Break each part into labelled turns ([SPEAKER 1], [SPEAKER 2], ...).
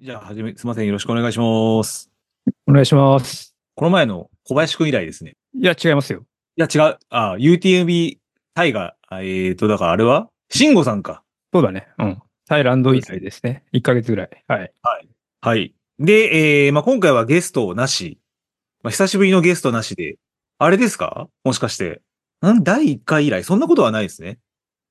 [SPEAKER 1] じゃあ、はじめ、すいません。よろしくお願いします。
[SPEAKER 2] お願いします。
[SPEAKER 1] この前の小林くん以来ですね。
[SPEAKER 2] いや、違いますよ。
[SPEAKER 1] いや、違う。あ、UTMB タイガー、あえーと、だからあれは慎吾さんか。
[SPEAKER 2] そうだね。うん。タイランド以来ですね。1ヶ月ぐらい。はい。
[SPEAKER 1] はい。で、えー、まあ、今回はゲストなし。まあ、久しぶりのゲストなしで。あれですかもしかして。なん第1回以来そんなことはないですね。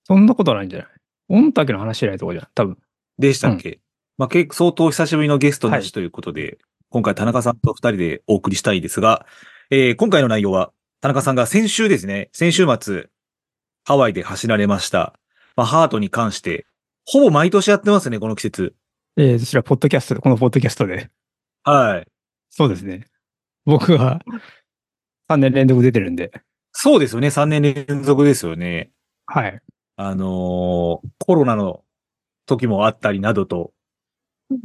[SPEAKER 2] そんなことないんじゃない御嶽の話以来とかじゃん。多分。
[SPEAKER 1] でしたっけ、まあ、結構相当久しぶりのゲストなしということで、今回田中さんと二人でお送りしたいですが、えー今回の内容は、田中さんが先週ですね、先週末、ハワイで走られました。まあ、ハートに関して、ほぼ毎年やってますね、この季節。
[SPEAKER 2] えー、そちら、ポッドキャストで、このポッドキャストで。
[SPEAKER 1] はい。
[SPEAKER 2] そうですね。僕は3年連続出てるんで。
[SPEAKER 1] そうですよね、3年連続ですよね。
[SPEAKER 2] はい。
[SPEAKER 1] あのーコロナの時もあったりなどと、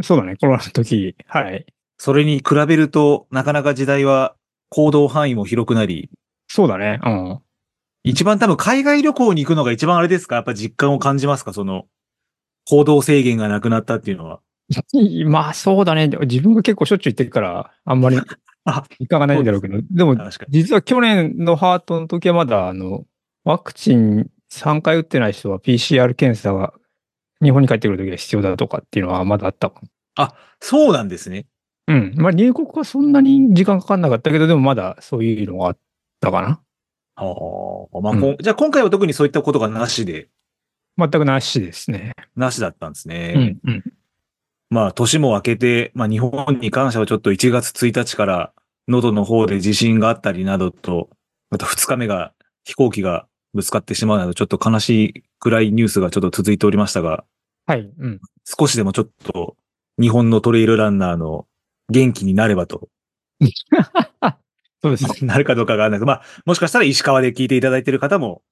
[SPEAKER 2] そうだね。コロナの時。はい。
[SPEAKER 1] それに比べると、なかなか時代は行動範囲も広くなり、
[SPEAKER 2] そうだね。うん。
[SPEAKER 1] 一番多分海外旅行に行くのが一番あれですかやっぱ実感を感じますかその、行動制限がなくなったっていうのは。
[SPEAKER 2] いまあ、そうだね。でも自分が結構しょっちゅう行ってるから、 あんまり
[SPEAKER 1] あ、
[SPEAKER 2] いかがないんだろうけど。でも、
[SPEAKER 1] 確かに。
[SPEAKER 2] 実は去年のハートの時はまだ、あの、ワクチン3回打ってない人は PCR 検査が日本に帰ってくる時は必要だとかっていうのはまだあったもん。
[SPEAKER 1] そうなんですね。
[SPEAKER 2] うん。まあ入国はそんなに時間かかんなかったけど、でもまだそういうのがあったかな。
[SPEAKER 1] ああ、まあ、こんじゃあ今回は特にそういったことがなしで、
[SPEAKER 2] 全くなしですね。
[SPEAKER 1] なしだったんですね。
[SPEAKER 2] うん、うん。
[SPEAKER 1] まあ、年も明けて、まあ、日本に関してはちょっと1月1日から、喉の方で地震があったりなどと、また2日目が飛行機がぶつかってしまうなど、ちょっと悲しいくらいニュースがちょっと続いておりましたが、
[SPEAKER 2] はい。うん。
[SPEAKER 1] 少しでもちょっと日本のトレイルランナーの元気になれば と、
[SPEAKER 2] そうですね。
[SPEAKER 1] なるかどうかがあるんですけどまあ、もしかしたら石川で聞いていただいている方も、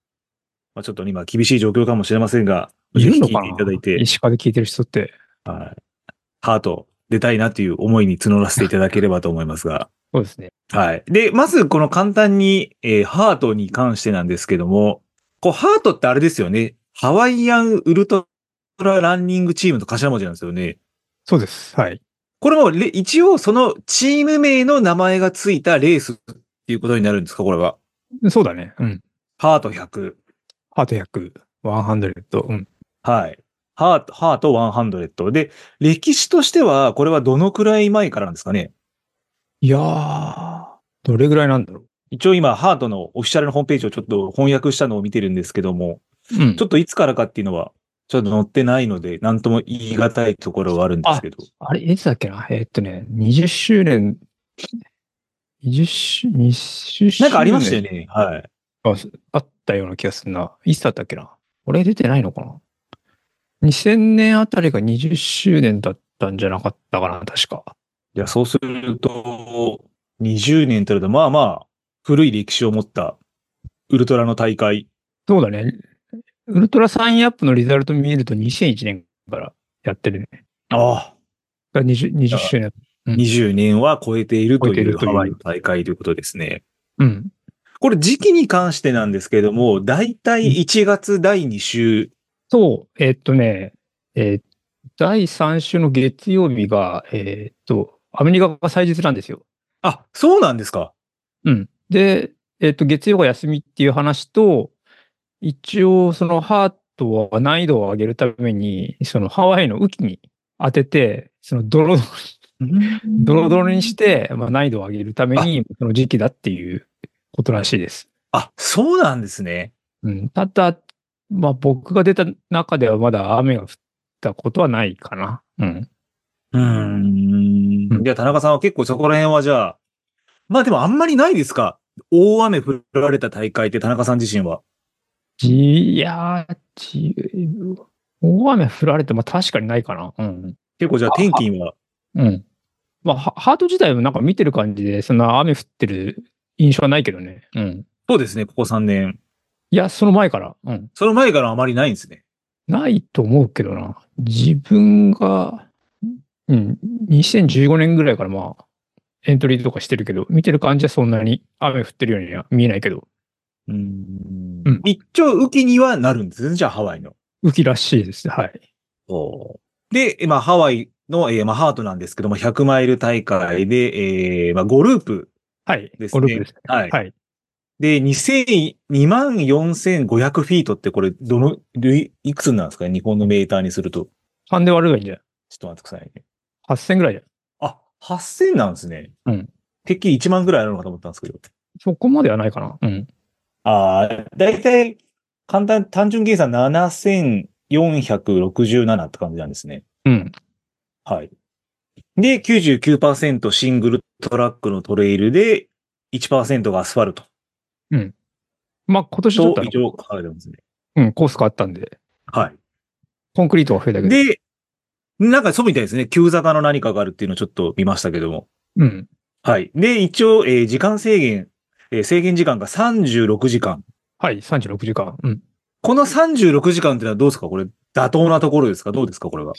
[SPEAKER 1] まあ、ちょっと今厳しい状況かもしれませんが、
[SPEAKER 2] いるのか
[SPEAKER 1] ぜ
[SPEAKER 2] な
[SPEAKER 1] ひ聞いていただいて、
[SPEAKER 2] 石川で聞いてる人って。
[SPEAKER 1] はい、ハート出たいなという思いに募らせていただければと思い ますが、
[SPEAKER 2] そうですね。
[SPEAKER 1] はい。で、まずこの簡単に、えーハートに関してなんですけども、こう、ハートってあれですよね。ハワイアンウルトラランニングチームと頭文字なんですよね。
[SPEAKER 2] そうです。はい。
[SPEAKER 1] これもれ、一応そのチーム名の名前がついたレースっていうことになるんですかこれは。
[SPEAKER 2] そうだね。うん。
[SPEAKER 1] ハート100。
[SPEAKER 2] ハート100、100。うん。
[SPEAKER 1] はい。ハート、ハート100。で、歴史としては、これはどのくらい前からなんですかね
[SPEAKER 2] いやー、どれぐらいなんだろ
[SPEAKER 1] 一応今、ハートのオフィシャルのホームページをちょっと翻訳したのを見てるんですけども、
[SPEAKER 2] う。うん
[SPEAKER 1] ちょ。っといつからかっていうのは、ちょっと載ってないので、なんとも言い難いところはあるんですけど。
[SPEAKER 2] あれ、いつだっけなえーっとね、20周年、20周、20周
[SPEAKER 1] なんかありましたよね。はい。
[SPEAKER 2] ああったような気がするな。いつだったっけな俺出てないのかな ?2000 年あたりが20周年だったんじゃなかったかな確か。
[SPEAKER 1] いや、そうすると、20年というと、まあまあ、古い歴史を持った、ウルトラの大会。
[SPEAKER 2] そうだね。ウルトラサインアップのリザルト見ると2001年からやってるね。
[SPEAKER 1] ああ。
[SPEAKER 2] だから 20, 20周年。
[SPEAKER 1] 20年は超えていると
[SPEAKER 2] 超えて
[SPEAKER 1] い
[SPEAKER 2] いうると
[SPEAKER 1] ハ
[SPEAKER 2] いう
[SPEAKER 1] ワイの大会ということですね。
[SPEAKER 2] うん。
[SPEAKER 1] これ時期に関してなんですけれども、だいたい1月第2週。
[SPEAKER 2] そう、えーっとね、えー第3週の月曜日が、えーっと、アメリカが祭日なんですよ。
[SPEAKER 1] あ、そうなんですか。
[SPEAKER 2] うん。で、えっ、と、月曜が休みっていう話と、一応、そのハートは難易度を上げるために、そのハワイの雨季に当てて、そのドロドロ、ドロドロにして、まあ、難易度を上げるために、その時期だっていうことらしいです。
[SPEAKER 1] あ、そうなんですね。
[SPEAKER 2] うん。ただ、まあ、僕が出た中ではまだ雨が降ったことはないかな。うん。
[SPEAKER 1] うー。
[SPEAKER 2] うんん
[SPEAKER 1] じゃあ、田中さんは結構そこら辺はじゃあ、まあでもあんまりないですか大雨降られた大会って田中さん自身は。
[SPEAKER 2] じ、いやー、じ、大雨降られて、まあ、確かにないかな。うん。
[SPEAKER 1] 結構じゃあ天気は。
[SPEAKER 2] うん。まあ、ハハート自体もなんか見てる感じで、そんな雨降ってる印象はないけどね。うん。
[SPEAKER 1] そうですね、ここ3年。
[SPEAKER 2] いや、その前から。うん。
[SPEAKER 1] その前からあまりないんですね。
[SPEAKER 2] ないと思うけどな。自分が、うん、2015年ぐらいからまあ、エントリーとかしてるけど、見てる感じはそんなに雨降ってるようには見えないけど、
[SPEAKER 1] うー
[SPEAKER 2] うん
[SPEAKER 1] ん。一応雨季にはなるんですね、じゃあハワイの。
[SPEAKER 2] 雨季らしいです。はい。
[SPEAKER 1] で、まあハワイの、えーまあ、ハートなんですけども、100マイル大会で、えーまあ、5ループ。
[SPEAKER 2] はい。
[SPEAKER 1] ですね
[SPEAKER 2] ゴルフですね。
[SPEAKER 1] はい
[SPEAKER 2] はい。
[SPEAKER 1] で、2000 24,500フィートってこれ、どの、いいくつになんですかね日本のメーターにすると。
[SPEAKER 2] 3で割ればいいんじゃない
[SPEAKER 1] ちょっと待ってくださいね。
[SPEAKER 2] ?8000 ぐらいじゃない
[SPEAKER 1] あ、8000なんですね。
[SPEAKER 2] うん。
[SPEAKER 1] てっきり1万ぐらいあるのかと思ったんですけど。
[SPEAKER 2] そこまではないかな。うん。
[SPEAKER 1] ああ、だいたい簡単、単純計算7467って感じなんですね。
[SPEAKER 2] うん。
[SPEAKER 1] はい。で、99%シングルトラックのトレイルで、1%がアスファルト。
[SPEAKER 2] まあ、今年ちょっとあ
[SPEAKER 1] 以
[SPEAKER 2] の、
[SPEAKER 1] 上書かれてますね。
[SPEAKER 2] うん、コース変わったんで、
[SPEAKER 1] は
[SPEAKER 2] コンクリートが増えた
[SPEAKER 1] い。
[SPEAKER 2] けど。
[SPEAKER 1] で、なんかそうみたいですね。急坂の何かがあるっていうのをちょっと見ましたけども。
[SPEAKER 2] うん。
[SPEAKER 1] はい。で、一応、えー時間制限、えー制限時間が36時間。
[SPEAKER 2] はい、36時間。うん。
[SPEAKER 1] この36時間ってのはどうですかこれ、妥当なところですかどうですかこれは。
[SPEAKER 2] い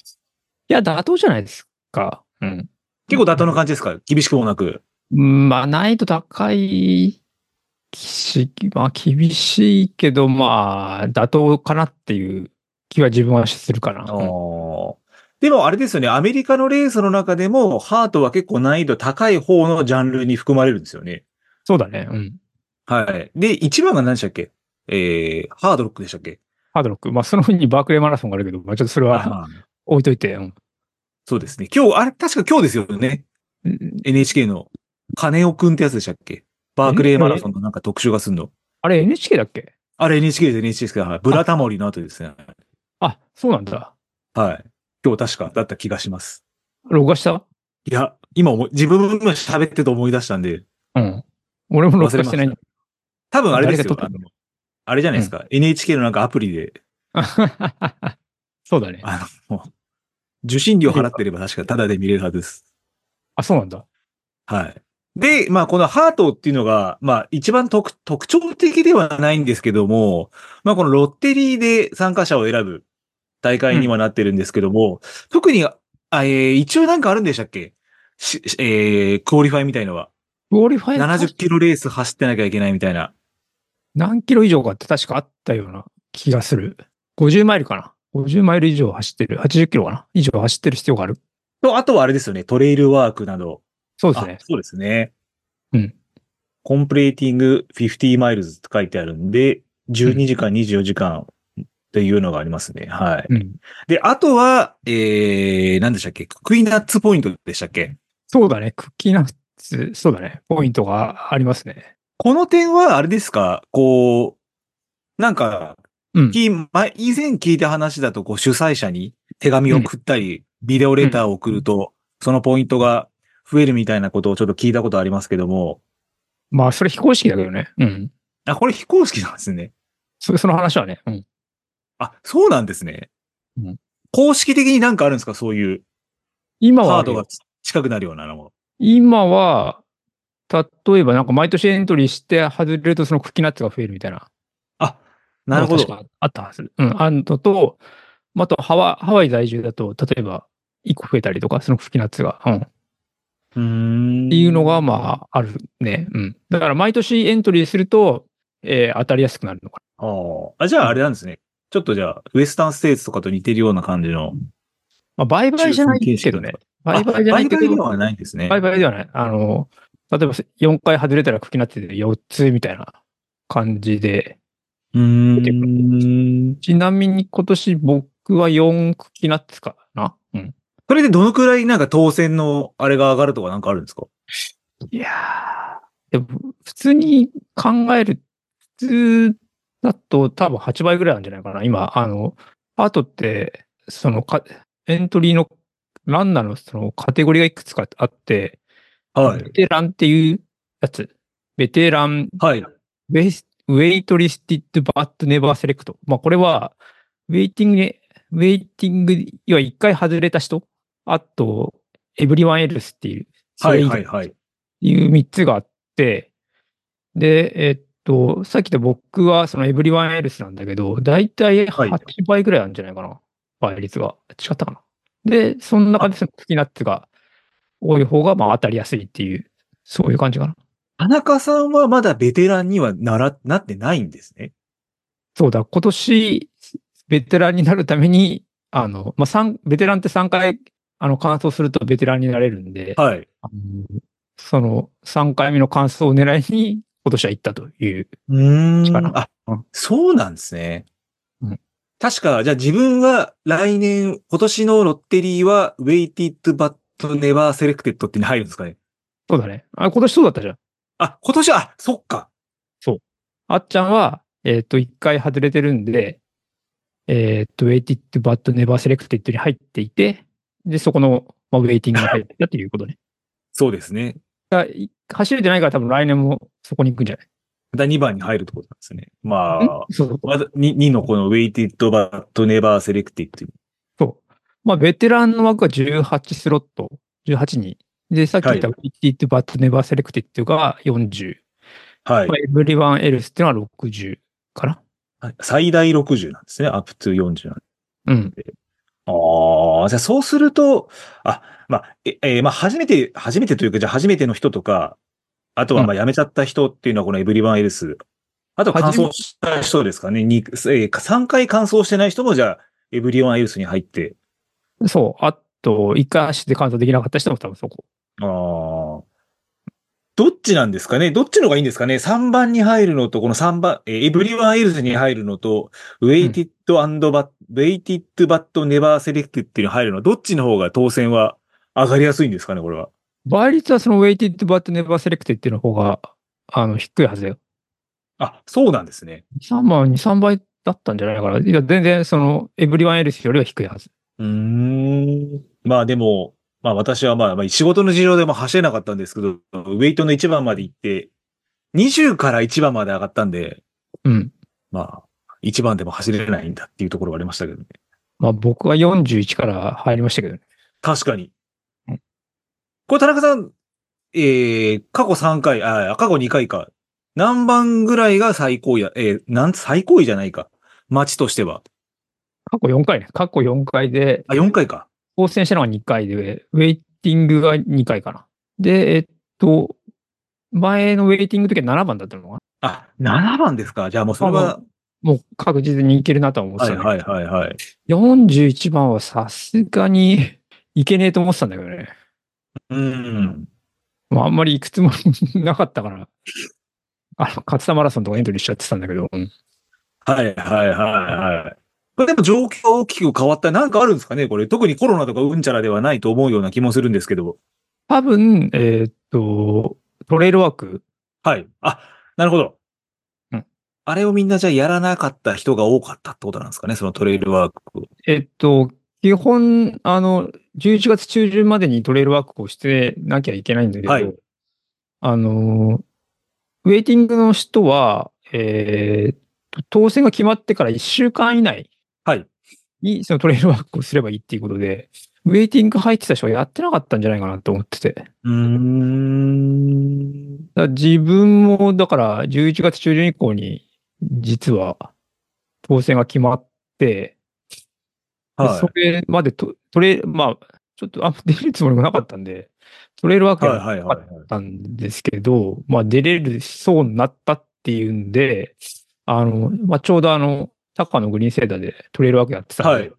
[SPEAKER 2] や、妥当じゃないですか。うん。
[SPEAKER 1] 結構妥当な感じですか厳しくもなく。
[SPEAKER 2] うんまあ、難易度高いし、まあ、厳しいけど、まあ、妥当かなっていう気は自分はするかな。
[SPEAKER 1] あーでもあれですよね、アメリカのレースの中でも、ハートは結構難易度高い方のジャンルに含まれるんですよね。
[SPEAKER 2] そうだね。うん。
[SPEAKER 1] はい。で、一番が何でしたっけえー、ハードロックでしたっけ
[SPEAKER 2] ハードロック。まあ、そのふうにバークレーマラソンがあるけど、まあ、ちょっとそれは
[SPEAKER 1] あー
[SPEAKER 2] 置いといて。うん
[SPEAKER 1] そうですね。今日、あれ、確か今日ですよね。NHK の金尾くんってやつでしたっけバークレーマラソンのなんか特集がすんの。
[SPEAKER 2] あれ、NHK だっけ
[SPEAKER 1] あれ NHK です、NHK ですけど、はいブラタモリの後ですね。
[SPEAKER 2] あ、そうなんだ。
[SPEAKER 1] はい。今日確かだった気がします。
[SPEAKER 2] 録画した
[SPEAKER 1] いや、今思い、自分も今喋ってて思い出したんで、
[SPEAKER 2] うん。俺も録画してない。
[SPEAKER 1] 多分あれです
[SPEAKER 2] 誰
[SPEAKER 1] よ。
[SPEAKER 2] が
[SPEAKER 1] あ
[SPEAKER 2] 撮ってん
[SPEAKER 1] のあれじゃないですか、NHK のなんかアプリで、
[SPEAKER 2] そうだね。
[SPEAKER 1] あの、もう受信料払ってれば確かタダで見れるはずです。
[SPEAKER 2] あ、そうなんだ。
[SPEAKER 1] はい。で、まあ、このハートっていうのが、まあ、一番特、特徴的ではないんですけども、まあ、このロッテリーで参加者を選ぶ大会にはなってるんですけども、特に、あ、えー一応なんかあるんでしたっけししえークオリファイみたいのは。
[SPEAKER 2] クオリファイ
[SPEAKER 1] 70キロレース走ってなきゃいけないみたいな。
[SPEAKER 2] 何キロ以上かって確かあったような気がする。50マイルかな。50マイル以上走ってる。80キロかな。以上走ってる必要がある。
[SPEAKER 1] と、あとはあれですよね、トレイルワークなど。
[SPEAKER 2] そうですね
[SPEAKER 1] あ。そうですね。
[SPEAKER 2] うん。
[SPEAKER 1] コンプレーティング50マイルズって書いてあるんで、12時間、24時間っていうのがありますね。はい。
[SPEAKER 2] うん。
[SPEAKER 1] で、あとは、えー、何でしたっけクイナッツポイントでしたっけ
[SPEAKER 2] そうだね。クッキーナッツ、そうだね。ポイントがありますね。
[SPEAKER 1] この点は、あれですかこう、なんか、
[SPEAKER 2] うん。
[SPEAKER 1] き前以前聞いた話だと、こう、主催者に手紙を送ったり、ビデオレターを送ると、そのポイントが増えるみたいなことをちょっと聞いたことありますけども、
[SPEAKER 2] まあ、それ非公式だけどね。うん。
[SPEAKER 1] あ、これ非公式なんですね。
[SPEAKER 2] そその話はね。うん。
[SPEAKER 1] あ、そうなんですね。
[SPEAKER 2] うん
[SPEAKER 1] 公式的になんかあるんですかそういう、
[SPEAKER 2] 今は
[SPEAKER 1] ハー
[SPEAKER 2] ある
[SPEAKER 1] ド
[SPEAKER 2] よ、
[SPEAKER 1] が近くなるようなのも。
[SPEAKER 2] 今は、例えばなんか毎年エントリーして外れるとそのクッキーナッツが増えるみたいな。
[SPEAKER 1] あ、なるほ
[SPEAKER 2] 確
[SPEAKER 1] ど。
[SPEAKER 2] かあったはず。うん。あんのと、あとハワイ、ハワイ在住だと、例えば、1個増えたりとか、そのクッキーナッツが。うん。
[SPEAKER 1] うーん。っ
[SPEAKER 2] っていうのが、まあ、あるね。うん。だから、毎年エントリーすると、えー当たりやすくなるのかな。
[SPEAKER 1] あーあ。じゃああれなんですね。ちょっとじゃあ、ウエスタンステーツとかと似てるような感じの。
[SPEAKER 2] まあ、売買じゃないけどね。売買じゃないけ
[SPEAKER 1] あ売買
[SPEAKER 2] ど、
[SPEAKER 1] ではないんですね。
[SPEAKER 2] 売買ではない。あの、例えば4回外れたらクキナッツで4つみたいな感じで。
[SPEAKER 1] うーん。
[SPEAKER 2] ちなみに今年僕は4クキナッツかな。うん。
[SPEAKER 1] それでどのくらいなんか当選のあれが上がるとかなんかあるんですか
[SPEAKER 2] いやー。でも、普通に考える、普通だと多分8倍ぐらいなんじゃないかな。今、あの、アートって、そのか、エントリーのランナーのそのカテゴリーがいくつかあって、
[SPEAKER 1] はい
[SPEAKER 2] ベ。テランっていうやつ。ベテラン、
[SPEAKER 1] はい。
[SPEAKER 2] ウェイスウェイトリスティッドバットネバーセレクト。まあこれは、ウェイティングに、ウェイティング、要は一回外れた人、あと、エブリワンエルスっていう、そ
[SPEAKER 1] は
[SPEAKER 2] れ
[SPEAKER 1] い。
[SPEAKER 2] 以外
[SPEAKER 1] はい。はい。
[SPEAKER 2] いう3つがあって、で、えっと、さっきで僕はそのエブリワンエルスなんだけど、だいたい
[SPEAKER 1] はい
[SPEAKER 2] 8倍ぐらいあるんじゃないかな。倍率が。違ったかな。で、その中でそのクキナッツが多い方が、まあ当たりやすいっていう、そういう感じかな。
[SPEAKER 1] 田中さんはまだベテランにはなら、なってないんですね。
[SPEAKER 2] そうだ、今年、ベテランになるために、あの、まあ、三ベテランって3回あの、完走するとベテランになれるんで、
[SPEAKER 1] はい。
[SPEAKER 2] あのその3回目の完走を狙いに今年は行ったという。
[SPEAKER 1] うーん。
[SPEAKER 2] かな
[SPEAKER 1] あ、そうなんですね。
[SPEAKER 2] うん
[SPEAKER 1] 確か、じゃあ自分は来年、今年のロッテリーは、Waited but Never Selected ってに入るんですかね。
[SPEAKER 2] そうだね。あ、今年そうだったじゃん。
[SPEAKER 1] あ、今年は、あ、そっか。
[SPEAKER 2] あっちゃんは、えっ、と、1回外れてるんで、えっ、と、waited but never selected に入っていて、で、そこの、まあ、ウェイティングに入ってたっていうことね。
[SPEAKER 1] そうですね。
[SPEAKER 2] だい走れてないから多分来年もそこに行くんじゃない
[SPEAKER 1] また2番に入るってことなんですね。まあ
[SPEAKER 2] ん、そうそう。
[SPEAKER 1] わざに 2, のこの Waited but Never Selected。
[SPEAKER 2] そう。まあ、ベテランの枠が18スロット、18人。で、さっき言った、
[SPEAKER 1] は
[SPEAKER 2] waited but never selected っていうのが40。
[SPEAKER 1] はい
[SPEAKER 2] まあ、。everyone else っていうのは60かな。
[SPEAKER 1] はい最大60なんですね。アップトゥ40なんで
[SPEAKER 2] うん。
[SPEAKER 1] ああ、じゃあそうすると、あ、まあ、え、えーまあ、初めて、初めてというか、じゃあ初めての人とか、あとは、
[SPEAKER 2] うん
[SPEAKER 1] まあ、辞めちゃった人っていうのは、このエブリバンエルス。あと、乾燥した人ですかね。に、えー、3回乾燥してない人も、じゃあ、エブリバンエルスに入って。
[SPEAKER 2] そう。あと、1回走って完走できなかった人も多分そこ。
[SPEAKER 1] ああ。どっちなんですかねどっちの方がいいんですかね ?3 番に入るのと、この3番、えーエブリバンエルスに入るのと、ウェイティッドアンドバッ、ウェイティッドバットネバーセレクティっていうの入るのは、どっちの方が当選は上がりやすいんですかねこれは。
[SPEAKER 2] 倍率はその weighted but never selected っていうの方が、あの、低いはずだよ。
[SPEAKER 1] あ、そうなんですね。
[SPEAKER 2] 2、3倍、2、3倍だったんじゃないかな。いや、全然その、everyone else よりは低いはず。
[SPEAKER 1] うーん。まあでも、まあ私はまあ、まあ仕事の事情でも走れなかったんですけど、ウェイトの1番まで行って、20から1番まで上がったんで、
[SPEAKER 2] うん。
[SPEAKER 1] まあ、1番でも走れないんだっていうところはありましたけどね。
[SPEAKER 2] まあ、僕は41から入りましたけどね。
[SPEAKER 1] 確かに
[SPEAKER 2] うん。
[SPEAKER 1] これ田中さん、えー、過去3回、あー過去2回か。何番ぐらいが最高位や、えー、なん、最高位じゃないか。街としては。
[SPEAKER 2] 過去4回ね。過去4回で、
[SPEAKER 1] あ、4回か。
[SPEAKER 2] 当選したのが2回で、ウェイティングが2回かな。で、えっと、前のウェイティングの時は7番だったのかな。
[SPEAKER 1] あ、7番ですか。じゃあもうそれは、
[SPEAKER 2] もう確実にいけるなとは思って
[SPEAKER 1] は
[SPEAKER 2] た、
[SPEAKER 1] い
[SPEAKER 2] ね
[SPEAKER 1] はいはいはい。
[SPEAKER 2] 41番はさすがにいけねえと思ってたんだけどね。
[SPEAKER 1] うん。
[SPEAKER 2] まあ、あんまり行くつもり なかったから。あの、勝田マラソンとかエントリーしちゃってたんだけど。うん
[SPEAKER 1] はいはいはいはい。これでも状況大きく変わったなんかあるんですかねこれ。特にコロナとかうんちゃらではないと思うような気もするんですけど。
[SPEAKER 2] 多分、えーっと、トレイルワーク
[SPEAKER 1] はい。あ、なるほど。
[SPEAKER 2] うん。
[SPEAKER 1] あれをみんなじゃあやらなかった人が多かったってことなんですかねそのトレイルワークを。
[SPEAKER 2] えっと、基本、あの、11月中旬までにトレイルワークをしてなきゃいけないんだけど、
[SPEAKER 1] はい
[SPEAKER 2] あの、ウェイティングの人は、えーっと当選が決まってから1週間以内
[SPEAKER 1] はい
[SPEAKER 2] にそのトレイルワークをすればいいっていうことで、ウェイティング入ってた人はやってなかったんじゃないかなと思ってて。だか
[SPEAKER 1] うーん。
[SPEAKER 2] ら自分も、だから11月中旬以降に、実は当選が決まって、で
[SPEAKER 1] は
[SPEAKER 2] それまでと、トレ、まあ、ちょっとあんま出るつもりもなかったんで、トレールワー
[SPEAKER 1] い。
[SPEAKER 2] ク
[SPEAKER 1] はい
[SPEAKER 2] や
[SPEAKER 1] はいはいはい。
[SPEAKER 2] ったんですけど、まあ出れるそうになったっていうんで、あの、まあちょうどあの、タッカーのグリーンセーダーでトレールワークやってたんで、
[SPEAKER 1] はい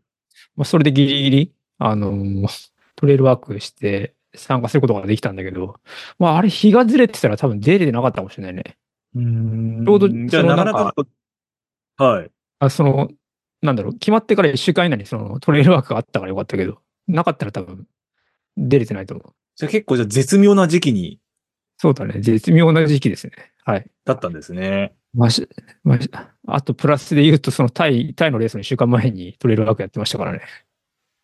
[SPEAKER 2] まあそれでギリギリ、あの、トレールワークして参加することができたんだけど、まああれ日がずれてたら多分出れてなかったかもしれないね。
[SPEAKER 1] うーん
[SPEAKER 2] ちょうど
[SPEAKER 1] じゃあ
[SPEAKER 2] その
[SPEAKER 1] な
[SPEAKER 2] な
[SPEAKER 1] か
[SPEAKER 2] んか
[SPEAKER 1] なか。はい。
[SPEAKER 2] あ、その、なんだろう、決まってから1週間以内にそのトレイルワークがあったからよかったけど、なかったら多分出れてないと思う。
[SPEAKER 1] じゃあ結構じゃあ絶妙な時期に、
[SPEAKER 2] そうだね、絶妙な時期ですね。はい。
[SPEAKER 1] だったんですね。
[SPEAKER 2] まあし、まあし、あとプラスで言うと、そのタイ、タイのレースの1週間前にトレイルワークやってましたからね。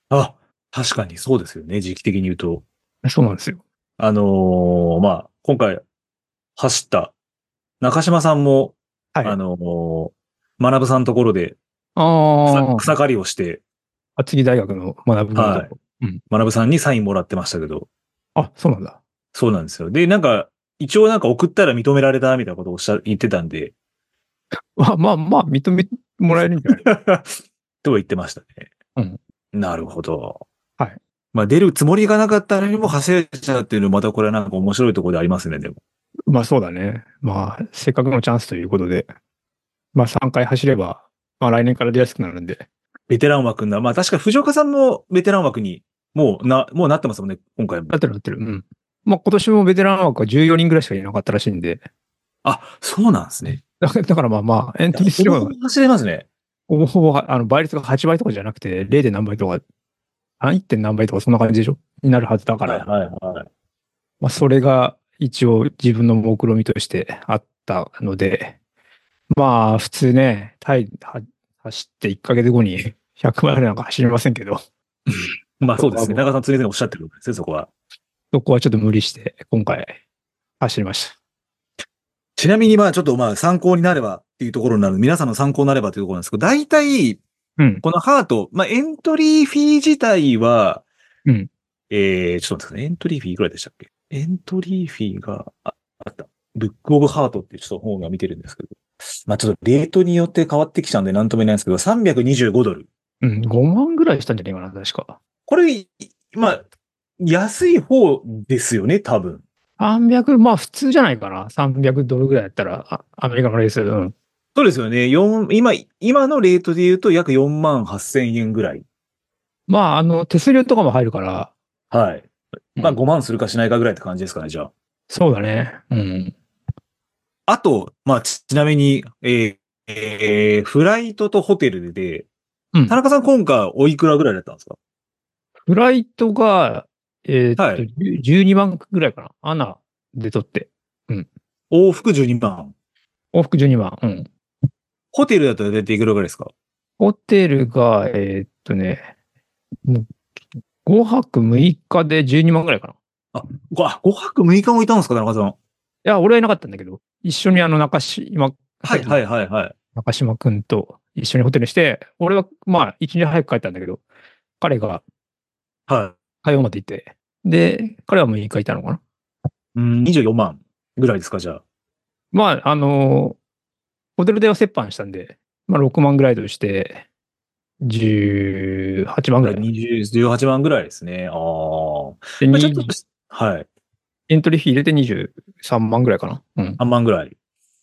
[SPEAKER 1] あ、確かにそうですよね。時期的に言うと。
[SPEAKER 2] そうなんですよ。
[SPEAKER 1] あのーまあ、今回、走った、中島さんも、
[SPEAKER 2] はい
[SPEAKER 1] あのー、学さんのところで、
[SPEAKER 2] あ
[SPEAKER 1] 草草刈りをして、
[SPEAKER 2] あ、厚木大学の学ぶのとこ、
[SPEAKER 1] はい学さんにサインもらってましたけど、
[SPEAKER 2] あ、そうなんだ。
[SPEAKER 1] そうなんですよ。で、なんか、一応なんか送ったら認められた、みたいなことをおっしゃ、言ってたんで、
[SPEAKER 2] まあまあまあ、認めてもらえるんじゃ ない
[SPEAKER 1] とは言ってましたね。うん。なるほど。
[SPEAKER 2] はい。
[SPEAKER 1] まあ、出るつもりがなかったのにも走れちゃうっていうのまたこれはなんか面白いところでありますね、でも。
[SPEAKER 2] まあそうだね。まあ、せっかくのチャンスということで、まあ3回走れば、まあ来年から出やすくなるんで、
[SPEAKER 1] ベテラン枠な、まあ確か藤岡さんもベテラン枠にもうな、もうなってますもんね、今回も
[SPEAKER 2] な。ってるなってる。うん。まあ、今年もベテラン枠は14人ぐらいしかいなかったらしいんで。
[SPEAKER 1] あ、そうなんですね。
[SPEAKER 2] だだからまあまあ、エントリーす
[SPEAKER 1] ほ
[SPEAKER 2] れ
[SPEAKER 1] ぼ
[SPEAKER 2] ば
[SPEAKER 1] ほぼ、走れますね。
[SPEAKER 2] ほぼほぼは、あの、倍率が8倍とかじゃなくて、0. 何倍とか、あ 1. 点何倍とか、そんな感じでしょになるはずだから。
[SPEAKER 1] はいはいはい。
[SPEAKER 2] まあ、それが一応自分の目論見みとしてあったので、まあ、普通ね、タイは走って1ヶ月後に100マイル なんか走りませんけど、
[SPEAKER 1] まあそうですね。長さん常々おっしゃってるんですね、そこは。
[SPEAKER 2] そこはちょっと無理して、今回、走りました。
[SPEAKER 1] ちなみにまあちょっとまあ参考になればっていうところになる、皆さんの参考になればというところなんですけど、大体、
[SPEAKER 2] うん。
[SPEAKER 1] このハート、まあエントリーフィー自体は、
[SPEAKER 2] うん。
[SPEAKER 1] えー、ちょっと待ってくださいね。エントリーフィーいくらでしたっけエントリーフィーが、ああった。ブックオブハートっていうちょっと本が見てるんですけど。まあちょっとレートによって変わってきちゃうんで何とも言えないんですけど、325ドル。
[SPEAKER 2] うん、5万ぐらいしたんじゃないかな、確か。
[SPEAKER 1] これ、いまあ、安い方ですよね、多分。
[SPEAKER 2] 300、まあ普通じゃないかな。300ドルぐらいだったら、あアメリカのレース。うん。
[SPEAKER 1] そうですよね。四今、今のレートで言うと約4万8千円ぐらい。
[SPEAKER 2] まあ、あの、手数料とかも入るから。
[SPEAKER 1] はい。まあ
[SPEAKER 2] うん
[SPEAKER 1] 5万するかしないかぐらいって感じですかね、じゃあ。
[SPEAKER 2] そうだね。うん。
[SPEAKER 1] あと、まあち、ちなみに、えーえーフライトとホテルで、
[SPEAKER 2] うん
[SPEAKER 1] 田中さん今回おいくらぐらいだったんですか
[SPEAKER 2] フライトが、えーっと、
[SPEAKER 1] はい
[SPEAKER 2] 12万ぐらいかな。アナで取って。
[SPEAKER 1] 往復12万。
[SPEAKER 2] 往復12万。うん。
[SPEAKER 1] ホテルだと大体いくらぐらいですか
[SPEAKER 2] ホテルが、えーっとね、もう5泊6日で12万ぐらいかな。い
[SPEAKER 1] ごあ、5泊6日もいたんですか、田中さん。は
[SPEAKER 2] や、俺はいなかったんだけど、一緒にあの中島、
[SPEAKER 1] い、はい、はい、はい。
[SPEAKER 2] 中島くんと一緒にホテルにして、俺はまあ一日早く帰ったんだけど、彼が
[SPEAKER 1] は
[SPEAKER 2] 火曜までいて、で、彼は6日いたのかな。
[SPEAKER 1] い。うん、24万ぐらいですか、じゃあ。
[SPEAKER 2] まあ、あのホテル代は折半したんで、まあ6万ぐらいとして、18万ぐらい。
[SPEAKER 1] 20 18万ぐらいですね。ああ。
[SPEAKER 2] で
[SPEAKER 1] まあちょっと
[SPEAKER 2] 20、
[SPEAKER 1] はい。
[SPEAKER 2] エントリー費入れて23万ぐらいかな。うん。
[SPEAKER 1] 3万ぐらい。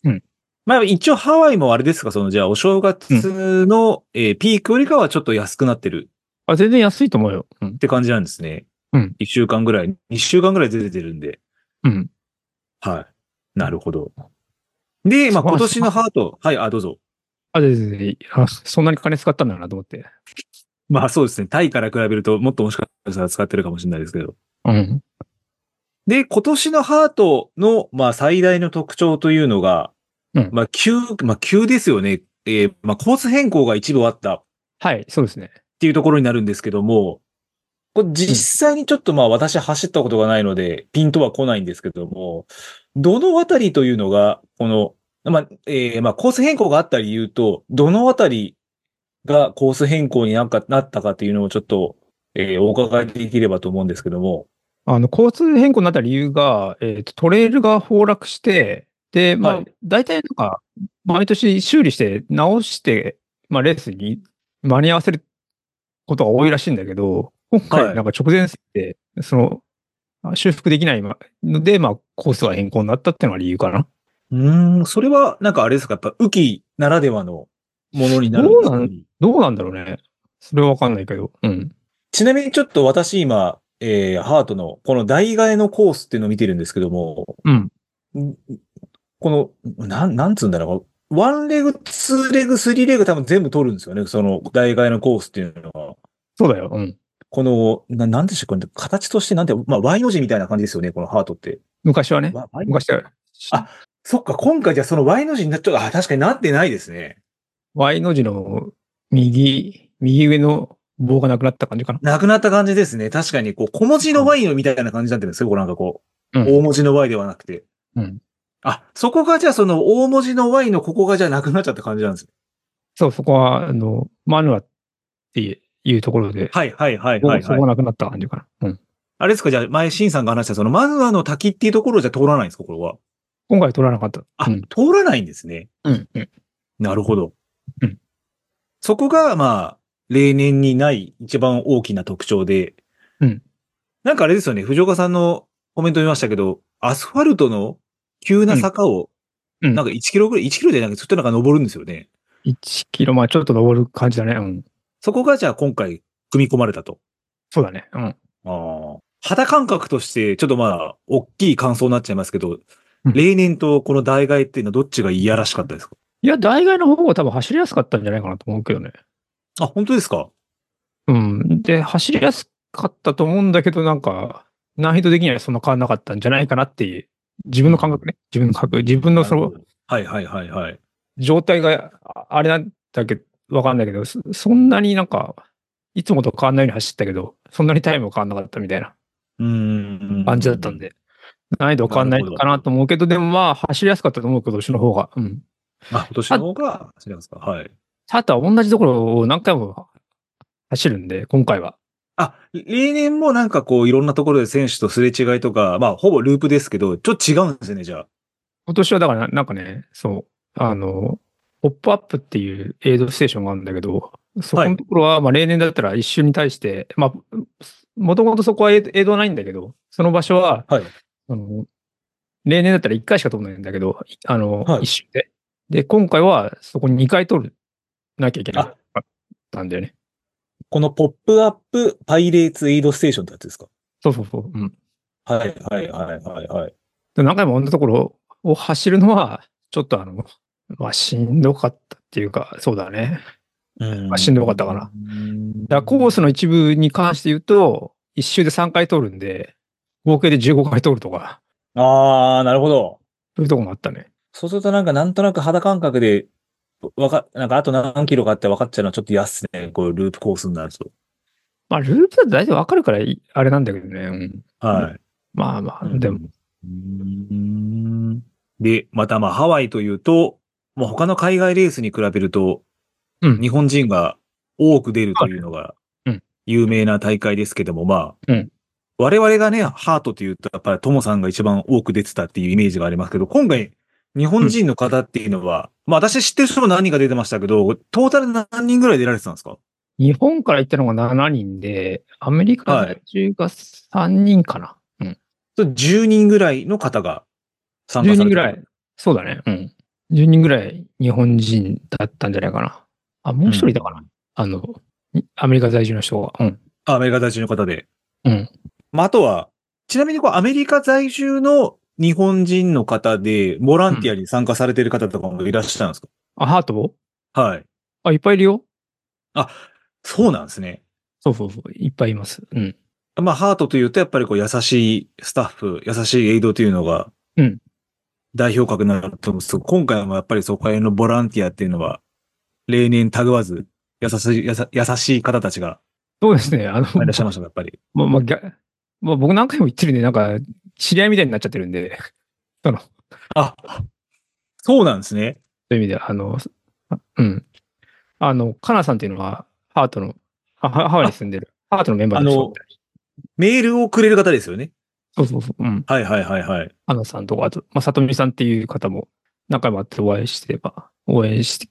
[SPEAKER 2] うん。
[SPEAKER 1] まあ一応ハワイもあれですか、そのじゃあお正月の、えーピークよりかはちょっと安くなってる
[SPEAKER 2] あ、全然安いと思うよ。うん
[SPEAKER 1] っ。て感じなんですね。
[SPEAKER 2] うん。
[SPEAKER 1] 1週間ぐらい、2週間ぐらいずれてるんで。
[SPEAKER 2] うん。
[SPEAKER 1] はい。なるほど。で、まあ
[SPEAKER 2] そう
[SPEAKER 1] 今年のハート、はい、あ、どうぞ。
[SPEAKER 2] あ、全然いいあそんなに金使ったんだなと思って。
[SPEAKER 1] まあそうですね。タイから比べるともっともしかしたら使ってるかもしれないですけど。
[SPEAKER 2] うん。
[SPEAKER 1] で、今年のハートの、まあ最大の特徴というのが、
[SPEAKER 2] うん
[SPEAKER 1] まあ急、まあ急ですよね。えーまあコース変更が一部あった
[SPEAKER 2] はい、そうですね。
[SPEAKER 1] っていうところになるんですけども、これ実際にちょっとまあ私走ったことがないので、ピンとは来ないんですけども、どのあたりというのが、この、まあ、えーまあコース変更があった理由と、どのあたりがコース変更になんかなったかというのをちょっと、えーお伺いできればと思うんですけども、
[SPEAKER 2] あの、交通変更になった理由が、えーとトレイルが崩落して、で、まあ、
[SPEAKER 1] はい
[SPEAKER 2] 大体なんか、毎年修理して、直して、まあ、レースに間に合わせることが多いらしいんだけど、今
[SPEAKER 1] はい
[SPEAKER 2] 回なんか直前すぎて、その、あ修復できないまので、まあ、コースが変更になったっていうのが理由かな。
[SPEAKER 1] うーん、それはなんかあれですか、やっぱ雨季ならではのものになるんですか
[SPEAKER 2] そうなどうなんだろうね。それはわかんないけど。うん。
[SPEAKER 1] ちなみにちょっと私今、えーハートのこの代替えのコースっていうのを見てるんですけども、
[SPEAKER 2] うん
[SPEAKER 1] ん。この、なん、なんつうんだろう。ワンレグ、ツーレグ、スリーレグ多分全部取るんですよね。その代替えのコースっていうのは。
[SPEAKER 2] そうだよ。うん。
[SPEAKER 1] この、ななんでしょう、これ形としてなんて、まあ、Y の字みたいな感じですよね、このハートって。
[SPEAKER 2] 昔はね。
[SPEAKER 1] わ Y？
[SPEAKER 2] 昔は。
[SPEAKER 1] あそっか、今回じゃあその Y の字になっちゃう。あ、確かになってないですね。
[SPEAKER 2] Y の字の右、右上の棒がなくなった感じかな。
[SPEAKER 1] なくなった感じですね。確かに、こう、小文字の Y のみたいな感じになってるんですよ。こうなんかこう、
[SPEAKER 2] うん
[SPEAKER 1] 大文字の Y ではなくて。
[SPEAKER 2] うん
[SPEAKER 1] あ、そこがじゃあその大文字の Y のここがじゃあなくなっちゃった感じなんですね。
[SPEAKER 2] そう、そこは、あの、マヌアっていうところで、
[SPEAKER 1] はいはいはい
[SPEAKER 2] そ
[SPEAKER 1] はい、
[SPEAKER 2] そこ
[SPEAKER 1] はい。
[SPEAKER 2] がなくなった感じかな。うん。
[SPEAKER 1] あれですかじゃあ前、シンさんが話したそのマヌアの滝っていうところじゃ通らないんですかこれは。
[SPEAKER 2] 今回取らなかった。
[SPEAKER 1] あ、
[SPEAKER 2] うん
[SPEAKER 1] 通らないんですね。
[SPEAKER 2] うん。うん。
[SPEAKER 1] なるほど。
[SPEAKER 2] うん
[SPEAKER 1] そこが、まあ、例年にない一番大きな特徴で。
[SPEAKER 2] うん
[SPEAKER 1] なんかあれですよね、藤岡さんのコメント見ましたけど、アスファルトの急な坂を、
[SPEAKER 2] うんうん
[SPEAKER 1] なんか1キロぐらい、1キロでなんかずっとなんか登るんですよね。
[SPEAKER 2] 1キロ、まあちょっと登る感じだね。うん。
[SPEAKER 1] そこがじゃあ今回組み込まれたと。
[SPEAKER 2] そうだね。うん。
[SPEAKER 1] ああ。肌感覚として、ちょっとまあ、大きい感想になっちゃいますけど、
[SPEAKER 2] うん
[SPEAKER 1] 例年とこの代替っていうのはどっちがいやらしかったですか
[SPEAKER 2] いや、大概の方が多分走りやすかったんじゃないかなと思うけどね。
[SPEAKER 1] あ、本当ですか
[SPEAKER 2] うん。で、走りやすかったと思うんだけど、なんか、難易度的にはそんな変わんなかったんじゃないかなっていう、自分の感覚ね。自分の感覚、自分のその、
[SPEAKER 1] はいはいはいはい。
[SPEAKER 2] 状態がああれなんだけど、わかんないけど、そそんなになんか、いつもと変わんないように走ったけど、そんなにタイム変わんなかったみたいな
[SPEAKER 1] うーん。
[SPEAKER 2] 感じだったん。で、難易度変わんないのかなと思うけど、でもまあ、走りやすかったと思うけど、今年の方が。うん。
[SPEAKER 1] あ、今年の方が走りますかはい。
[SPEAKER 2] あとは同じところを何回も走るんで、今回は。
[SPEAKER 1] あ、例年もなんかこう、いろんなところで選手とすれ違いとか、まあ、ほぼループですけど、ちょっと違うんですよね、じゃあ。
[SPEAKER 2] 今年はだからな、なんかね、そう、あの、ポップアップっていうエイドステーションがあるんだけど、そこのところは、まあ例年だったら一周に対して、まあ、もともとそこはエイドエイドはないんだけど、その場所は、
[SPEAKER 1] はい
[SPEAKER 2] あの例年だったら1回しか通らないんだけど、いあの、
[SPEAKER 1] はい
[SPEAKER 2] 一周で。で、今回はそこに2回通るなきゃいけなかったんだよね。
[SPEAKER 1] このポップアップパイレーツエイドステーションってやつですか
[SPEAKER 2] そうそうそう。うん。
[SPEAKER 1] はいはいはいはいはい。
[SPEAKER 2] で何回も同じところを走るのは、ちょっとあの、まあしんどかったっていうか、そうだね。
[SPEAKER 1] うん
[SPEAKER 2] まあしんどかったかな。だからコース
[SPEAKER 1] の。
[SPEAKER 2] の一部に関して言うと、一周で3回通るんで、合計で15回通るとか、
[SPEAKER 1] あー、なるほど。
[SPEAKER 2] そういうとこもあったね。
[SPEAKER 1] そうするとなんかなんとなく肌感覚で、わか、なんかあと何キロかって分かっちゃうのはちょっと嫌っすね。こうループコースになると。
[SPEAKER 2] まあ、ループだと大体わかるからいい、あれなんだけどね。うん、
[SPEAKER 1] はい。
[SPEAKER 2] まあまあ、でも、
[SPEAKER 1] うん。で、またまあハワイというと、まあ、他の海外レースに比べると、
[SPEAKER 2] うん
[SPEAKER 1] 日本人が多く出るというのが
[SPEAKER 2] うん、
[SPEAKER 1] 有名な大会ですけども、まあ、
[SPEAKER 2] うん
[SPEAKER 1] 我々がね、ハートというと、やっぱりトモさんが一番多く出てたっていうイメージがありますけど、今回、日本人の方っていうのは、まあ私知ってる人も何人か出てましたけど、トータル何人ぐらい出られてたんですか
[SPEAKER 2] 日本から行ったのが7人で、アメリカ在住が3人かな。
[SPEAKER 1] それ ?10 人ぐらいの方が参加さ
[SPEAKER 2] 10
[SPEAKER 1] れ
[SPEAKER 2] 人
[SPEAKER 1] て
[SPEAKER 2] ぐ
[SPEAKER 1] た
[SPEAKER 2] らい。そうだね。うん。10人ぐらい日本人だったんじゃないかな。あ、もう一人いたかな。あの、にアメリカ在住の人が。うん。
[SPEAKER 1] あアメリカ在住の方で。
[SPEAKER 2] うん。
[SPEAKER 1] まあ、あとは、ちなみにこう、アメリカ在住の日本人の方で、ボランティアに参加されてる方とかもいらっしゃるんですか、
[SPEAKER 2] あ、ハート
[SPEAKER 1] はい。
[SPEAKER 2] あ、いっぱいいるよ。
[SPEAKER 1] そうなんですね。
[SPEAKER 2] そうそうそう。いっぱいいます。うん。
[SPEAKER 1] まあ、ハートというと、やっぱりこう、優しいスタッフ、優しいエイドというのが
[SPEAKER 2] うん、
[SPEAKER 1] 代表格になると思うんですけど、今回もやっぱりそこへのボランティアっていうのは、例年たぐわず、優しい、やさ優しい方たちが
[SPEAKER 2] そうですね。あの、
[SPEAKER 1] いらっしゃいましたか、やっぱり。
[SPEAKER 2] まあ、まあ、ぎゃまあ、僕何回も言ってるんで、なんか、知り合いみたいになっちゃってるんで、
[SPEAKER 1] あ、そうなんですね。
[SPEAKER 2] そういう意味では、あの、あうん。あの、カナさんっていうのは、ハートの、あハハワイに住んでる、ハートのメンバーの
[SPEAKER 1] あ
[SPEAKER 2] 人
[SPEAKER 1] のメールをくれる方ですよね。
[SPEAKER 2] そうそうそう。うん。
[SPEAKER 1] はいはいはいはい。
[SPEAKER 2] アナさんとか、あと、まあ、さとみさんっていう方も、何回も会ってお会いしてれば、応援して、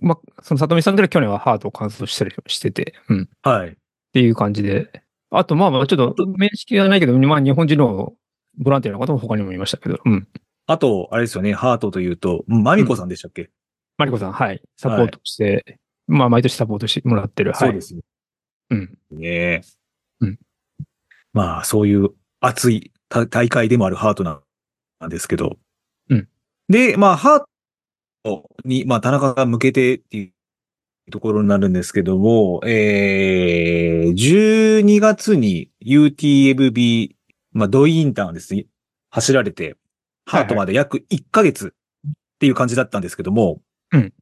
[SPEAKER 2] まあ、そのさとみさんっていうのは去年はハートを完走してるしてて、うん。っ
[SPEAKER 1] はい。
[SPEAKER 2] ていう感じで、あと、まあまあ、ちょっと、面識はないけど、まあ、日本人のボランティアの方も他にもいましたけど、うん。
[SPEAKER 1] あと、あれですよね、ハートというと、マミコさんでしたっけ、
[SPEAKER 2] マリコさん、はい。サポートして、まあ、毎年サポートしてもらってる。はい。。
[SPEAKER 1] そうですすね。
[SPEAKER 2] うん。
[SPEAKER 1] ね
[SPEAKER 2] うん
[SPEAKER 1] まあ、そういう熱い大大会でもあるハートなんですけど。
[SPEAKER 2] うん
[SPEAKER 1] で、まあ、ハートに、まあ、田中が向けてっていうところになるんですけども、えー、12月に UTMB、まあ、ドイインターンですね、走られて、ハートまで約1ヶ月っていう感じだったんですけども、
[SPEAKER 2] うん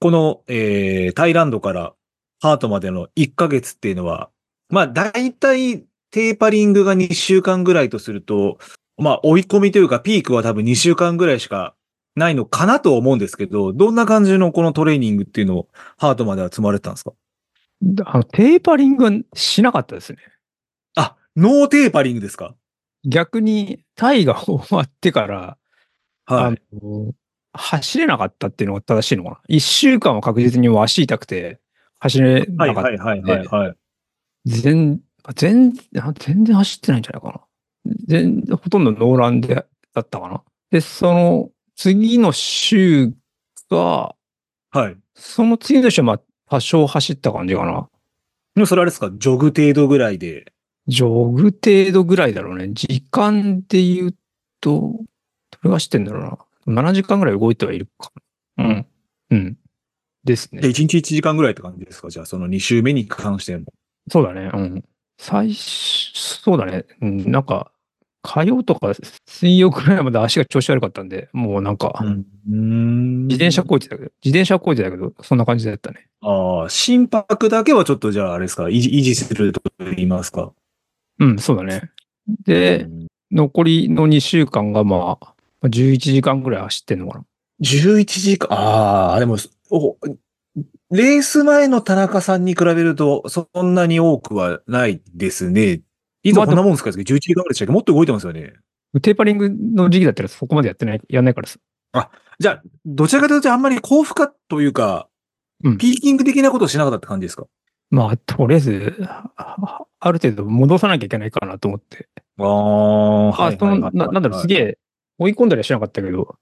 [SPEAKER 1] この、えー、タイランドからハートまでの1ヶ月っていうのは、まあ大体テーパリングが2週間ぐらいとすると、まあ追い込みというかピークは多分2週間ぐらいしかないのかなと思うんですけど、どんな感じのこのトレーニングっていうのをハートまでは積まれてたんですか
[SPEAKER 2] あの、テーパリングはしなかったですね。
[SPEAKER 1] あ、ノーテーパリングですか
[SPEAKER 2] 逆に、タイが終わってから、
[SPEAKER 1] はい。
[SPEAKER 2] あの、走れなかったっていうのが正しいのかな。一週間は確実にもう足痛くて、走れな
[SPEAKER 1] はい
[SPEAKER 2] かった。
[SPEAKER 1] はいはいはいはい。
[SPEAKER 2] 全、全、あ全然走ってないんじゃないかな。全、ほとんどノーランで、だったかな。で、その、次の週が、
[SPEAKER 1] はい。
[SPEAKER 2] その次の週はまあ多少走った感じかな。
[SPEAKER 1] でもそれあれですか、ジョグ程度ぐらいで。
[SPEAKER 2] ジョグ程度ぐらいだろうね。時間で言うと、どれがしてんだろうな。7時間ぐらい動いてはいるかな。うん。うん。ですね
[SPEAKER 1] で、。1日1時間ぐらいって感じですかじゃあ、その2週目に関しても。
[SPEAKER 2] そうだね。うん。最初、そうだね。うん、なんか、火曜とか水曜くらいまで足が調子悪かったんで、もうなんか、
[SPEAKER 1] ん
[SPEAKER 2] 自転車工事だけど、自転車工事だけど、そんな感じだったね。
[SPEAKER 1] ああ、心拍だけはちょっとじゃあ、あれですか、維持維持すると言いますか。
[SPEAKER 2] うん、そうだね。で
[SPEAKER 1] う、ん
[SPEAKER 2] 残りの2週間がまあ、11時間ぐらい走ってんのかな。
[SPEAKER 1] 11時間、ああ、でも、おレース前の田中さんに比べると、そんなに多くはないですね。いつ
[SPEAKER 2] ま
[SPEAKER 1] も
[SPEAKER 2] あ
[SPEAKER 1] こんなもんですか、?11 時間ぐらいでしたっけもっと動いてますよね。
[SPEAKER 2] テーパリングの時期だったらそこまでやってない、やんないからさ。
[SPEAKER 1] じゃあ、どちらかというとあんまり高負荷というか、
[SPEAKER 2] うん
[SPEAKER 1] ピーキング的なことをしなかったって感じですか
[SPEAKER 2] まあ、とりあえず、あある程度戻さなきゃいけないかなと思って。
[SPEAKER 1] ああ、
[SPEAKER 2] あ、その、ななんだろう、すげ
[SPEAKER 1] え。
[SPEAKER 2] え追い込んだりはしなかったけど、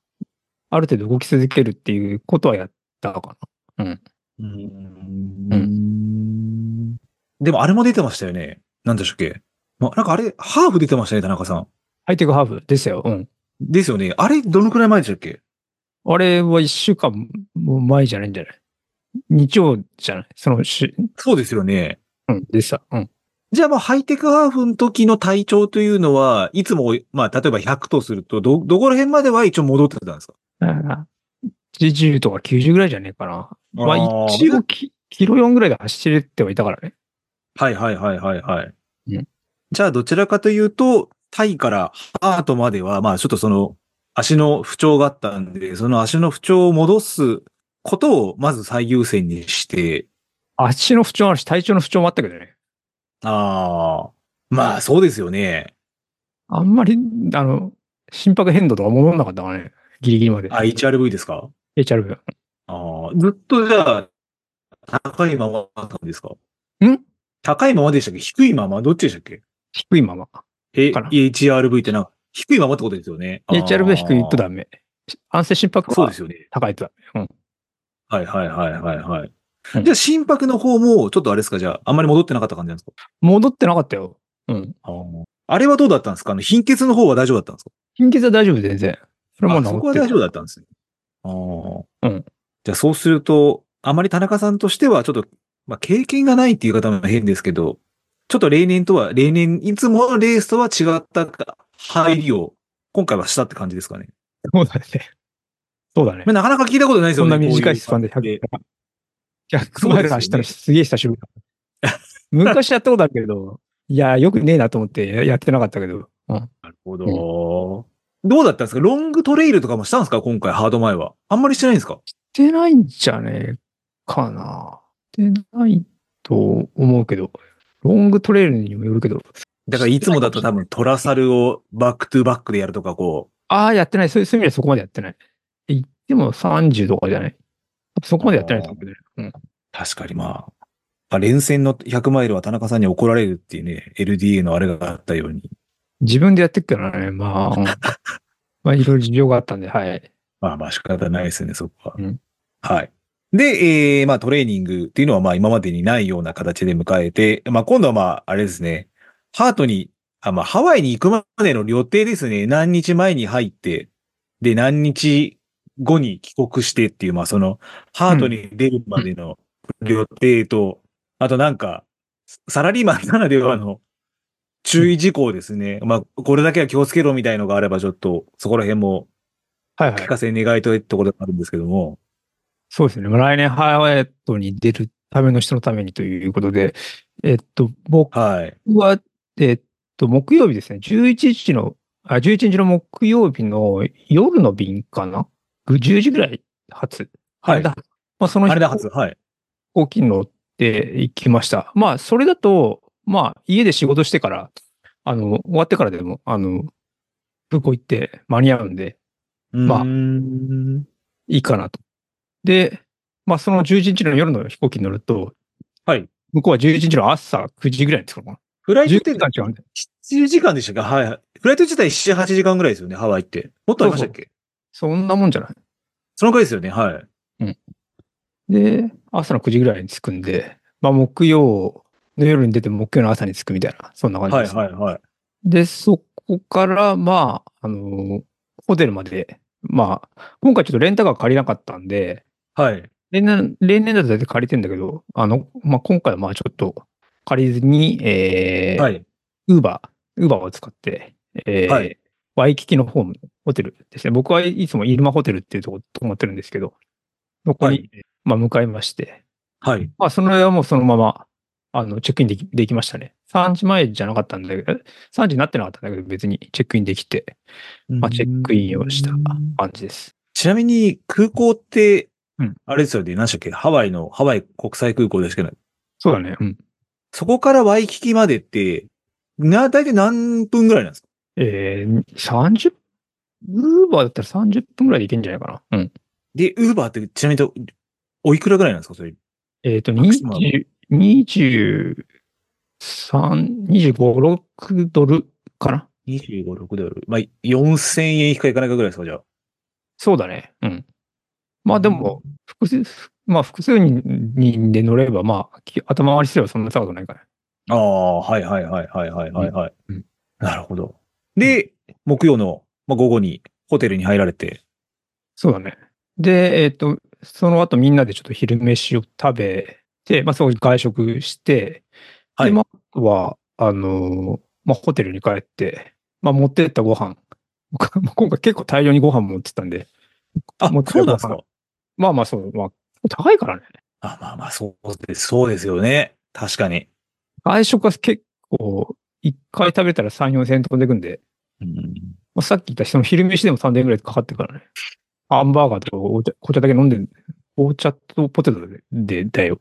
[SPEAKER 2] ある程度動き続けるっていうことはやったか
[SPEAKER 1] うーんでも、あれも出てましたよね。なんでしたっけ、ま、なんかあれ、ハーフ出てましたね、田中さん。
[SPEAKER 2] な。ハイテクハーフでしたよ。うん。
[SPEAKER 1] ですよね。あれ、どのくらい前でしたっけ
[SPEAKER 2] あれは一週間も前じゃないんじゃない日曜じゃないその週、
[SPEAKER 1] そうですよね。
[SPEAKER 2] うん、でさ、うん。
[SPEAKER 1] じゃあ、まあ、ハイテクハーフの時の体調というのは、いつも、まあ、例えば100とすると、ど、どこら辺までは一応戻ってたんですか
[SPEAKER 2] だから、80とか90ぐらいじゃねえかな。まあ
[SPEAKER 1] あー
[SPEAKER 2] 一応キ、キロ4ぐらいで走れてはいたからね。
[SPEAKER 1] はいはいはいはいはい。
[SPEAKER 2] うん
[SPEAKER 1] じゃあ、どちらかというと、タイからハートまでは、まあ、ちょっとその、足の不調があったんで、その足の不調を戻すことを、まず最優先にして、
[SPEAKER 2] 足の不調もあるし、体調の不調もあったけどね。
[SPEAKER 1] ああ、まあ、そうですよね。
[SPEAKER 2] あんまり、あの、心拍変動とか戻んなかったからね。ギリギリまで。
[SPEAKER 1] あ、HRV ですか
[SPEAKER 2] HRV。
[SPEAKER 1] ああ、ずっとじゃあ、高いままだったんですか
[SPEAKER 2] ん
[SPEAKER 1] 高いままでしたっけ低いままどっちでしたっけ
[SPEAKER 2] 低いまま。
[SPEAKER 1] え、
[SPEAKER 2] かな
[SPEAKER 1] HRV ってなんか、低いままってことですよね。あー
[SPEAKER 2] HRV は低いとダメ。安静心拍
[SPEAKER 1] そう
[SPEAKER 2] は
[SPEAKER 1] ですよね。
[SPEAKER 2] 高いとダメ。うん。
[SPEAKER 1] はいはいはいはいはい。
[SPEAKER 2] うん
[SPEAKER 1] じゃあ心拍の方も、ちょっとあれですか、じゃあ、あんまり戻ってなかった感じなんですか
[SPEAKER 2] 戻ってなかったよ。うん。
[SPEAKER 1] あれはどうだったんですかあの貧血の方は大丈夫だったんですか
[SPEAKER 2] 貧血は大丈夫、全然。それは
[SPEAKER 1] あ
[SPEAKER 2] もう
[SPEAKER 1] そこ
[SPEAKER 2] 治っ
[SPEAKER 1] は大
[SPEAKER 2] て
[SPEAKER 1] 丈
[SPEAKER 2] る。
[SPEAKER 1] 夫だったんですね。ああ。
[SPEAKER 2] うん。
[SPEAKER 1] じゃあそうすると、あまり田中さんとしては、ちょっと、まあ、経験がないっていう方も変ですけど、ちょっと例年とは、例年、いつものレースとは違った入りを、今回はしたって感じですかね。
[SPEAKER 2] そうだね。 そうだね
[SPEAKER 1] まあ。なかなか聞いたことないです
[SPEAKER 2] そ
[SPEAKER 1] よ
[SPEAKER 2] ん
[SPEAKER 1] ね。
[SPEAKER 2] な短いスパンで
[SPEAKER 1] こういう
[SPEAKER 2] 100。100マイル走ったのすげえ久しぶりだ。 昔やったことあるけど、いや、よくねえなと思ってやってなかったけど。うん。
[SPEAKER 1] なるほど。どうだったんですかロングトレイルとかもしたんですか今回、ハード前は。あんまりしてないんですか
[SPEAKER 2] してないんじゃねえかな。してないと思うけど、ロングトレイルにもよるけど、
[SPEAKER 1] だからいつもだと多分トラサルをバックトゥバックでやるとかこ
[SPEAKER 2] ああ、やってない。そういうそういう意味ではそこまでやってない。いっても30とかじゃない。そこまでやってないと思うけどね。うん。
[SPEAKER 1] う。確かにまあ。まあ連戦の100マイルは田中さんに怒られるっていうね、LDA のあれがあったように。
[SPEAKER 2] 自分でやってっからね、まあ、うんまあ、いろいろ事情があったんで、はい。
[SPEAKER 1] まあまあ仕方ないですよね、そこは。
[SPEAKER 2] うん
[SPEAKER 1] はい。で、えーまあトレーニングっていうのはまあ今までにないような形で迎えて、まあ今度はまああれですね、ハートに、あまあハワイに行くまでの予定ですね、何日前に入って、で、何日後に帰国してっていう、まあその、ハートに出るまでの予定と、あとなんか、サラリーマンならではの注意事項ですね。まあ、これだけは気をつけろみたいのがあれば、ちょっと、そこら辺も
[SPEAKER 2] はい
[SPEAKER 1] 聞
[SPEAKER 2] は
[SPEAKER 1] か
[SPEAKER 2] い。
[SPEAKER 1] せ願いというところがあるんですけども。
[SPEAKER 2] そうですね。まあ来年ハワイトに出るための人のためにということで、えっと、僕
[SPEAKER 1] はい。
[SPEAKER 2] は、えっと、木曜日ですね。11日の、あ、11日の木曜日の夜の便かなぐ ?10 時ぐらい発。
[SPEAKER 1] はい
[SPEAKER 2] 羽田。まあ、その
[SPEAKER 1] あ
[SPEAKER 2] 日
[SPEAKER 1] れだはず。はい。
[SPEAKER 2] 飛行機に乗って行きました。まあ、それだと、まあ、家で仕事してから、あの、終わってからでも、あの、空港行って間に合うんで、まあ
[SPEAKER 1] うーん
[SPEAKER 2] いいかなと。で、まあ、その11日の夜の飛行機に乗ると、
[SPEAKER 1] はい。
[SPEAKER 2] 向こうは11日の朝9時ぐらいに着くのかな。
[SPEAKER 1] フライト
[SPEAKER 2] 10
[SPEAKER 1] って
[SPEAKER 2] 時間違うんで。
[SPEAKER 1] 7時間でしたかはいはい。フライト自体7、8時間ぐらいですよね、ハワイって。もっとありましたっけ
[SPEAKER 2] そんなもんじゃない。
[SPEAKER 1] そのくらいですよね、はい。
[SPEAKER 2] で、朝の9時ぐらいに着くんで、まあ、木曜で、夜に出て木曜の朝に着くみたいな、そんな感じ
[SPEAKER 1] は
[SPEAKER 2] で
[SPEAKER 1] い
[SPEAKER 2] す。
[SPEAKER 1] はいはい。
[SPEAKER 2] で、そこから、まあ、あの、ホテルまで、まあ、今回ちょっとレンタカー借りなかったんで、
[SPEAKER 1] はい。
[SPEAKER 2] 例年、例年だと大体借りてんだけど、あの、まあ、今回はまあちょっと借りずに、えー、
[SPEAKER 1] はい。
[SPEAKER 2] ウーバー、ウーバーを使って、えー
[SPEAKER 1] はい
[SPEAKER 2] ワイキキのホーム、ホテルですね。僕はいつもイルマホテルっていうとこ泊まってるんですけど、そこに、
[SPEAKER 1] は
[SPEAKER 2] まあ、向かいまして、
[SPEAKER 1] はい。
[SPEAKER 2] まあ、その辺はもうそのまま、あの、チェックインできできましたね。3時前じゃなかったんだけど、え3時になってなかったんだけど、別にチェックインできて、まあ、チェックインをした感じです。
[SPEAKER 1] ちなみに空港って
[SPEAKER 2] うん、
[SPEAKER 1] あれですよね、何でしたっけ、ハワイの、ハワイ国際空港ですけど、
[SPEAKER 2] そうだね。うん。
[SPEAKER 1] そこからワイキキまでって、な、大体何分ぐらいなんですか
[SPEAKER 2] えー、30、ウーバーだったら30分ぐらいで行けんじゃないかな。うん。
[SPEAKER 1] で、ウーバーってちなみにと、おいくらぐらいなんですかそれ。
[SPEAKER 2] えっ、と、
[SPEAKER 1] マキシマム
[SPEAKER 2] 20 23、25、6ドルかな。
[SPEAKER 1] 25、6ドル。まあ、4000円以下いかないかぐらいですかじゃあ。
[SPEAKER 2] そうだね。うん。まあでも、複数、まあ複数人で乗れば、まあ、き頭回りすればそんな高くないから。
[SPEAKER 1] ああ、はいはいはいはいはいはい、はい
[SPEAKER 2] うんうん
[SPEAKER 1] なるほど。で、木曜の、まあ、午後にホテルに入られて。
[SPEAKER 2] そうだね。で、えっ、と、その後みんなでちょっと昼飯を食べて、まあ、そう外食して、
[SPEAKER 1] はい
[SPEAKER 2] で、まあ、あとは、あのーまあ、ホテルに帰って、まあ、持ってったご飯。僕まあ今回結構大量にご飯持ってったんで、
[SPEAKER 1] あ、
[SPEAKER 2] もう
[SPEAKER 1] そうなんですか
[SPEAKER 2] まあまあそう、まあ、高いからね。
[SPEAKER 1] あ、まあまあ、そうです。そうですよね。確かに。
[SPEAKER 2] 外食は結構、一回食べたら3、4千円飛んでくんで、
[SPEAKER 1] うん、
[SPEAKER 2] まあ、さっき言ったその昼飯でも3千円ぐらいかかってるからね。ハンバーガーとお茶紅茶だけ飲んで、紅茶とポテトで、で だよ。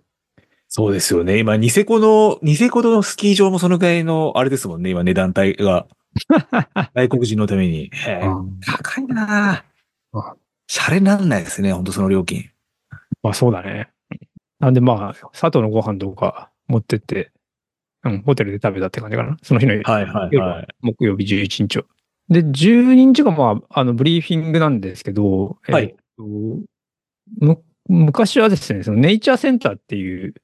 [SPEAKER 1] そうですよね。今、ニセコの、ニセコのスキー場もそのぐらいの、あれですもんね。今、値段帯が。外国人のために。へえ高いな
[SPEAKER 2] あ
[SPEAKER 1] ぁ。シャレになんないですね。本当その料金。
[SPEAKER 2] まあそうだね。なんでまあ、佐藤のご飯とか持ってって、うん、ホテルで食べたって感じかな。その日の夜
[SPEAKER 1] はいはいはい。
[SPEAKER 2] 木曜日11日を。で、12日がまあ、あの、ブリーフィングなんですけど、
[SPEAKER 1] はい
[SPEAKER 2] っとむ昔はですね、そのネイチャーセンターっていう、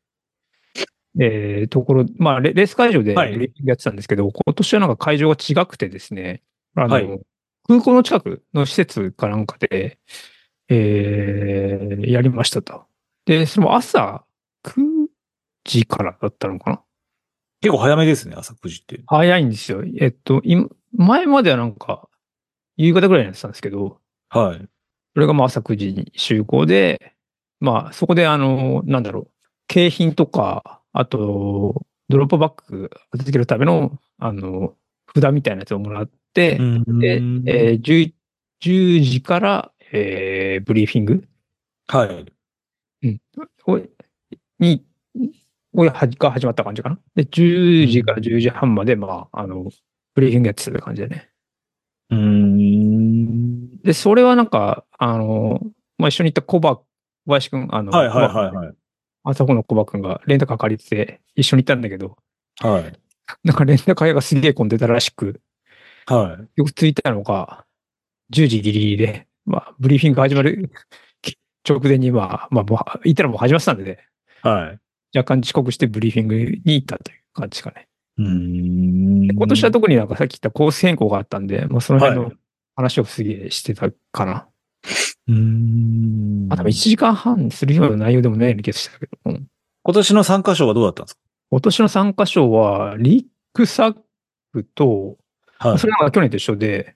[SPEAKER 2] えーところ、まあレ、レース会場でブ
[SPEAKER 1] はい
[SPEAKER 2] リーフィングやってたんですけど、今年はなんか会場が違くてですね、あの、
[SPEAKER 1] はい
[SPEAKER 2] 空港の近くの施設かなんかで、えーやりましたと。で、その朝9時からだったのかな
[SPEAKER 1] 結構早めですね、朝9時って。
[SPEAKER 2] 早いんですよ。えっと、今前まではなんか、夕方ぐらいにやってたんですけど、
[SPEAKER 1] はい。
[SPEAKER 2] それがまあ朝9時に集合で、まあそこであの、なんだろう、景品とか、あと、ドロップバッグ預けるための、あの、札みたいなやつをもらって、で
[SPEAKER 1] ん
[SPEAKER 2] えー 10, 10時から、えーブリーフィング
[SPEAKER 1] はい。
[SPEAKER 2] をに、をはじが始まった感じかな。で、10時から10時半まで、まあ、あの、ブリーフィングやってたって感じだね。
[SPEAKER 1] うーん。
[SPEAKER 2] で、それはなんか、あの、まあ、一緒に行ったコバ、小林くん、あの、
[SPEAKER 1] はいはいはいはい。
[SPEAKER 2] 朝子のコバくんがレンタカー借りてて一緒に行ったんだけど、
[SPEAKER 1] はい。
[SPEAKER 2] なんかレンタカー屋がすげえ混んでたらしく、
[SPEAKER 1] はい。
[SPEAKER 2] よく着いたのが、10時ギリギリで、まあ、ブリーフィング始まる 直前に、まあ、まあ、もう、行ったらもう始まってたんでね、
[SPEAKER 1] はい。
[SPEAKER 2] 若干遅刻してブリーフィングに行ったという感じかね。
[SPEAKER 1] うーん。
[SPEAKER 2] 今年は特になんかさっき言ったコース変更があったんで、まあ、その辺
[SPEAKER 1] は
[SPEAKER 2] の話をすげえしてたかな。
[SPEAKER 1] うーん。
[SPEAKER 2] まあ、多分1時間半するような内容でもないような気がしたけど、うん
[SPEAKER 1] 今年の参加賞はどうだったんです
[SPEAKER 2] 今年の参加賞は、リュックサックと、
[SPEAKER 1] かは
[SPEAKER 2] それは去年と一緒で、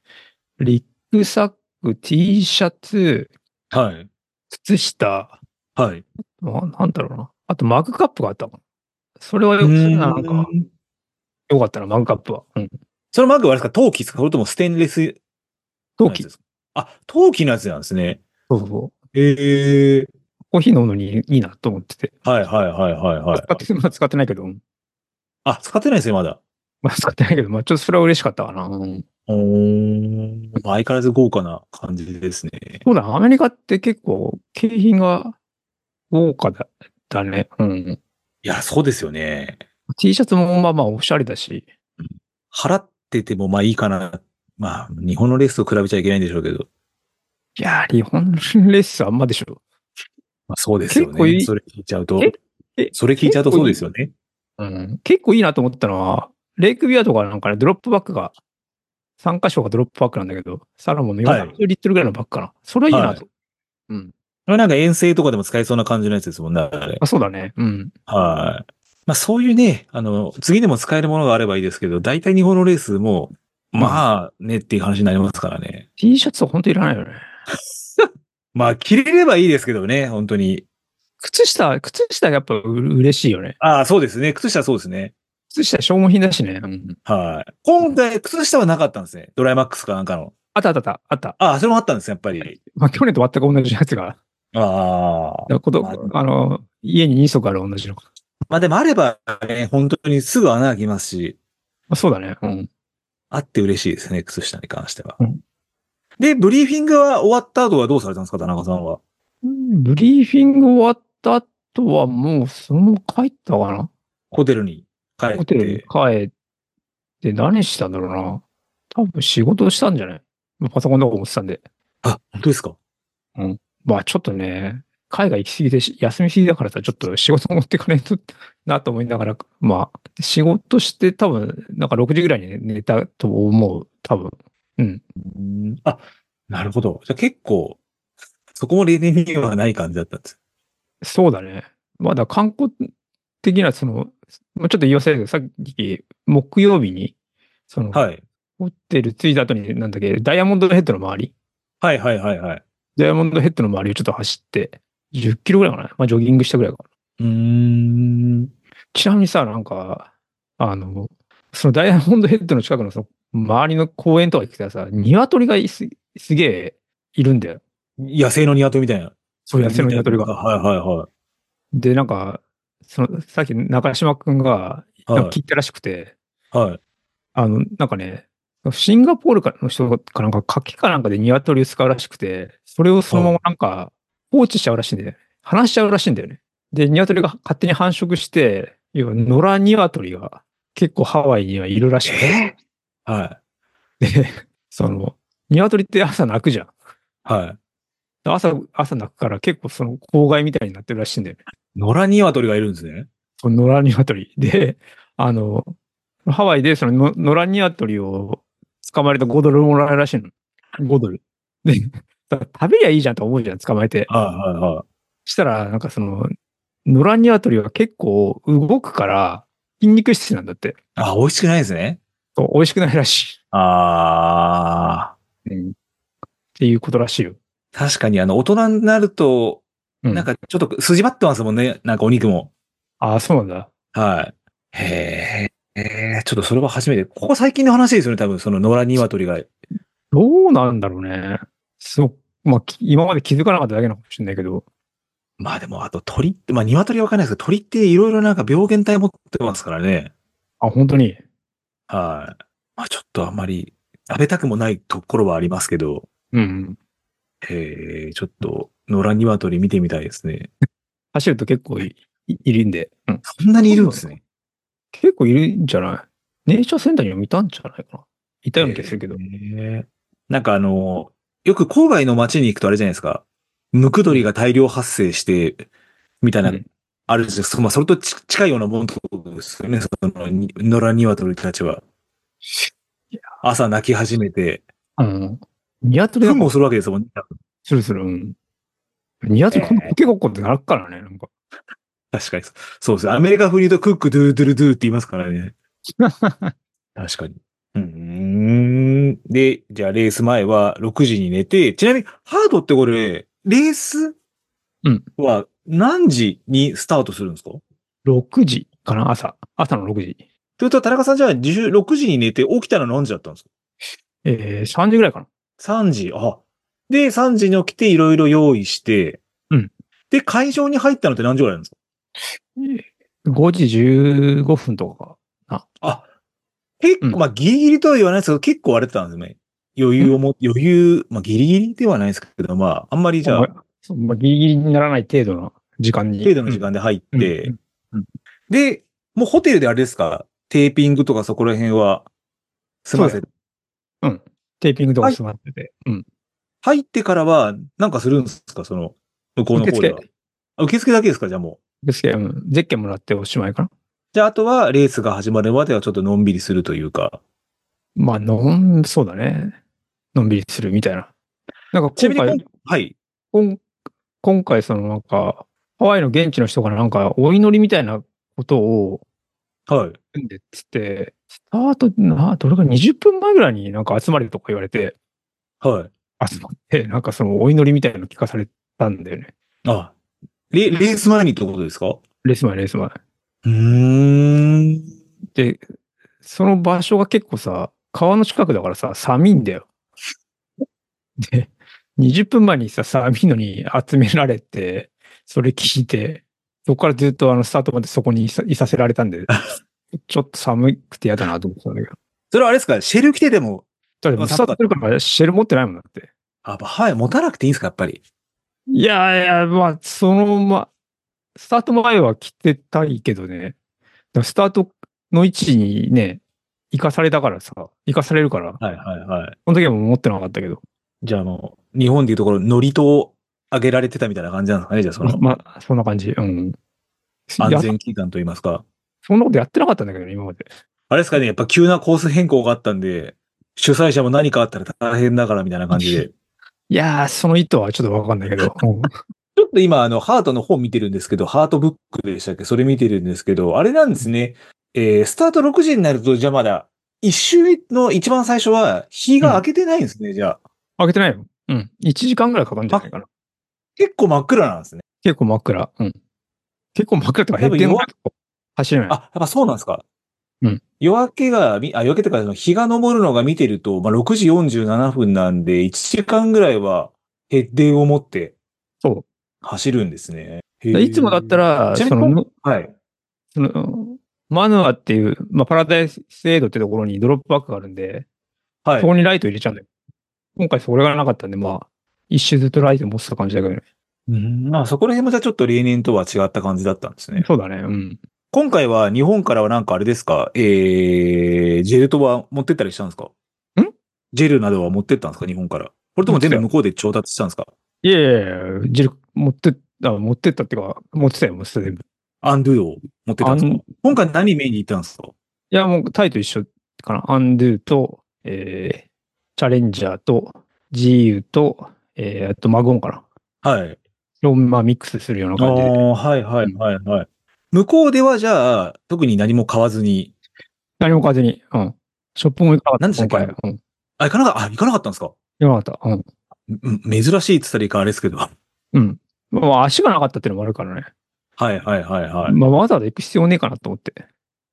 [SPEAKER 2] リュックサック、T シャツ、
[SPEAKER 1] い。はい。
[SPEAKER 2] 靴下、
[SPEAKER 1] はい。
[SPEAKER 2] ななんだろうな。あとマグカップがあったかな。それはよ
[SPEAKER 1] う
[SPEAKER 2] そ
[SPEAKER 1] ー
[SPEAKER 2] れななんか、
[SPEAKER 1] ん
[SPEAKER 2] よかったな、マグカップは。うん。
[SPEAKER 1] そのマグはあれですか陶器ですかそれともステンレス
[SPEAKER 2] 陶
[SPEAKER 1] のや
[SPEAKER 2] 器。そ
[SPEAKER 1] つですかあ、陶器のやつなんですね。
[SPEAKER 2] うそうそう。
[SPEAKER 1] ええ
[SPEAKER 2] コーヒー飲むのにいいなと思ってて。
[SPEAKER 1] はいはいはいはいはい
[SPEAKER 2] 使。って、 まあ、使ってないけど、うん
[SPEAKER 1] あ、使ってないですね、まだ。
[SPEAKER 2] まあ、使ってないけど、まあ、ちょっとそれは嬉しかったかな。うん
[SPEAKER 1] おーまあ相変わらず豪華な感じですね。
[SPEAKER 2] そうだ、アメリカって結構、景品が豪華だだね。うん。
[SPEAKER 1] いや、そうですよね。
[SPEAKER 2] T シャツもまあまあおしゃれだし、
[SPEAKER 1] 払っててもまあいいかな。まあ、日本のレースと比べちゃいけないんでしょうけど。
[SPEAKER 2] いやー、日本のレースあんまでしょ。
[SPEAKER 1] まあそうですよ
[SPEAKER 2] 結構い
[SPEAKER 1] ね。
[SPEAKER 2] い
[SPEAKER 1] それ聞いちゃうと
[SPEAKER 2] ええ。
[SPEAKER 1] それ聞いちゃうと
[SPEAKER 2] 結構
[SPEAKER 1] そうですよね。
[SPEAKER 2] うん、結構いいなと思ったのは、レイクビアとかなんかね、ドロップバックが、3箇所がドロップバックなんだけど、サラモンの
[SPEAKER 1] はい
[SPEAKER 2] 40リットルぐらいのバックかな。それはいいなと。うん。
[SPEAKER 1] これなんか遠征とかでも使えそうな感じのやつですもんね、あれ。
[SPEAKER 2] あ、そうだね。うん。
[SPEAKER 1] はい。まあそういうね、あの、次でも使えるものがあればいいですけど、大体日本のレースも、まあねっていう話になりますからね。
[SPEAKER 2] T シャツは本当いらないよね。
[SPEAKER 1] まあ着れればいいですけどね、本当に。
[SPEAKER 2] 靴下、靴下がやっぱう嬉しいよね。
[SPEAKER 1] ああ、そうですね。靴下そうですね。
[SPEAKER 2] 靴下消耗品だしね。うん。
[SPEAKER 1] はい。今回、靴下はなかったんですね。ドライマックスかなんかの。
[SPEAKER 2] あったあったあった。あった。
[SPEAKER 1] ああ、それもあったんですね、やっぱり。
[SPEAKER 2] まあ、去年と全く同じやつが、
[SPEAKER 1] ああ。
[SPEAKER 2] こと
[SPEAKER 1] まあ
[SPEAKER 2] あの、家に2足ある同じの。
[SPEAKER 1] まあでもあれば、ね、本当にすぐ穴開きますし、
[SPEAKER 2] まあ、そうだね。うん。
[SPEAKER 1] あって嬉しいですね、靴下に関しては。
[SPEAKER 2] うん
[SPEAKER 1] で、ブリーフィングは終わった後はどうされたんですか、田中さんは。
[SPEAKER 2] うんブリーフィング終わった後はもうそのまま帰ったかな
[SPEAKER 1] ホテルに帰って。
[SPEAKER 2] ホテルに帰って何したんだろうな。多分仕事したんじゃないパソコンとか持ってたんで。
[SPEAKER 1] あ、本当ですか
[SPEAKER 2] まあちょっとね、海外行き過ぎてし休み過ぎだからさ、ちょっと仕事持ってかないとなと思いながら、まあ仕事して多分、なんか6時ぐらいに寝たと思う。多分。
[SPEAKER 1] うんあ、なるほど。じゃあ結構、そこも例年にはない感じだったんです。
[SPEAKER 2] そうだね。まだ観光的な、その、まあちょっと言い忘れたけど、さっき木曜日に、その、
[SPEAKER 1] はい。
[SPEAKER 2] ホテル着いた後に、なんだっけ、ダイヤモンドヘッドの周り、
[SPEAKER 1] はいはいはいはい。
[SPEAKER 2] ダイヤモンドヘッドの周りをちょっと走って、10キロぐらいかな。まあ、ジョギングしたぐらいかな。
[SPEAKER 1] うーん。
[SPEAKER 2] ちなみにさ、なんか、あの、そのダイヤモンドヘッドの近くのその周りの公園とか行ってたらさ、鶏がいすすげえいるんだよ。
[SPEAKER 1] 野生の鶏みたいな。
[SPEAKER 2] そう、野生の鶏が。
[SPEAKER 1] はいはいは
[SPEAKER 2] で、なんか、その、さっき中島くんが、
[SPEAKER 1] い。
[SPEAKER 2] なん
[SPEAKER 1] は
[SPEAKER 2] か聞いたらしくて、
[SPEAKER 1] い。はい。
[SPEAKER 2] あの、なんかね、シンガポールかの人かなんか、柿かなんかで鶏を使うらしくて、それをそのままなんか放置しちゃうらしいんだよね。放しちゃうらしいんだよね。で、鶏が勝手に繁殖して、要は野良鶏が結構ハワイにはいるらしくて、
[SPEAKER 1] はい。
[SPEAKER 2] で、その、鶏って朝鳴くじゃん。
[SPEAKER 1] はい。
[SPEAKER 2] 朝、朝鳴くから結構その公害みたいになってるらしいんだよね。
[SPEAKER 1] 野良鶏がいるんですね。
[SPEAKER 2] その野良鶏。で、あの、ハワイでそのの野良鶏を捕まえると5ドルもらえるらしいの。5ドル。で、だから食べりゃいいじゃんと思うじゃん、捕まえて。
[SPEAKER 1] はいはいはい。
[SPEAKER 2] したら、なんかその、野良鶏は結構動くから筋肉質なんだって。
[SPEAKER 1] あ、美味しくないですね。
[SPEAKER 2] そう美味しくないらし
[SPEAKER 1] あ
[SPEAKER 2] い。っていうことらしいよ。
[SPEAKER 1] ー。確かに、あの、大人になると、
[SPEAKER 2] うん
[SPEAKER 1] なんかちょっと筋張ってますもんね。なんかお肉も。
[SPEAKER 2] ああ、そうなんだ。
[SPEAKER 1] はい。へーえー、ちょっとそれは初めて。ここ最近の話ですよね、多分、その野良鶏が。
[SPEAKER 2] どうなんだろうね。そう。まあ、き今まで気づかなかっただけなのかもしれないけど。
[SPEAKER 1] まあでも、あと鳥って、まあ鶏はわかんないですけど、鳥っていろいろなんか病原体持ってますからね。
[SPEAKER 2] あ、本当に。
[SPEAKER 1] はい。まあちょっとあんまり食べたくもないところはありますけど、
[SPEAKER 2] うんうん。
[SPEAKER 1] えー、ちょっと野良鶏見てみたいですね。
[SPEAKER 2] 走ると結構いいいるんで、
[SPEAKER 1] そんなにいるんですね。
[SPEAKER 2] 結構いるんじゃないネイチャーセンターにも見たんじゃないかな。いたような気がするけど。
[SPEAKER 1] えーなんかあの、よく郊外の街に行くとあれじゃないですか。ムクドリが大量発生して、みたいな、
[SPEAKER 2] うん
[SPEAKER 1] あるんですよそまあ、それとち近いようなもんとですよね。その、に野良鶏たちは。朝泣き始めて、
[SPEAKER 2] うん。ニワトリ
[SPEAKER 1] 糞
[SPEAKER 2] が
[SPEAKER 1] もするわけですもんね。
[SPEAKER 2] するする。うん。ニワトリがコケコッコって鳴くからね、なんか。
[SPEAKER 1] 確かに。そうです。アメリカ風に言うとクックドゥードゥルドゥーって言いますから ね。確かに。うーん。で、じゃあレース前は6時に寝て、ちなみにハードってこれ、レース
[SPEAKER 2] うん
[SPEAKER 1] は何時にスタートするんですか、
[SPEAKER 2] 6時かな、朝。朝の6時。
[SPEAKER 1] というと、田中さんじゃあ10 6時に寝て起きたの何時だったんですか
[SPEAKER 2] えー、3時ぐらいかな。
[SPEAKER 1] ?3 時。あ。で、3時に起きていろいろ用意して、
[SPEAKER 2] うん。
[SPEAKER 1] で、会場に入ったのって何時ぐらいなんですか
[SPEAKER 2] 5時15分とかか。
[SPEAKER 1] あ、結構、
[SPEAKER 2] うん
[SPEAKER 1] まあ、ギリギリとは言わないですけど、結構荒れてたんですね。余裕をも、余裕、まあ、ギリギリではないですけど、まあ、あんまりじゃあ、
[SPEAKER 2] そうまあ、ギリギリにならない程度の時間に。
[SPEAKER 1] 程度の時間で入って、
[SPEAKER 2] うんうんうん
[SPEAKER 1] で、もうホテルであれですか、テーピングとかそこら辺は、済ませて、
[SPEAKER 2] テーピングとか済まってて。うん。
[SPEAKER 1] 入ってからは、なんかするんですか、その、向こうの方では
[SPEAKER 2] 受。
[SPEAKER 1] あ受付だけですか、じゃあも
[SPEAKER 2] ですけど、うんゼッケンもらっておしまいかな。
[SPEAKER 1] う。で、あとはレースが始まるまではちょっとのんびりするというか。
[SPEAKER 2] まあ、のん、そうだね。のんびりするみたいな。なんか
[SPEAKER 1] ちな
[SPEAKER 2] 今
[SPEAKER 1] みに
[SPEAKER 2] 回、
[SPEAKER 1] 今、はい。
[SPEAKER 2] こん今回そのなんか、ハワイの現地の人がなんかお祈りみたいなことを
[SPEAKER 1] はい。
[SPEAKER 2] 組んでっつって、スタート、な、どれか20分前ぐらいになんか集まれとか言われて、
[SPEAKER 1] はい。
[SPEAKER 2] 集まって、なんかそのお祈りみたいなの聞かされたんだよね。
[SPEAKER 1] あ、レレース前にってことですかう
[SPEAKER 2] レース前、レース前。
[SPEAKER 1] ーん。
[SPEAKER 2] で、その場所が結構さ、川の近くだからさ、寒いんだよ。で、20分前にさ、寒いのに集められて、それ聞いて、そこからずっとあの、スタートまでそこにいさいさせられたん で、ちょっと寒くて嫌だなと思ってたんだけど。
[SPEAKER 1] それはあれですかシェル着てでも、
[SPEAKER 2] だってもうスタートしてるからシェル持ってないもんだって。
[SPEAKER 1] あ、やっぱハワイ持たなくていいんですかやっぱり。
[SPEAKER 2] いやいや、まあ、そのま、スタート前は来てたいけどね。でもスタートの位置にね、行かされたからさ、行かされるから、
[SPEAKER 1] はいはいはい。
[SPEAKER 2] この時はもう持ってなかったけど。
[SPEAKER 1] じゃあもう、日本でいうところ、ノリとを上げられてたみたいな感じなんですかねじゃあその、
[SPEAKER 2] まあ、そんな感じ。うん。
[SPEAKER 1] 安
[SPEAKER 2] や
[SPEAKER 1] 全祈願といいますか。
[SPEAKER 2] そんなことやってなかったんだけどね、今まで。
[SPEAKER 1] あれですかねやっぱ急なコース変更があったんで、主催者も何かあったら大変だからみたいな感じで。
[SPEAKER 2] いやー、その意図はちょっとわかんないけど。 うん
[SPEAKER 1] ちょっと今、あの、ハートの本見てるんですけど、ハートブックでしたっけそれ見てるんですけど、あれなんですね。えー、スタート6時になると、じゃあまだ、一周の一番最初は、日が明けてないんですね、じゃあ。
[SPEAKER 2] 開けてないよ。うん。1時間ぐらいかかるんじゃないかな。
[SPEAKER 1] 結構真っ暗なんですね。
[SPEAKER 2] 結構真っ暗。うん。結構真っ暗とか、
[SPEAKER 1] 多
[SPEAKER 2] 閉
[SPEAKER 1] 分
[SPEAKER 2] 店ぐらいとか走れない。
[SPEAKER 1] あ、やっぱそうなんですか。
[SPEAKER 2] うん。
[SPEAKER 1] 夜明けがみ、あ、夜明けとか、その日が昇るのが見てると、まあ、6時47分なんで、1時間ぐらいは、ヘッデーを持って
[SPEAKER 2] そ
[SPEAKER 1] 走るんですね。
[SPEAKER 2] う。
[SPEAKER 1] へー
[SPEAKER 2] でいつもだった、ら、
[SPEAKER 1] ちな
[SPEAKER 2] そ
[SPEAKER 1] みに
[SPEAKER 2] の、
[SPEAKER 1] はい。
[SPEAKER 2] その、マヌアっていう、まあ、パラダイスエイドってところにドロップバックがあるんで、
[SPEAKER 1] はい
[SPEAKER 2] そ。こにライト入れちゃうんだよ。今回それがなかったんで、まあ、一周ずっとライト持ってた感じだけどね。
[SPEAKER 1] うん、まあ、そこら辺もじゃあちょっと例年とは違った感じだったんですね。
[SPEAKER 2] そうだね。うん。
[SPEAKER 1] 今回は日本からはなんかあれですかえー、ジェルとは持ってったりしたんですか
[SPEAKER 2] ん
[SPEAKER 1] ジェルなどは持ってったんですか日本から。これとも全部向こうで調達したんですか
[SPEAKER 2] いやいやいや、ジル、持ってった、持ってったっていうか、持ってたよ、持ってた全部。
[SPEAKER 1] アンドゥを持ってたんです
[SPEAKER 2] ア
[SPEAKER 1] か
[SPEAKER 2] ン
[SPEAKER 1] 今回何メインに行ったんですか
[SPEAKER 2] いや、もうタイと一緒かな。アンドゥと、えー、チャレンジャーと、ジーユと、えー、あとマグオンかな。
[SPEAKER 1] はい。
[SPEAKER 2] を、まあ、ミックスするような
[SPEAKER 1] あ
[SPEAKER 2] 感じで。
[SPEAKER 1] あ、はいはいはいはい。向こうではじゃあ、特に何も買わずに。
[SPEAKER 2] 何も買わずに、うん。ショップも行かなか
[SPEAKER 1] 何
[SPEAKER 2] っ
[SPEAKER 1] でした
[SPEAKER 2] た、
[SPEAKER 1] っけ
[SPEAKER 2] 今回。うん。
[SPEAKER 1] あ、行かなかった、あ、行かなかったんですか
[SPEAKER 2] 行かなかった。うん。
[SPEAKER 1] んん珍しいって言ったらいいかあれですけど。 はい
[SPEAKER 2] うん。まあ、足がなかったっていうのもあるからね。
[SPEAKER 1] はいはいはい。
[SPEAKER 2] まあ、わざわざ行く必要ねえかなと思って。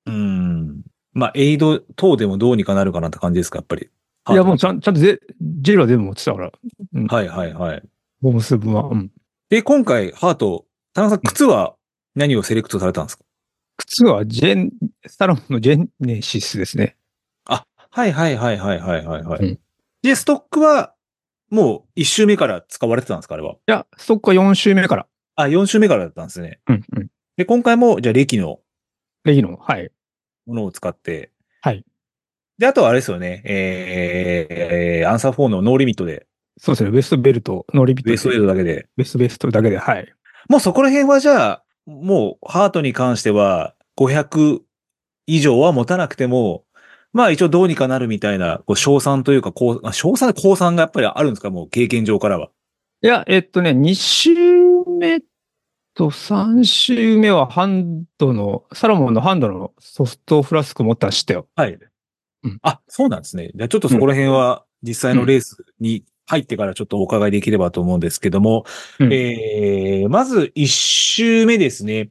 [SPEAKER 1] うん。まあ、エイド等でもどうにかなるかなって感じですか、やっぱり。
[SPEAKER 2] いや、もうちゃん、ちゃんとゼジェルは全部持ってたから、
[SPEAKER 1] はいはいはい。
[SPEAKER 2] ボムスー分は。うん。
[SPEAKER 1] で、今回、ハート、田中さん、靴は何をセレクトされたんですか
[SPEAKER 2] 靴はジェン、スタロンのジェネシスですね。
[SPEAKER 1] はいはいはいはいはいはいはい。
[SPEAKER 2] うん
[SPEAKER 1] で、ストックは、もう一周目から使われてたんですかあれは。
[SPEAKER 2] いや、そこは4周目から。
[SPEAKER 1] あ、四周目からだったんですね。
[SPEAKER 2] うんうん。
[SPEAKER 1] で、今回も、じゃあ、歴の
[SPEAKER 2] レギの、はい。
[SPEAKER 1] ものを使って。
[SPEAKER 2] はい。
[SPEAKER 1] で、あとはあれですよね。えー、アンサー4のノーリミットで、
[SPEAKER 2] そうですね、ウエストベルト、ノーリピット
[SPEAKER 1] ベ
[SPEAKER 2] で。
[SPEAKER 1] ースウェイドだけで。
[SPEAKER 2] ウエストベストだけで、はい。
[SPEAKER 1] もうそこら辺はじゃあ、もうハートに関しては500以上は持たなくても、まあ一応どうにかなるみたいな、こう、賞賛というか、こう、あ賞賛、降参がやっぱりあるんですかもう経験上からは。
[SPEAKER 2] いや、えっとね、2周目と3周目はハンドの、サロモンのハンドのソフトフラスク持って走ったよ。
[SPEAKER 1] はい。
[SPEAKER 2] うん
[SPEAKER 1] あ、そうなんですね。じゃあちょっとそこら辺は実際のレースに入ってからちょっとお伺いできればと思うんですけども、
[SPEAKER 2] うん
[SPEAKER 1] えー、まず1周目ですね。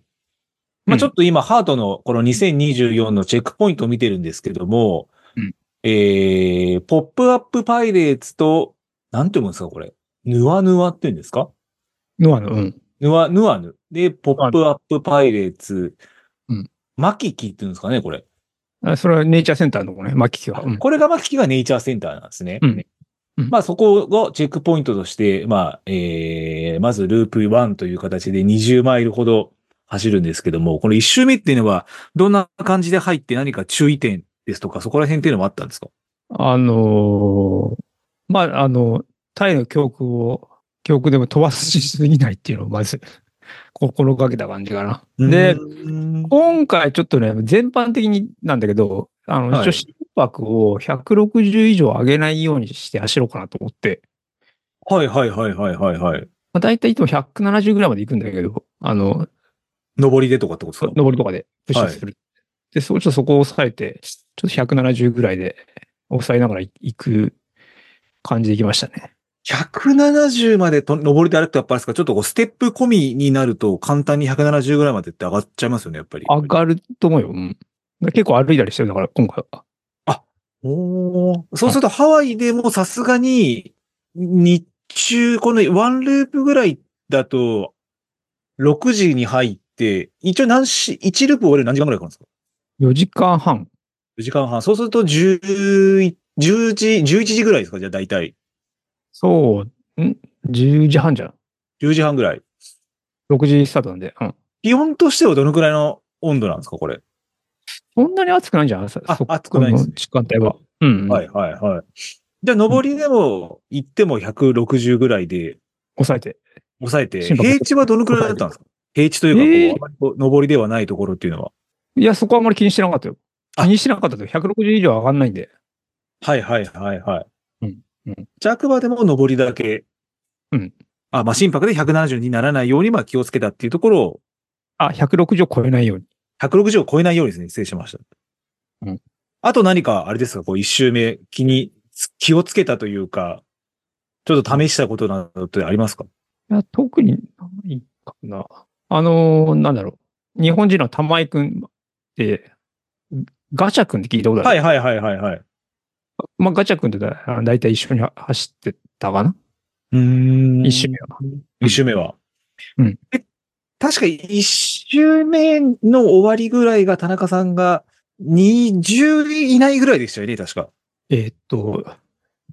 [SPEAKER 1] まあ
[SPEAKER 2] うん
[SPEAKER 1] ちょっと今、ハートのこの2024のチェックポイントを見てるんですけども、
[SPEAKER 2] うん
[SPEAKER 1] えー、ポップアップパイレーツと、なんて読むんですか、これ。ヌワヌワって言うんですか
[SPEAKER 2] ノアの、うん。
[SPEAKER 1] ヌワ、ヌワヌ。で、ポップアップパイレーツ
[SPEAKER 2] うん。
[SPEAKER 1] マキキって言うんですかね、これ。
[SPEAKER 2] あそれはネイチャーセンターのとこね、マキキは。うん
[SPEAKER 1] これがまあ機器がネイチャーセンターなんですね。
[SPEAKER 2] うんうん
[SPEAKER 1] まあそこをチェックポイントとして、まあ、えー、まずループ1という形で20マイルほど走るんですけども、この1周目っていうのはどんな感じで入って何か注意点ですとか、そこら辺っていうのもあったんですか
[SPEAKER 2] あのーまあ、あの、タイの教訓を、教訓でも飛ばしすぎないっていうのをまず心がけた感じかな。で、
[SPEAKER 1] うん
[SPEAKER 2] 今回ちょっとね、全般的になんだけど、あの、
[SPEAKER 1] はい
[SPEAKER 2] 一応心拍を160以上上げないようにして走ろうかなと思って、
[SPEAKER 1] はいはいはいはいはいはい。
[SPEAKER 2] まあ、大体いつも170ぐらいまで行くんだけど、あの、
[SPEAKER 1] 上りでとかってことですか
[SPEAKER 2] 上りとかでプッシュする。で、そう、ちょっとそこを抑えて、ちょっと170ぐらいで抑えながら行く感じで行きましたね。
[SPEAKER 1] 170までと上りで歩くとやっぱりですか、ちょっとこうステップ込みになると簡単に170ぐらいまでって上がっちゃいますよね、やっぱり。
[SPEAKER 2] 上がると思うよ。うん。結構歩いたりしてるだから、今回は。
[SPEAKER 1] おーそうするとハワイでもさすがに日中、このワンループぐらいだと6時に入って、一応何し、1ループ終える何時間ぐらいかかるんですか
[SPEAKER 2] 4時間半。
[SPEAKER 1] ?4 時間半。そうすると10、10時、11時ぐらいですかじゃあ大体。
[SPEAKER 2] そう、ん ?10 時半じゃん。
[SPEAKER 1] 10時半ぐらい。
[SPEAKER 2] 6時スタートなんで。うん。
[SPEAKER 1] 気温としてはどのくらいの温度なんですかこれ。
[SPEAKER 2] そんなに暑くないんじゃんそ
[SPEAKER 1] あ
[SPEAKER 2] そ
[SPEAKER 1] 暑くないですね
[SPEAKER 2] この時間帯は。うん、
[SPEAKER 1] はいはいはい。じゃあ、上りでも行っても160ぐらいで
[SPEAKER 2] 抑えて。
[SPEAKER 1] 抑えて、
[SPEAKER 2] 心拍
[SPEAKER 1] 平地はどのくらいだったんですか平地というかこう、あまりこう上りではないところっていうのは。
[SPEAKER 2] いや、そこはあんまり気にしてなかったよ。
[SPEAKER 1] あ
[SPEAKER 2] 気にしてなかったと。160以上上がんないんで。
[SPEAKER 1] はいはいはいはい。
[SPEAKER 2] うんうん
[SPEAKER 1] じゃあ、あくまでも上りだけ。
[SPEAKER 2] うん。
[SPEAKER 1] あ、まあ、心拍で170にならないように、まあ、気をつけたっていうところを、
[SPEAKER 2] あ、160を超えないように。
[SPEAKER 1] 160を超えないようにですね、失礼しました。
[SPEAKER 2] うん。
[SPEAKER 1] あと何か、あれですか、こう、一周目、気に、気をつけたというか、ちょっと試したことなどってありますか
[SPEAKER 2] いや、特にないかな。あのーなんだろう。日本人の玉井くんって、ガチャくんって聞いたことある。
[SPEAKER 1] はいはいはいはいはい。
[SPEAKER 2] まあ、ガチャくんとだあの大体一緒に走ってたかな。
[SPEAKER 1] うーん
[SPEAKER 2] 一周目は。
[SPEAKER 1] 一周目は。
[SPEAKER 2] うん
[SPEAKER 1] え確か一周目の終わりぐらいが田中さんが20位以内ぐらいでしたよね、確か。
[SPEAKER 2] えーっと、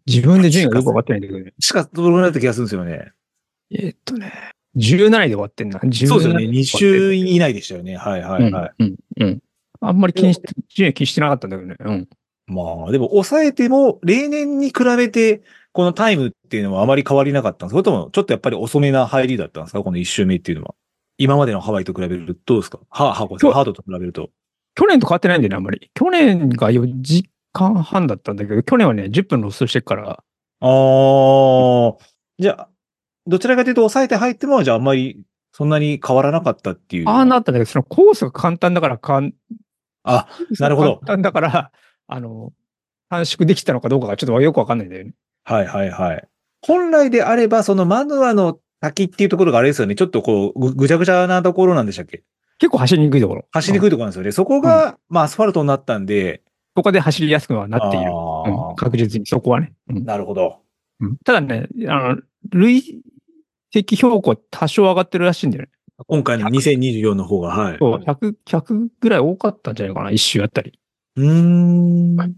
[SPEAKER 2] 自分で順位がよくわかってないんだけどね。
[SPEAKER 1] しか、どのぐらいだった気がするんですよね。
[SPEAKER 2] えーっとね、17位で終わってんな。17
[SPEAKER 1] そうですよね。20位以内でしたよね。はいはいはい。
[SPEAKER 2] うん、うん、うん。あんまり気にして、順位気にしてなかったんだけどね。うん。
[SPEAKER 1] まあ、でも抑えても、例年に比べて、このタイムっていうのはあまり変わりなかったんですかそれとも、ちょっとやっぱり遅めな入りだったんですかこの一周目っていうのは。今までのハワイと比べると、どうですかハーハーコさん
[SPEAKER 2] そう
[SPEAKER 1] ハードと比べると。
[SPEAKER 2] 去年と変わってないんだよね、あんまり。去年が4時間半だったんだけど、去年はね、10分ロスしてっから、
[SPEAKER 1] ああ、じゃあ、どちらかというと抑えて入っても、じゃああんまりそんなに変わらなかったっていう。
[SPEAKER 2] ああなったんだけど、そのコースが簡単だからかん、
[SPEAKER 1] あなるほど
[SPEAKER 2] 簡単だから、あの、短縮できたのかどうかがちょっとよくわかんないんだよね。
[SPEAKER 1] はいはいはい。本来であれば、そのマヌアの滝っていうところがあれですよね。ちょっとこう、ぐぐちゃぐちゃなところなんでしたっけ
[SPEAKER 2] 結構走りにくいところ。
[SPEAKER 1] 走りにく
[SPEAKER 2] い。
[SPEAKER 1] いところなんですよね。そこが、まあアスファルトになったんで。
[SPEAKER 2] そこで走りやすくはなっている。
[SPEAKER 1] あ
[SPEAKER 2] うん、
[SPEAKER 1] ー
[SPEAKER 2] 確実に、そこはね。うん
[SPEAKER 1] なるほど。
[SPEAKER 2] ただね、あの、累積標高多少上がってるらしいんだよね。
[SPEAKER 1] 今回の2024の方が、はい。
[SPEAKER 2] そう
[SPEAKER 1] う
[SPEAKER 2] 100、100ぐらい多かったんじゃないかな、一周あったり。
[SPEAKER 1] ーん。
[SPEAKER 2] っ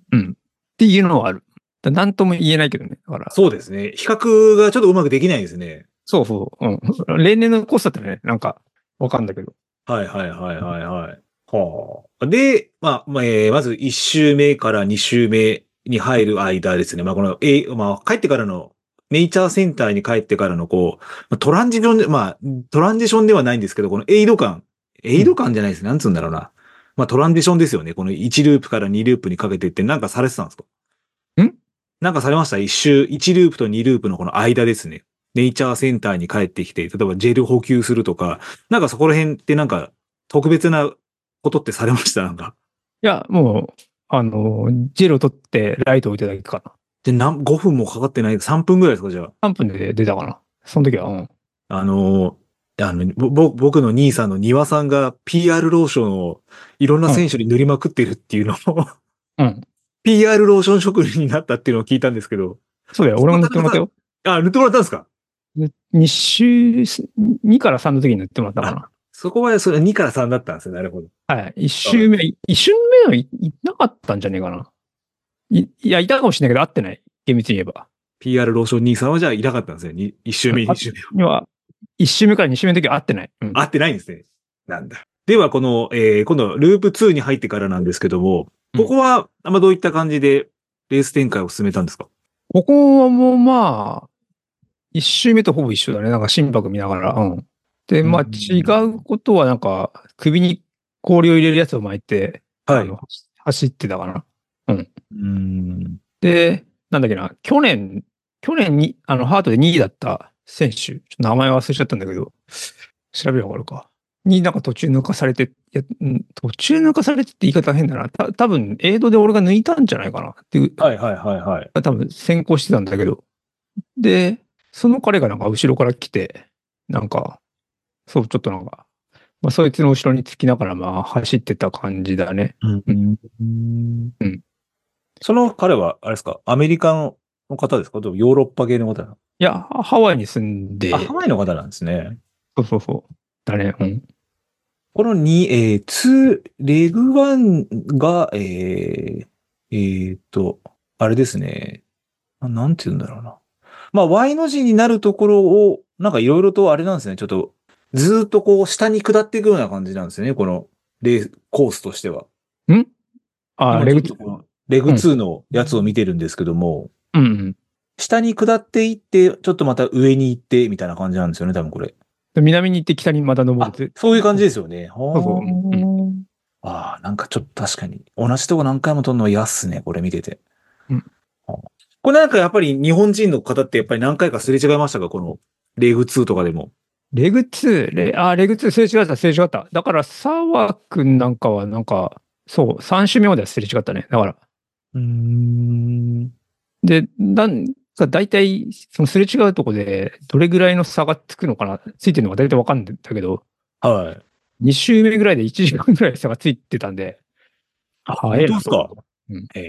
[SPEAKER 2] ていうのはある。だなんとも言えないけどね。だから、
[SPEAKER 1] そうですね。比較がちょっとうまくできないですね。
[SPEAKER 2] そうそう。うん。例年のコースだったらね、なんか、わかんだけど。
[SPEAKER 1] はいはいはいはいはい。はあ。で、まあ、まあえーまず1周目から2周目に入る間ですね。まあ、この、えーまあ、帰ってからの、ネイチャーセンターに帰ってからの、こうまあ、トランジションで、まあ、トランジションではないんですけど、このエイド感。エイド感じゃないですね。なんつうんだろうな。まあ、トランジションですよね。この1ループから2ループにかけてって、なんかされてたんですか
[SPEAKER 2] ん
[SPEAKER 1] なんかされました一周、1ループと2ループのこの間ですね。ネイチャーセンターに帰ってきて、例えばジェル補給するとか、なんかそこら辺ってなんか特別なことってされました なんか。
[SPEAKER 2] いや、もう、あの、ジェルを取って、ライトを置いただけか
[SPEAKER 1] で、なん、5分もかかってない、3分ぐらいですかじゃあ。
[SPEAKER 2] な。3分で出たかな。その時は、うん。
[SPEAKER 1] あのーあの、ぼぼ、僕の兄さんの庭さんが PR ローションをいろんな選手に塗りまくってるっていうのを、
[SPEAKER 2] うん。
[SPEAKER 1] PR ローション職人になったっていうのを聞いたんですけど、
[SPEAKER 2] そうだよ。俺も塗ってもらったよ。
[SPEAKER 1] あ、塗ってもらったんですか
[SPEAKER 2] 2周、2から3の時に塗ってもらったか
[SPEAKER 1] そこはそれ2から3だったんですよ。なるほど。
[SPEAKER 2] な。はい。1周目、1周目はい、いなかったんじゃねえかな。い、いや、いたかもしれないけど、合ってない。厳密に言えば。
[SPEAKER 1] PR ローション兄さんはじゃあいなかったんですよ。に1周目、
[SPEAKER 2] あ
[SPEAKER 1] 2周目は。
[SPEAKER 2] には、1周目から2周目の時は合ってない。うん。
[SPEAKER 1] 合ってないんですね。なんだ。では、この、えー、今度、ループ2に入ってからなんですけども、ここは、あんまどういった感じで、レース展開を進めたんですか
[SPEAKER 2] ここはもうまあ、一周目とほぼ一緒だね。なんか心拍見ながら。うん。で、まあ、
[SPEAKER 1] うん
[SPEAKER 2] 違うことは、なんか、首に氷を入れるやつを巻いて、
[SPEAKER 1] は
[SPEAKER 2] あ
[SPEAKER 1] い。
[SPEAKER 2] の
[SPEAKER 1] う
[SPEAKER 2] 走ってたかな。
[SPEAKER 1] ーん。
[SPEAKER 2] で、なんだっけな、去年、去年に、あの、ハートで2位だった選手、ちょっと名前忘れちゃったんだけど、調べればわかるか。になんか途中抜かされて、いや、うん途中抜かされてって言い方変だな。た多分エイドで俺が抜いたんじゃないかなっていう、
[SPEAKER 1] はいはいはいはい。
[SPEAKER 2] 多分先行してたんだけど。で、その彼がなんか後ろから来て、なんか、そう、ちょっとなんか、まあ、そいつの後ろにつきながら、まあ、走ってた感じだね。
[SPEAKER 1] うん
[SPEAKER 2] うん
[SPEAKER 1] その彼は、あれですか、アメリカの方ですかでもヨーロッパ系の方なの
[SPEAKER 2] いや、ハワイに住んで、
[SPEAKER 1] あ、ハワイの方なんですね。
[SPEAKER 2] そうそうそう。だね、うん。
[SPEAKER 1] この2、えー、2、レグ1が、えー、えーっと、あれですね。あなんて言うんだろうな。まあ、Y の字になるところを、なんかいろいろとあれなんですね。ちょっと、ずーっとこう、下に下っていくような感じなんですよね。この、レース、コースとしては。
[SPEAKER 2] あ、
[SPEAKER 1] 今
[SPEAKER 2] レグ
[SPEAKER 1] ちょっとこのレグ2のやつを見てるんですけども、
[SPEAKER 2] うんうん。
[SPEAKER 1] 下に下っていって、ちょっとまた上に行って、みたいな感じなんですよね、多分これ。
[SPEAKER 2] で南に行って北にまた登
[SPEAKER 1] あ
[SPEAKER 2] るって。
[SPEAKER 1] そういう感じですよね。
[SPEAKER 2] うそうう
[SPEAKER 1] ああ、なんかちょっと確かに。同じとこ何回も撮るの嫌っすね、これ見てて。
[SPEAKER 2] うん
[SPEAKER 1] あこれなんかやっぱり日本人の方ってやっぱり何回かすれ違いましたかこの、レグ2とかでも。
[SPEAKER 2] レグ2、レ、あ、レグ2、すれ違った、すれ違った。だから、沢くんなんかは、なんか、そう、3周目まではすれ違ったね。だから。
[SPEAKER 1] うん。
[SPEAKER 2] で、なんか、大体、そのすれ違うとこで、どれぐらいの差がつくのかな、ついてるのか大体わかんないんだけど、
[SPEAKER 1] はい。
[SPEAKER 2] 2周目ぐらいで1時間ぐらい差がついてたんで、あ早いな
[SPEAKER 1] 本当です
[SPEAKER 2] と
[SPEAKER 1] え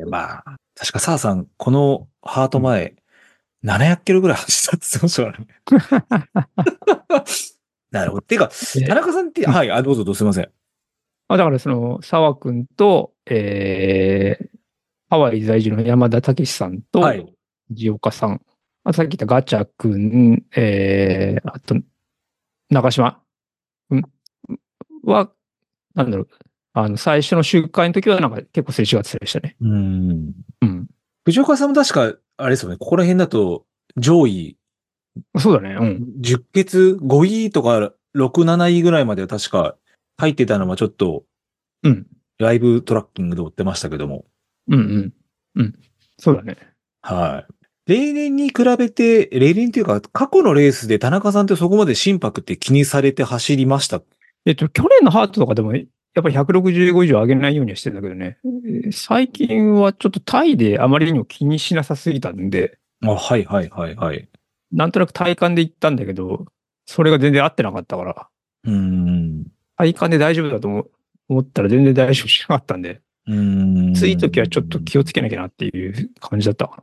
[SPEAKER 1] えまあ、確か澤さん、このハート前、700キロぐらい走ったって言ってましたからね。 なるほど。ていうか、
[SPEAKER 2] え
[SPEAKER 1] 田中さんって、はい、あ、どうぞどうぞすいません。
[SPEAKER 2] あだからその、沢くんと、えー、ハワイ在住の山田武さんと、
[SPEAKER 1] はい。
[SPEAKER 2] 藤岡さん。あとさっき言ったガチャくん、えー、あと、中島んは、なんだろう、あの、最初の集会の時はなんか結構すれ違ってたりしたね。
[SPEAKER 1] うん。
[SPEAKER 2] うん。
[SPEAKER 1] 藤岡さんも確か、あれですよね、ここら辺だと、上位
[SPEAKER 2] そうだね。うん。
[SPEAKER 1] 10決5位とか6、7位ぐらいまでは確か入ってたのはちょっと
[SPEAKER 2] うん。
[SPEAKER 1] ライブトラッキングで追ってましたけども。
[SPEAKER 2] うんうん。うん。そうだね。
[SPEAKER 1] はい。例年に比べて、例年というか過去のレースで田中さんってそこまで心拍って気にされて走りました。
[SPEAKER 2] えっと、去年のハートとかでも、やっぱり165以上上げないようにはしてんだけどね。えー最近はちょっとタイであまりにも気にしなさすぎたんで、
[SPEAKER 1] あ、はいはいはいはい。
[SPEAKER 2] なんとなく体感で行ったんだけど、それが全然合ってなかったから、
[SPEAKER 1] うーん。
[SPEAKER 2] 体感で大丈夫だと思思ったら全然大丈夫じゃなかったんで、
[SPEAKER 1] うーん
[SPEAKER 2] つい時はちょっと気をつけなきゃなっていう感じだったか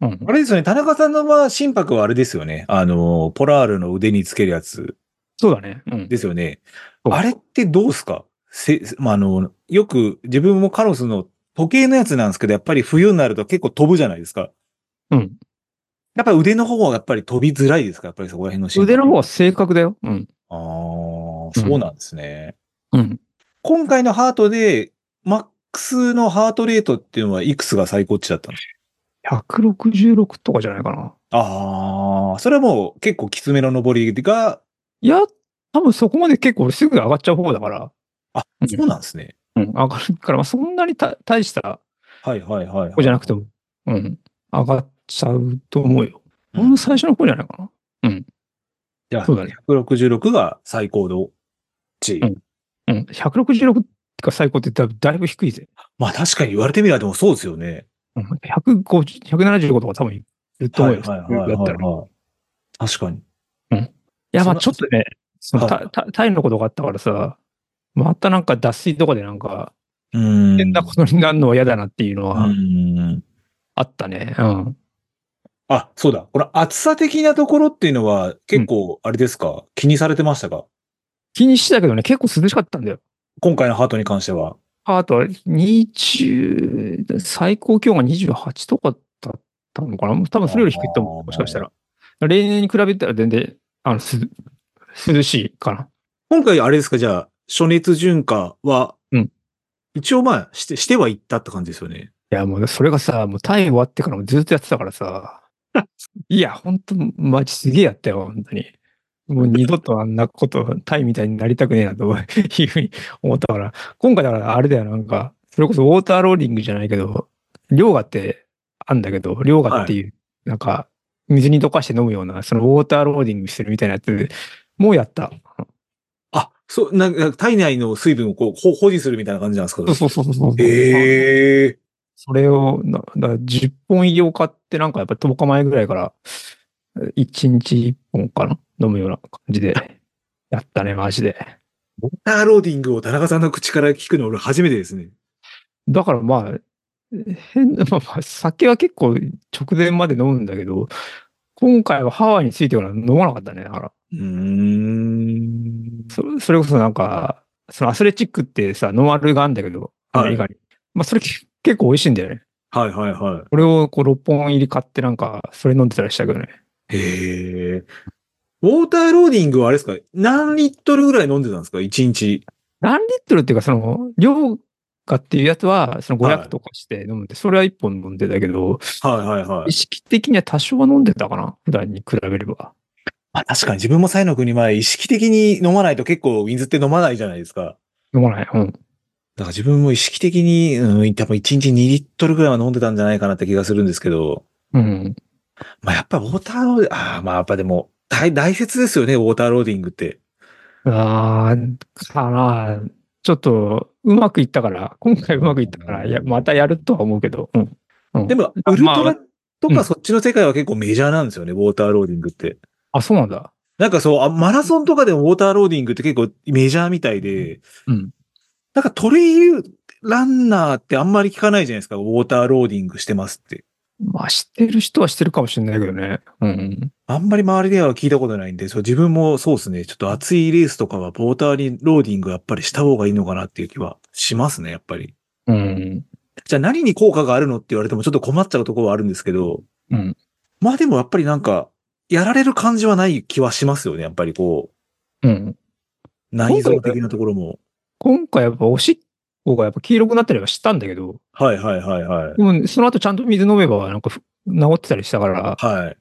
[SPEAKER 2] な。うん。
[SPEAKER 1] あれですよね。田中さんのまあ心拍はあれですよね。あの、ポラールの腕につけるやつ
[SPEAKER 2] そうだね。うん。
[SPEAKER 1] ですよね。
[SPEAKER 2] そう
[SPEAKER 1] あれってどうすかせ、まあ、あの、よく自分もカロスの時計のやつなんですけど、やっぱり冬になると結構飛ぶじゃないですか。
[SPEAKER 2] うん。
[SPEAKER 1] やっぱり腕の方はやっぱり飛びづらいですかやっぱりそこら辺の心拍
[SPEAKER 2] 腕の方は正確だよ。うん。
[SPEAKER 1] ああー、そうなんですね。
[SPEAKER 2] うん。
[SPEAKER 1] 今回のハートで、マックスのハートレートっていうのはいくつが最高値だったんです
[SPEAKER 2] 166とかじゃないかな。
[SPEAKER 1] かああ、それはもう結構きつめの上りが、
[SPEAKER 2] いや、多分そこまで結構すぐ上がっちゃう方だから、
[SPEAKER 1] あ、
[SPEAKER 2] うん
[SPEAKER 1] そうなんですね。
[SPEAKER 2] うん、上がるから、まあ、そんなにた大した
[SPEAKER 1] はいはいはい、はい。
[SPEAKER 2] 方じゃなくても、うん、上がっちゃうと思うよ。ほんの最初の方じゃないかな。
[SPEAKER 1] じゃあ
[SPEAKER 2] そうだね。
[SPEAKER 1] 166が最高の値。
[SPEAKER 2] うんうん、166が最高ってだだいぶ低いぜ。
[SPEAKER 1] まあ確かに言われてみればでもそうですよね。
[SPEAKER 2] うん、150 175とか多分いると思うよ。
[SPEAKER 1] はいはいはい
[SPEAKER 2] だっ
[SPEAKER 1] はい
[SPEAKER 2] たら。い
[SPEAKER 1] はい確かに。
[SPEAKER 2] や、まあ
[SPEAKER 1] そ
[SPEAKER 2] ちょ
[SPEAKER 1] の
[SPEAKER 2] っとね、その
[SPEAKER 1] は
[SPEAKER 2] タタタイのことがあったからさ、またなんか脱水とかでなんか、
[SPEAKER 1] うーん
[SPEAKER 2] 変なことになるのは嫌だなっていうの
[SPEAKER 1] う
[SPEAKER 2] は
[SPEAKER 1] ーん
[SPEAKER 2] あったね。うん。
[SPEAKER 1] あ、そうだ。この暑さ的なところっていうのは結構、あれですか、気にされてましたか
[SPEAKER 2] 気にしてたけどね、結構涼しかったんだよ。
[SPEAKER 1] 今回のハートに関しては。
[SPEAKER 2] あとは20、最高気温が28とかだったのかな多分それより低いと思
[SPEAKER 1] あ
[SPEAKER 2] う。
[SPEAKER 1] ー
[SPEAKER 2] もしかしたら。例年に比べたら全然、あの、す、涼しいかな。
[SPEAKER 1] 今回あれですかじゃあ、暑熱順化は、
[SPEAKER 2] うん
[SPEAKER 1] 一応まあ、して、してはいったって感じですよね。
[SPEAKER 2] いや、もうそれがさ、もうタイ終わってからもずっとやってたからさ。いや、ほんと、マジすげえやったよ、本当に。もう二度とあんなこと、タイみたいになりたくねえなというふうに思ったから、今回だからあれだよ、なんか、それこそウォーターローリングじゃないけど、涼河ってあんだけど、涼河っていう、なんか、水に溶かして飲むような、そのウォーターローリングしてるみたいなやつ、もうやった。
[SPEAKER 1] あ、そう、なんか体内の水分をこうほ保持するみたいな感じなんですか
[SPEAKER 2] そうそうそうそう。
[SPEAKER 1] ええ
[SPEAKER 2] それをな、だから10本以上買って、なんかやっぱ10日前ぐらいから、1日1本かな飲むような感じで、やったね、マジで。
[SPEAKER 1] ウォーターローディングを田中さんの口から聞くの俺初めてですね。
[SPEAKER 2] だからまあ、変な、まあまあ、酒は結構直前まで飲むんだけど、今回はハワイについては飲まなかったね、だから。
[SPEAKER 1] うーん。
[SPEAKER 2] そそれこそなんか、そのアスレチックってさ、ノンアルがあるんだけど、アメリカに。まあ、それ結結構美味しいんだよね。
[SPEAKER 1] はいはいは
[SPEAKER 2] これをこう6本入り買ってなんか、それ飲んでたりしたけどね。
[SPEAKER 1] い。へえ。ウォーターローディングはあれですか何リットルぐらい飲んでたんですか一日。
[SPEAKER 2] 何リットルっていうか、その、量がっていうやつは、その
[SPEAKER 1] はい
[SPEAKER 2] 500とかして飲むんで、それは1本飲んでたけど、
[SPEAKER 1] はいはいは
[SPEAKER 2] 意
[SPEAKER 1] い。
[SPEAKER 2] 識的には多少は飲んでたかな、普段に比べれば。
[SPEAKER 1] あ確かに自分もサイの国前、意識的に飲まないと結構水って飲まないじゃないですか。
[SPEAKER 2] 飲まない。うん。
[SPEAKER 1] だから自分も意識的に、うん、多分1日2リットルぐらいは飲んでたんじゃないかなって気がするんですけど、
[SPEAKER 2] うん。
[SPEAKER 1] まあやっぱウォーターローディング、ああまあやっぱでも、大、大切ですよね、ウォーターローディングって。
[SPEAKER 2] ああ、かな。ちょっと、うまくいったから、今回うまくいったから、いや、またやるとは思うけど、うん。うん
[SPEAKER 1] でも、
[SPEAKER 2] あ
[SPEAKER 1] ウルト
[SPEAKER 2] ま
[SPEAKER 1] ラ
[SPEAKER 2] あ
[SPEAKER 1] と
[SPEAKER 2] う
[SPEAKER 1] か
[SPEAKER 2] ん
[SPEAKER 1] そっちの世界は結構メジャーなんですよね、ウォーターローディングって。
[SPEAKER 2] あ、そうなんだ。
[SPEAKER 1] なんかそう、あマラソンとかでもウォーターローディングって結構メジャーみたいで、
[SPEAKER 2] うん。
[SPEAKER 1] なんかトレイルランナーってあんまり聞かないじゃないですか、ウォーターローディングしてますって。
[SPEAKER 2] まあ、知ってる人は知ってるかもしれないけどね。うん。
[SPEAKER 1] あんまり周りでは聞いたことないんで、そう自分もそうですね、ちょっと暑いレースとかはウォーターローディングやっぱりした方がいいのかなっていう気はしますね、やっぱり。
[SPEAKER 2] うん。
[SPEAKER 1] じゃあ何に効果があるのって言われてもちょっと困っちゃうところはあるんですけど、
[SPEAKER 2] うん。
[SPEAKER 1] まあでもやっぱりなんか、やられる感じはない気はしますよね、やっぱりこう。
[SPEAKER 2] うん。
[SPEAKER 1] 内臓的なところも。
[SPEAKER 2] 今回やっぱ、おしっこがやっぱ黄色くなったりはしたんだけど、
[SPEAKER 1] はいはいはいはい。
[SPEAKER 2] でも、その後ちゃんと水飲めば、なんかふ、治ってたりしたから、
[SPEAKER 1] はい。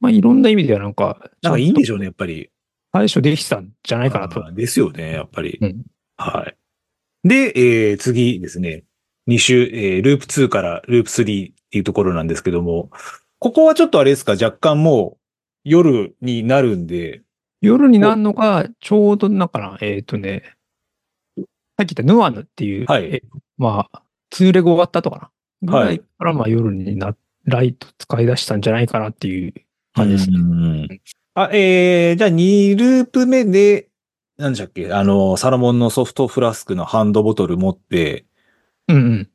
[SPEAKER 2] まあ、いろんな意味ではなんか、
[SPEAKER 1] なんかいいんでし
[SPEAKER 2] ょ
[SPEAKER 1] ょうね、やっぱり。
[SPEAKER 2] 対処できてたんじゃないかなと。
[SPEAKER 1] あーですよね、やっぱり。
[SPEAKER 2] うん
[SPEAKER 1] はい。で、えー次ですね。2週、えーループ2からループ3っていうところなんですけども、ここはちょっとあれですか、若干もう夜になるんで、
[SPEAKER 2] 夜になるのが、ちょうど、なんかな、えっ、とね、さっき言ったヌアヌっていう、
[SPEAKER 1] はい
[SPEAKER 2] えまあ、ツーレが終わったとかな。
[SPEAKER 1] はい
[SPEAKER 2] ぐらいから、まあ、夜にな、ライト使い出したんじゃないかなっていう感じですね。
[SPEAKER 1] ね。あ、えー、じゃあ2ループ目で、何でしたっけ、あの、サロモンのソフトフラスクのハンドボトル持って、
[SPEAKER 2] うんうん。うん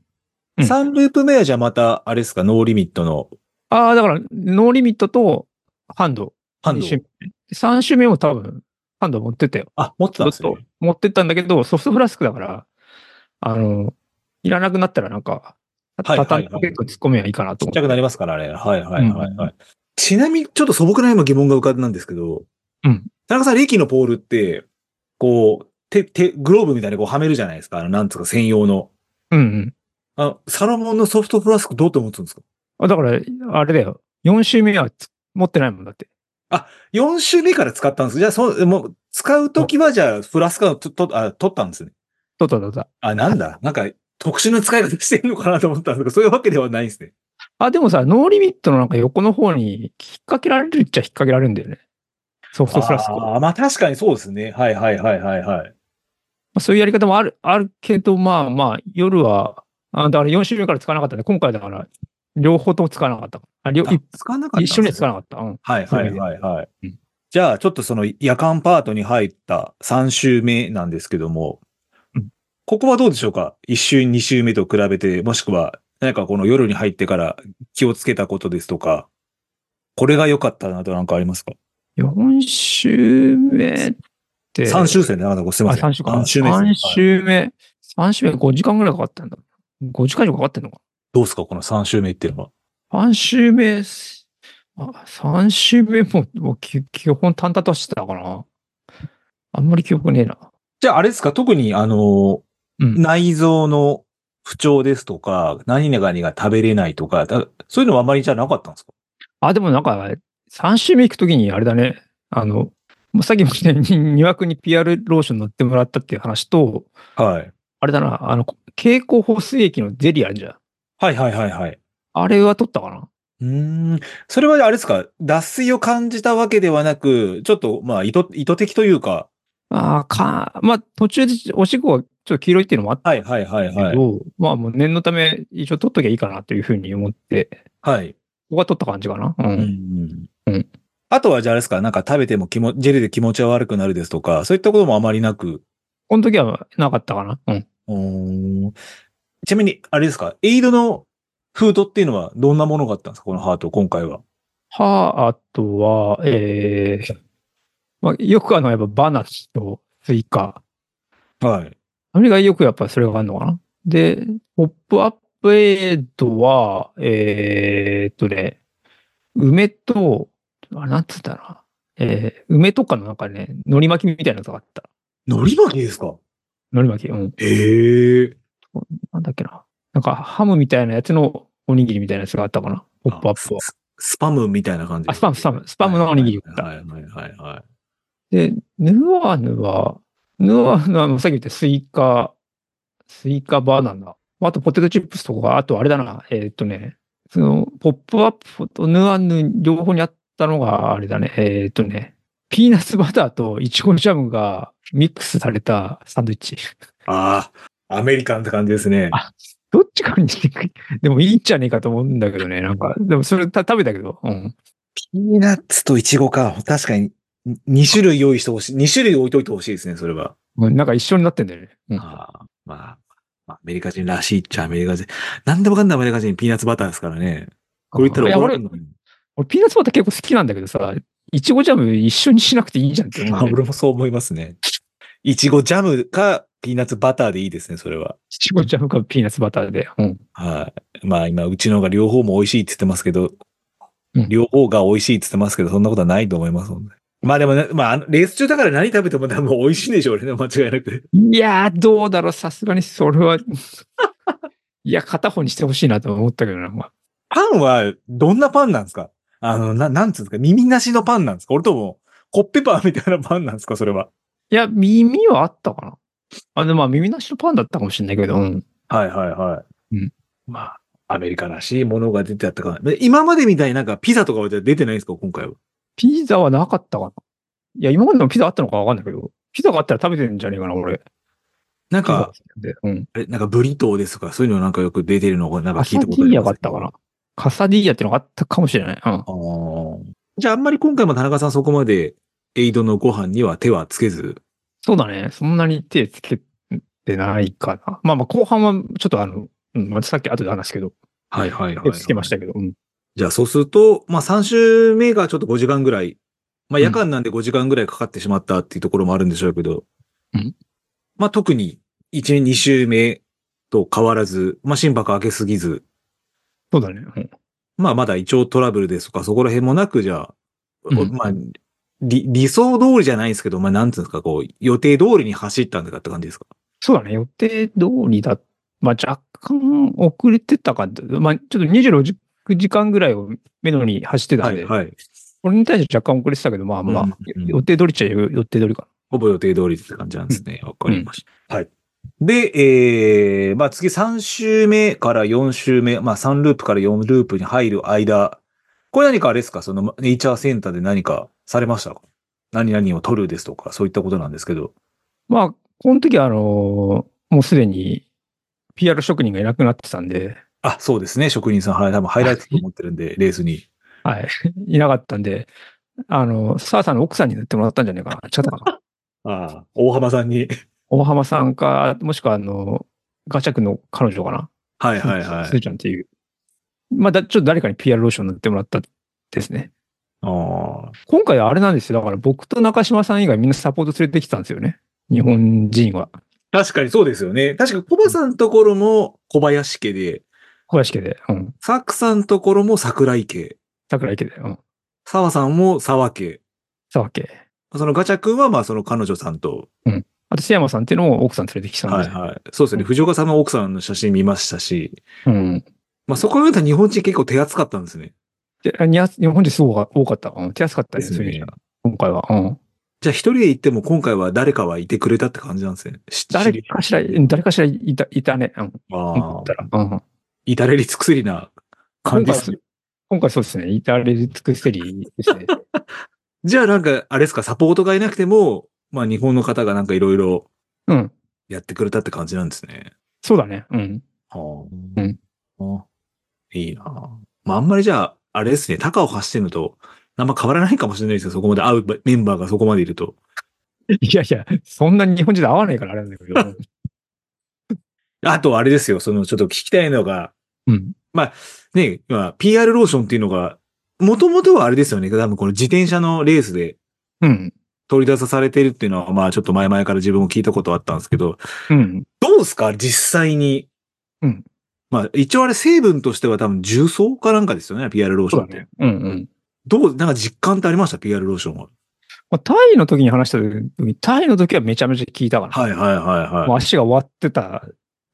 [SPEAKER 1] 3ループ目はじゃあまた、あれですか、ノーリミットの
[SPEAKER 2] ああ、だから、ノーリミットとハンド。
[SPEAKER 1] ハンド
[SPEAKER 2] 二。種3種目も多分、ハンド持ってったよ。
[SPEAKER 1] あ、持って
[SPEAKER 2] ち
[SPEAKER 1] た
[SPEAKER 2] ょ
[SPEAKER 1] ん
[SPEAKER 2] っ
[SPEAKER 1] ですね
[SPEAKER 2] と。持ってったんだけど、ソフトフラスクだから、あの、いらなくなったらなんか、
[SPEAKER 1] はいはいはい
[SPEAKER 2] 畳んでポケットに突っ込めばいいかなと
[SPEAKER 1] ち
[SPEAKER 2] 思
[SPEAKER 1] っ
[SPEAKER 2] っ
[SPEAKER 1] ちゃ
[SPEAKER 2] て。
[SPEAKER 1] くなりますから、あれ。はいはいはい、は
[SPEAKER 2] う
[SPEAKER 1] い。ちなみに、ちょっと素朴な今疑問が浮かんだんですけど、
[SPEAKER 2] うん
[SPEAKER 1] 田中さん、リキのポールって、こう、手、手、グローブみたいにこうはめるじゃないですか。あの、なんつうか専用の。
[SPEAKER 2] うんうん
[SPEAKER 1] あのサロモンのソフトフラスクどうやって持つんですか
[SPEAKER 2] あ。だから、あれだよ。4周目はつ持ってないもんだって。
[SPEAKER 1] ?4 種目から使ったんです。じゃあ、そう、もう、使うときは、じゃあ、フラスクをと、と、あ、取ったんですね。
[SPEAKER 2] とったとった。
[SPEAKER 1] あ、なんだ。なんか、特殊な使い方してるのかなと思ったんですけど、そういうわけではないんですね。
[SPEAKER 2] あ、でもさ、ノーリミットのなんか横の方に引っ掛けられるっちゃ引っ掛けられるんだよね。ソフトフラスク。ま
[SPEAKER 1] あーまあ確かにそうですね。はいはいはいはいはい。
[SPEAKER 2] あ、そういうやり方もある、あるけど、まあまあ、夜は、あだから4周目から使わなかったね。今回だから、両方とも使わなかった。あ両
[SPEAKER 1] あ
[SPEAKER 2] 一
[SPEAKER 1] 使わなかったんで
[SPEAKER 2] 一
[SPEAKER 1] す
[SPEAKER 2] 緒
[SPEAKER 1] ね
[SPEAKER 2] には使わなかった。うん。
[SPEAKER 1] はい
[SPEAKER 2] そう
[SPEAKER 1] は
[SPEAKER 2] いう意
[SPEAKER 1] い
[SPEAKER 2] 味で
[SPEAKER 1] はいはい。
[SPEAKER 2] うん
[SPEAKER 1] じゃあ、ちょっとその夜間パートに入った3週目なんですけども
[SPEAKER 2] うん、
[SPEAKER 1] ここはどうでしょうか ?1 週、2週目と比べて、もしくは、何かこの夜に入ってから気をつけたことですとか、これが良かったなとなんかありますか、
[SPEAKER 2] 4週目って。
[SPEAKER 1] ?3 週生でなんかこうすいません。
[SPEAKER 2] あ、3週間。
[SPEAKER 1] 三週目ですねは
[SPEAKER 2] 3
[SPEAKER 1] い
[SPEAKER 2] 週目。3週目5時間ぐらいかかったんだ。5時間以上かかってんのか。
[SPEAKER 1] どうですかこの3週目っていうのは。
[SPEAKER 2] 3週目、あ3週目ももうき基本淡々としてたかな。あんまり記憶ねえな。
[SPEAKER 1] じゃあ、あれですか特にあの、
[SPEAKER 2] うん。
[SPEAKER 1] 内臓の不調ですとか、何々が食べれないとか、だそういうのはあまりじゃなかったんですか
[SPEAKER 2] あ、でもなんか、3週目行くときにあれだね。あの、もうさっきも言ったように、2枠に PR ローション乗ってもらったっていう話と、
[SPEAKER 1] はい。
[SPEAKER 2] あれだな、あの、蛍光補水液のゼリーあるじゃん。
[SPEAKER 1] はいはいはいはい。
[SPEAKER 2] あれは取ったかな
[SPEAKER 1] うーん。それはあれですか脱水を感じたわけではなく、ちょっと、まあ、意図、意図的というか。
[SPEAKER 2] ああ、か、まあ途中でおしっこがちょっと黄色いっていうのもあった
[SPEAKER 1] はいはいはい
[SPEAKER 2] けど、
[SPEAKER 1] はい。
[SPEAKER 2] まあもう念のため一応取っときゃいいかなというふうに思って、
[SPEAKER 1] はい。
[SPEAKER 2] ここは取った感じかな。う。
[SPEAKER 1] うんん
[SPEAKER 2] うん
[SPEAKER 1] あとは、じゃああれですかなんか食べても気も、ジェルで気持ちが悪くなるですとか、そういったこともあまりなく。
[SPEAKER 2] この時はなかったかな。うん。
[SPEAKER 1] うーんちなみに、あれですかエイドのフードっていうのはどんなものがあったんですかこのハート、今回は。
[SPEAKER 2] は、あとは、ええまあよくあの、やっぱバナナとスイカ。
[SPEAKER 1] はい。
[SPEAKER 2] アメリカよくやっぱそれがあるのかな。で、ポップアップエイドは、えーっとね、梅と、あ、なんつったな。えー梅とかのなんかね、海苔巻きみたいなのがあった。
[SPEAKER 1] 海苔巻きですか
[SPEAKER 2] 海苔巻き。うん。
[SPEAKER 1] へえ。
[SPEAKER 2] なんだっけな。なんかハムみたいなやつのおにぎりみたいなやつがあったかな。ポップアップは。
[SPEAKER 1] ススパムみたいな感じ。
[SPEAKER 2] あ、スパム、スパム、スパムのおにぎりだった。
[SPEAKER 1] はいはいはいは
[SPEAKER 2] で、ヌアヌは、ヌアヌはもうさっき言ったスイカ、スイカバナナ。あとポテトチップスとか、あとあれだな、えーっとね、その、ポップアップとヌアヌ両方にあったのが、あれだね、えーっとね、ピーナッツバターとイチゴジャムがミックスされたサンドイッチ。
[SPEAKER 1] い。ああ、アメリカンって感じですね。
[SPEAKER 2] あどっちかにしてく でもいいんじゃねえかと思うんだけどね、なんか。でもそれた食べたけど、うん。
[SPEAKER 1] ピーナッツとイチゴか。確かに、2種類用意してほしい。2種類置いといてほしいですね、それは。
[SPEAKER 2] なんか一緒になってんだよね。うん
[SPEAKER 1] ああ、まあ、まあアメリカ人らしいっちゃアメリカ人。なんでもかんでもアメリカ人ピーナッツバターですからね。これ言った
[SPEAKER 2] い
[SPEAKER 1] ら
[SPEAKER 2] や
[SPEAKER 1] 怒ら
[SPEAKER 2] 俺
[SPEAKER 1] れるのに。
[SPEAKER 2] 俺、ピーナッツバター結構好きなんだけどさ、いちごジャム一緒にしなくていいじゃんって
[SPEAKER 1] ま
[SPEAKER 2] 思
[SPEAKER 1] あ、
[SPEAKER 2] うんだよね
[SPEAKER 1] 俺もそう思いますね。いちごジャムかピーナッツバターでいいですね、それは。
[SPEAKER 2] いちごジャムかピーナッツバターで。うん。
[SPEAKER 1] はい。まあ今、うちのが両方も美味しいって言ってますけど、
[SPEAKER 2] うん
[SPEAKER 1] 両方が美味しいって言ってますけど、そんなことはないと思いますもんね。まあでもね、まああの、レース中だから何食べても多分美味しいんでしょうね、間違いなく。
[SPEAKER 2] いやー、どうだろう、さすがにそれ は。いや、片方にしてほしいなと思ったけどな、まあ
[SPEAKER 1] パンは、どんなパンなんですかあの、な、なんつうんですか耳なしのパンなんですか俺とも、コッペパンみたいなパンなんですかそれは。
[SPEAKER 2] いや、耳はあったかな。あ、でもまあ耳なしのパンだったかもしれないけど、うん。
[SPEAKER 1] はいはいはい。
[SPEAKER 2] うん
[SPEAKER 1] まあ、アメリカらしいものが出てあったから。今までみたいになんかピザとかはじゃあ出てないんですか今回は。
[SPEAKER 2] ピザはなかったかな。いや、今までのピザあったのかわかんないけど、ピザがあったら食べてんじゃねえかな、俺。
[SPEAKER 1] なん
[SPEAKER 2] ピザが好
[SPEAKER 1] か、
[SPEAKER 2] きなんでうん。
[SPEAKER 1] あれなんかブリトーですとか、そういうのなんかよく出てるのがなんか
[SPEAKER 2] カ
[SPEAKER 1] 聞
[SPEAKER 2] サ
[SPEAKER 1] い
[SPEAKER 2] デ
[SPEAKER 1] たことあ
[SPEAKER 2] ィー
[SPEAKER 1] り
[SPEAKER 2] ヤ
[SPEAKER 1] ま
[SPEAKER 2] があ
[SPEAKER 1] す
[SPEAKER 2] ったかな。カサディーヤってのがあったかもしれない。うん。
[SPEAKER 1] あーじゃああんまり今回も田中さんそこまでエイドのご飯には手はつけず。
[SPEAKER 2] そうだね。そんなに手つけてないかな。まあまあ、後半はちょっとあの、うん、またさっき後で話すけど、
[SPEAKER 1] はいはいはい、
[SPEAKER 2] 手つけましたけど、うん。
[SPEAKER 1] じゃあそうすると、まあ3週目がちょっと5時間ぐらい。まあ
[SPEAKER 2] うん
[SPEAKER 1] 夜間なんで5時間ぐらいかかってしまったっていうところもあるんでしょうけど。
[SPEAKER 2] うん
[SPEAKER 1] まあ特に1、2週目と変わらず、まあ心拍上げすぎず、
[SPEAKER 2] そうだね。うん
[SPEAKER 1] まあまだ胃腸トラブルですとかそこら辺もなく、じゃあ、
[SPEAKER 2] うん
[SPEAKER 1] まあ、理、理想通りじゃないですけど、まあなんつうんですか、こう、予定通りに走ったんだかって感じですか
[SPEAKER 2] そうだね。予定通りだ。まあ、若干遅れてたかと。まあ、ちょっと26時間ぐらいを目のに走ってたんで、
[SPEAKER 1] はい。
[SPEAKER 2] これに対して若干遅れてたけど、まあまあ、
[SPEAKER 1] うんうん
[SPEAKER 2] 予定通りっちゃ予定通りか
[SPEAKER 1] ほぼ予定通りって感じなんですね。わ、かりました。はい。で、えー、まあ次3週目から4週目、まあ3ループから4ループに入る間、これ何かあれですかそのネイチャーセンターで何かされましたか何々を取るですとか、そういったことなんですけど。
[SPEAKER 2] な。まあ、この時は、あのーもうすでに PR 職人がいなくなってたんで、
[SPEAKER 1] あ、そうですね。職人さん、はい、多分ハイライトと思ってるんで、 レースに。
[SPEAKER 2] はい。 いなかったんで、あの、澤さんの奥さんに塗ってもらったんじゃないかな。違ったか な。
[SPEAKER 1] ああ、大浜さんに。
[SPEAKER 2] 大浜さんか、もしくはあの、ガチャ君の彼女かな。
[SPEAKER 1] はいはいは
[SPEAKER 2] ス ー
[SPEAKER 1] い。
[SPEAKER 2] ちゃんっていう。まあ、だちょっと誰かに PR ローション塗ってもらったですね。
[SPEAKER 1] ああ。
[SPEAKER 2] 今回あれなんですよ。だから僕と中島さん以外みんなサポート連れてきたんですよね。日本人は。
[SPEAKER 1] 確かにそうですよね。確かコバさんのところも小林家で、
[SPEAKER 2] 小林家で。うん。
[SPEAKER 1] サクさんのところも桜井家。
[SPEAKER 2] 桜井家で。うん。
[SPEAKER 1] 沢さんも沢家。
[SPEAKER 2] 沢家。
[SPEAKER 1] そのガチャ君は、まあ、その彼女さんと、
[SPEAKER 2] あと、瀬山さんっていうのを奥さん連れてきたんで。
[SPEAKER 1] はいはい。そうですね。藤岡さんの奥さんの写真見ましたし、
[SPEAKER 2] うん。
[SPEAKER 1] まあ、そこら辺は日本人結構手厚かったんですね。
[SPEAKER 2] で、にゃ日本人すごく多かった。うん。手厚かった
[SPEAKER 1] で
[SPEAKER 2] です
[SPEAKER 1] す
[SPEAKER 2] ね。
[SPEAKER 1] ね
[SPEAKER 2] そういう意味では今回は。うん。
[SPEAKER 1] じゃあ一人で行っても今回は誰かはいてくれたって感じなんですね。し
[SPEAKER 2] 誰かしら、うん誰かしらいた、いたね。うん。
[SPEAKER 1] あ
[SPEAKER 2] 思っ
[SPEAKER 1] あ
[SPEAKER 2] た、ら。うん。
[SPEAKER 1] 至れり尽くせりな感じ
[SPEAKER 2] 今回
[SPEAKER 1] で
[SPEAKER 2] は
[SPEAKER 1] すね。
[SPEAKER 2] 今回そうですね。至れり尽くせりです ね。
[SPEAKER 1] じゃあなんか、あれですか、サポートがいなくても、まあ日本の方がなんかいろいろ
[SPEAKER 2] うん。
[SPEAKER 1] やってくれたって感じなんですね。
[SPEAKER 2] そうだね。うん。
[SPEAKER 1] は
[SPEAKER 2] う
[SPEAKER 1] あ。
[SPEAKER 2] ん
[SPEAKER 1] あいいなあまああんまりじゃあ、あれですね、高を発してるのと、あんま変わらないかもしれないですよ。そこまで会うメンバーがそこまでいると。
[SPEAKER 2] いやいや、そんなに日本人と合わないからあれなんだけど。
[SPEAKER 1] あと、あれですよ。その、ちょっと聞きたいのが、
[SPEAKER 2] うん。
[SPEAKER 1] ね、今、PR ローションっていうのが、もともとはあれですよね。多分この自転車のレースで
[SPEAKER 2] うん。
[SPEAKER 1] 取り出さされてるっていうのは、まあちょっと前々から自分も聞いたことあったんですけど、
[SPEAKER 2] うん。
[SPEAKER 1] どうですか実際に。
[SPEAKER 2] うん。
[SPEAKER 1] まあ一応あれ成分としては多分重曹かなんかですよね。PR ローショ
[SPEAKER 2] そ
[SPEAKER 1] ン
[SPEAKER 2] う
[SPEAKER 1] っ
[SPEAKER 2] だ
[SPEAKER 1] て。
[SPEAKER 2] ね。うんうん。
[SPEAKER 1] どう、なんか実感ってありました ?PR ローションは。
[SPEAKER 2] まあ、タイの時に話した時に、タイの時はめちゃめちゃ効いたから。
[SPEAKER 1] はいはいはい
[SPEAKER 2] もう
[SPEAKER 1] は
[SPEAKER 2] 足が終わってた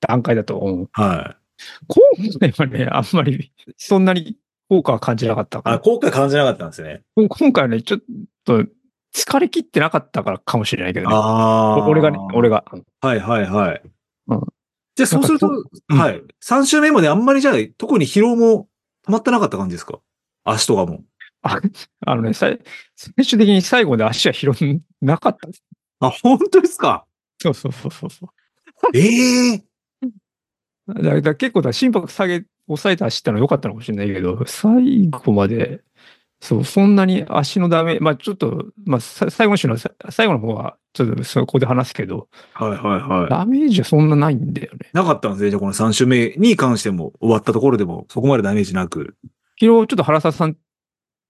[SPEAKER 2] 段階だと思う。
[SPEAKER 1] い。はい。
[SPEAKER 2] 今回はね、あんまり、そんなに効果は感じなかったか
[SPEAKER 1] あ、
[SPEAKER 2] ら。
[SPEAKER 1] 効果感じなかったんですね。
[SPEAKER 2] 今回はね、ちょっと、疲れ切ってなかったからかもしれないけどね。
[SPEAKER 1] あ
[SPEAKER 2] お俺がね、俺が。
[SPEAKER 1] はいはいはい。
[SPEAKER 2] うん
[SPEAKER 1] じゃあそうすると
[SPEAKER 2] なん、うん
[SPEAKER 1] はい。3週目まであんまりじゃあ、特に疲労も溜まってなかった感じですか足とかも。
[SPEAKER 2] あ あのね、さい最終的に最後まで足は拾んなかったです。
[SPEAKER 1] あ、本当ですか
[SPEAKER 2] そうそうそうそうそ
[SPEAKER 1] ええ
[SPEAKER 2] う。だだから結構だ、心拍下げ、抑えて走ったの良かったのかもしれないけど、最後まで、そう、そんなに足のダメ、まあちょっと、まあさ最後の週の、さ最後の方は、ちょっとそこで話すけど、
[SPEAKER 1] はいはいは
[SPEAKER 2] ダメージはそんなないんだよね
[SPEAKER 1] い。。なかったんですね。じゃあこの3週目に関しても、終わったところでも、そこまでダメージなく。
[SPEAKER 2] 昨日ちょっと原沢さん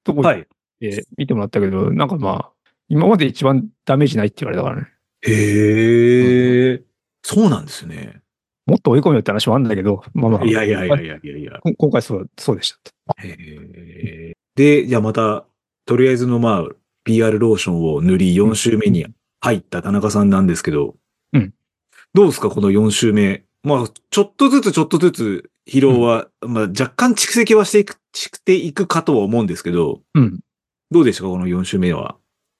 [SPEAKER 2] とこ
[SPEAKER 1] は
[SPEAKER 2] 行っ
[SPEAKER 1] い。
[SPEAKER 2] て見てもらったけど、なんかまあ、今まで一番ダメージないって言われたからね。
[SPEAKER 1] へえ、そうなんですね。
[SPEAKER 2] もっと追い込むよって話もあるんだけど、まあまあ、
[SPEAKER 1] いやいやいやいやいやいや。
[SPEAKER 2] こん今回そう、そうでした。
[SPEAKER 1] へーで、じゃあまた、とりあえずのまあ、PR ローションを塗り4週目に入った田中さんなんですけど、
[SPEAKER 2] うん
[SPEAKER 1] どうですかこの4週目。まあ、ちょっとずつちょっとずつ疲労は、まあ若干蓄積はしていく、していくかとは思うんですけど、
[SPEAKER 2] うん。
[SPEAKER 1] どうでしたかこの4週目は。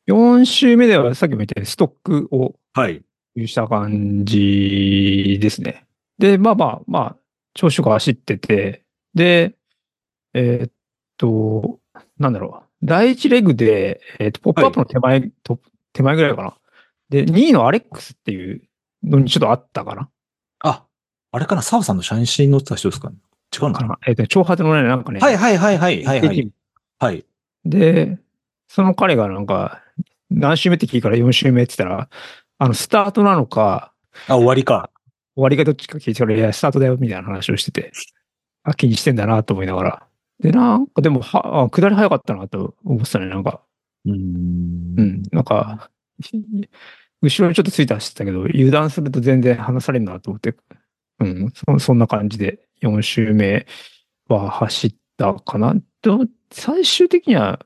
[SPEAKER 2] 4週目ではさっきも言ったようにストックを
[SPEAKER 1] はい。
[SPEAKER 2] した感じですね。で、まあまあまあ、長所が走ってて、で、えーっと、なんだろう。第一レグで、えーっと、ポップアップの手前、と手前ぐらいかな。で、2位のアレックスっていうのにちょっとあったかな。
[SPEAKER 1] あ、あれかな澤さんの写真に載ってた人ですかね違うの
[SPEAKER 2] かなえーっと、挑発のね、なんかね。
[SPEAKER 1] はいはいはいはいはいはい。はい。
[SPEAKER 2] で、その彼がなんか、何週目って聞いたから4週目って言ったら、あの、スタートなのか、
[SPEAKER 1] あ、終わりか。
[SPEAKER 2] 終わりがどっちか聞いてから、いや、スタートだよ、みたいな話をしてて、あ、気にしてんだなと思いながら。で、なんか、でも、は、あ下り早かったなと思ってたね、なんか。
[SPEAKER 1] うー
[SPEAKER 2] うんん、なんか、後ろにちょっとついて走ってたけど、油断すると全然離されるなと思って、うん、そそんな感じで4周目は走ったかな。でも最終的には、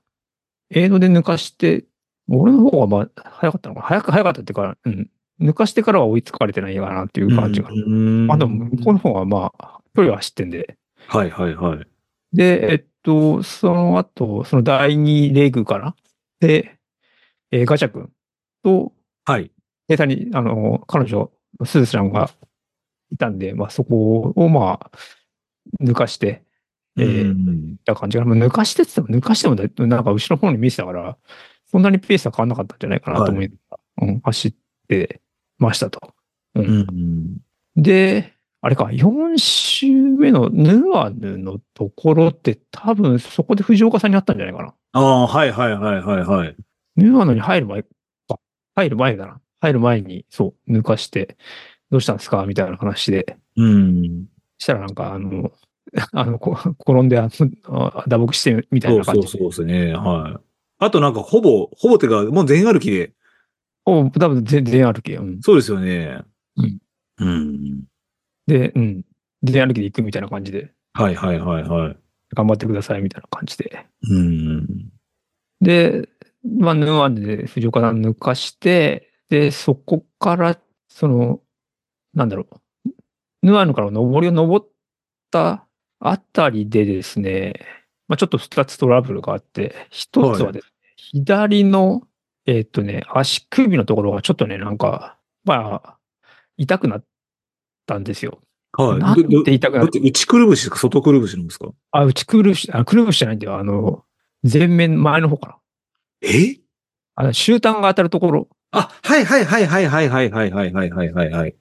[SPEAKER 2] エイドで抜かして、俺の方がまあ、早かったのかな。早く、早かったっていうか、うん、抜かしてからは追いつかれてないかなっていう感じが。
[SPEAKER 1] うん
[SPEAKER 2] まあでも、向こうの方がまあ、距離は走ってんで。
[SPEAKER 1] はいはいはい。
[SPEAKER 2] で、えっと、その後、その第2レグかなで、えーガチャ君と、
[SPEAKER 1] はい。
[SPEAKER 2] ネタに、あの、彼女、すずちゃんがいたんで、まあそこをまあ、抜かして、えー
[SPEAKER 1] うん
[SPEAKER 2] いった感じが、まあ、抜かしてって言っても、抜かしてもだい、なんか後ろの方に見せたから、そんなにペースは変わんなかったんじゃないかなと思い、うん、走ってましたと。
[SPEAKER 1] うん
[SPEAKER 2] で、あれか、4周目のヌアヌのところって多分そこで藤岡さんになったんじゃないかな。
[SPEAKER 1] ああ、はいはいはいはいはい。
[SPEAKER 2] ヌアヌに入る前か、入る前だな。入る前に、そう、抜かして、どうしたんですかみたいな話で。
[SPEAKER 1] うん。
[SPEAKER 2] したらなんか、あの、 あの、こ転んで、あの、あ打撲してみたい
[SPEAKER 1] そ
[SPEAKER 2] な
[SPEAKER 1] う
[SPEAKER 2] 感
[SPEAKER 1] そ
[SPEAKER 2] じ
[SPEAKER 1] うそうですね。はい。あとなんかほぼ、ほぼてか、もう全歩きで、
[SPEAKER 2] お多分全然歩き。うん。
[SPEAKER 1] そうですよね。
[SPEAKER 2] うん。
[SPEAKER 1] うん。
[SPEAKER 2] で、うん。全歩きで行くみたいな感じで、
[SPEAKER 1] はいはいはいはい。
[SPEAKER 2] 頑張ってくださいみたいな感じで。
[SPEAKER 1] うん。
[SPEAKER 2] で、まあ、ヌーアンで藤岡さん抜かして、で、そこから、その、なんだろう、ヌーアンから上りを登ったあたりでですね、まあ、ちょっと二つトラブルがあって、一つはですね、左のえーっとね、足首のところがちょっとね、なんか、まあ、痛くなったんですよ。
[SPEAKER 1] はい。
[SPEAKER 2] なん
[SPEAKER 1] どど
[SPEAKER 2] て痛くな
[SPEAKER 1] どっ
[SPEAKER 2] っ
[SPEAKER 1] ち内くるぶしですか外くるぶしなんですか
[SPEAKER 2] あ、うちくるぶし、あ、くるぶしじゃないんだよ。あの、前面、前の方から。
[SPEAKER 1] え
[SPEAKER 2] あの、終端が当たるところ。
[SPEAKER 1] あ、はいはいはいはいはいはいはいはいはいはいはいはい。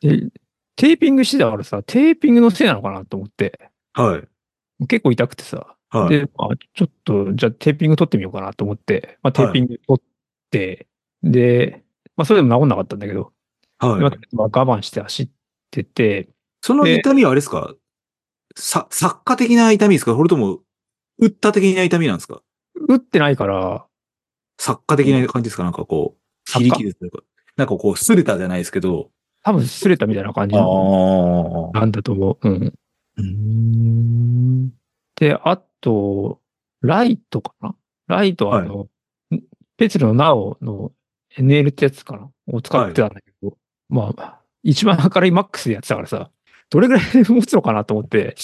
[SPEAKER 2] で、テーピングしてたからさ、テーピングのせいなのかなと思って。
[SPEAKER 1] はい。
[SPEAKER 2] 結構痛くてさ。
[SPEAKER 1] はい。
[SPEAKER 2] で、まあ、ちょっと、じゃあテーピング取ってみようかなと思って、まあ、テーピング取って、で、まあ、それでも治んなかったんだけど、
[SPEAKER 1] は
[SPEAKER 2] ま
[SPEAKER 1] い。
[SPEAKER 2] あ我慢して走ってて、
[SPEAKER 1] その
[SPEAKER 2] で
[SPEAKER 1] 痛みはあれですかさ、作家的な痛みですかそれとも、打った的な痛みなんですか
[SPEAKER 2] 打ってないから、
[SPEAKER 1] 作家的な感じですかなんかこう、
[SPEAKER 2] 作
[SPEAKER 1] 切
[SPEAKER 2] 家
[SPEAKER 1] り傷というか、なんかこう、擦れたじゃないですけど。
[SPEAKER 2] 多分擦れたみたいな感じ
[SPEAKER 1] あ
[SPEAKER 2] の
[SPEAKER 1] あ。
[SPEAKER 2] なんだと思う。うん。
[SPEAKER 1] うーん。
[SPEAKER 2] で、あと、ライトかなライトはあの、んペツルのナオの NL ってやつかなを使ってたんだけど、まあ、一番明るいマックスでやってたからさ、どれぐらいで持つのかなと思って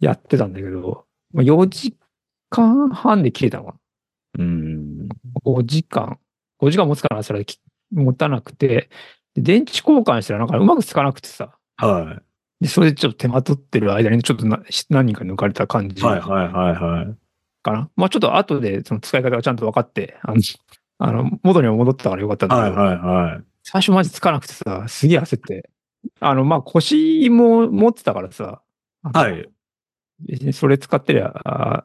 [SPEAKER 2] やってたんだけど、まあ、4時間半で切れたのか
[SPEAKER 1] うーん。
[SPEAKER 2] な ?5 時間。5時間持つかなそれき持たなくて、で電池交換したらなんかうまくつかなくてさ、
[SPEAKER 1] は
[SPEAKER 2] でそれでちょっと手間取ってる間にちょっとな何人か抜かれた感
[SPEAKER 1] い。
[SPEAKER 2] じ。
[SPEAKER 1] はいはいはいはい。
[SPEAKER 2] かな。まあちょっと後でその使い方がちゃんと分かって、あの、 あの元には戻ったからよかったんだけ
[SPEAKER 1] はい
[SPEAKER 2] ど、
[SPEAKER 1] はいはい。
[SPEAKER 2] 最初マジつかなくてさ、すげえ焦って。あの、まあ腰も持ってたからさ、あの
[SPEAKER 1] はい。
[SPEAKER 2] 別にそれ使ってりゃ、あ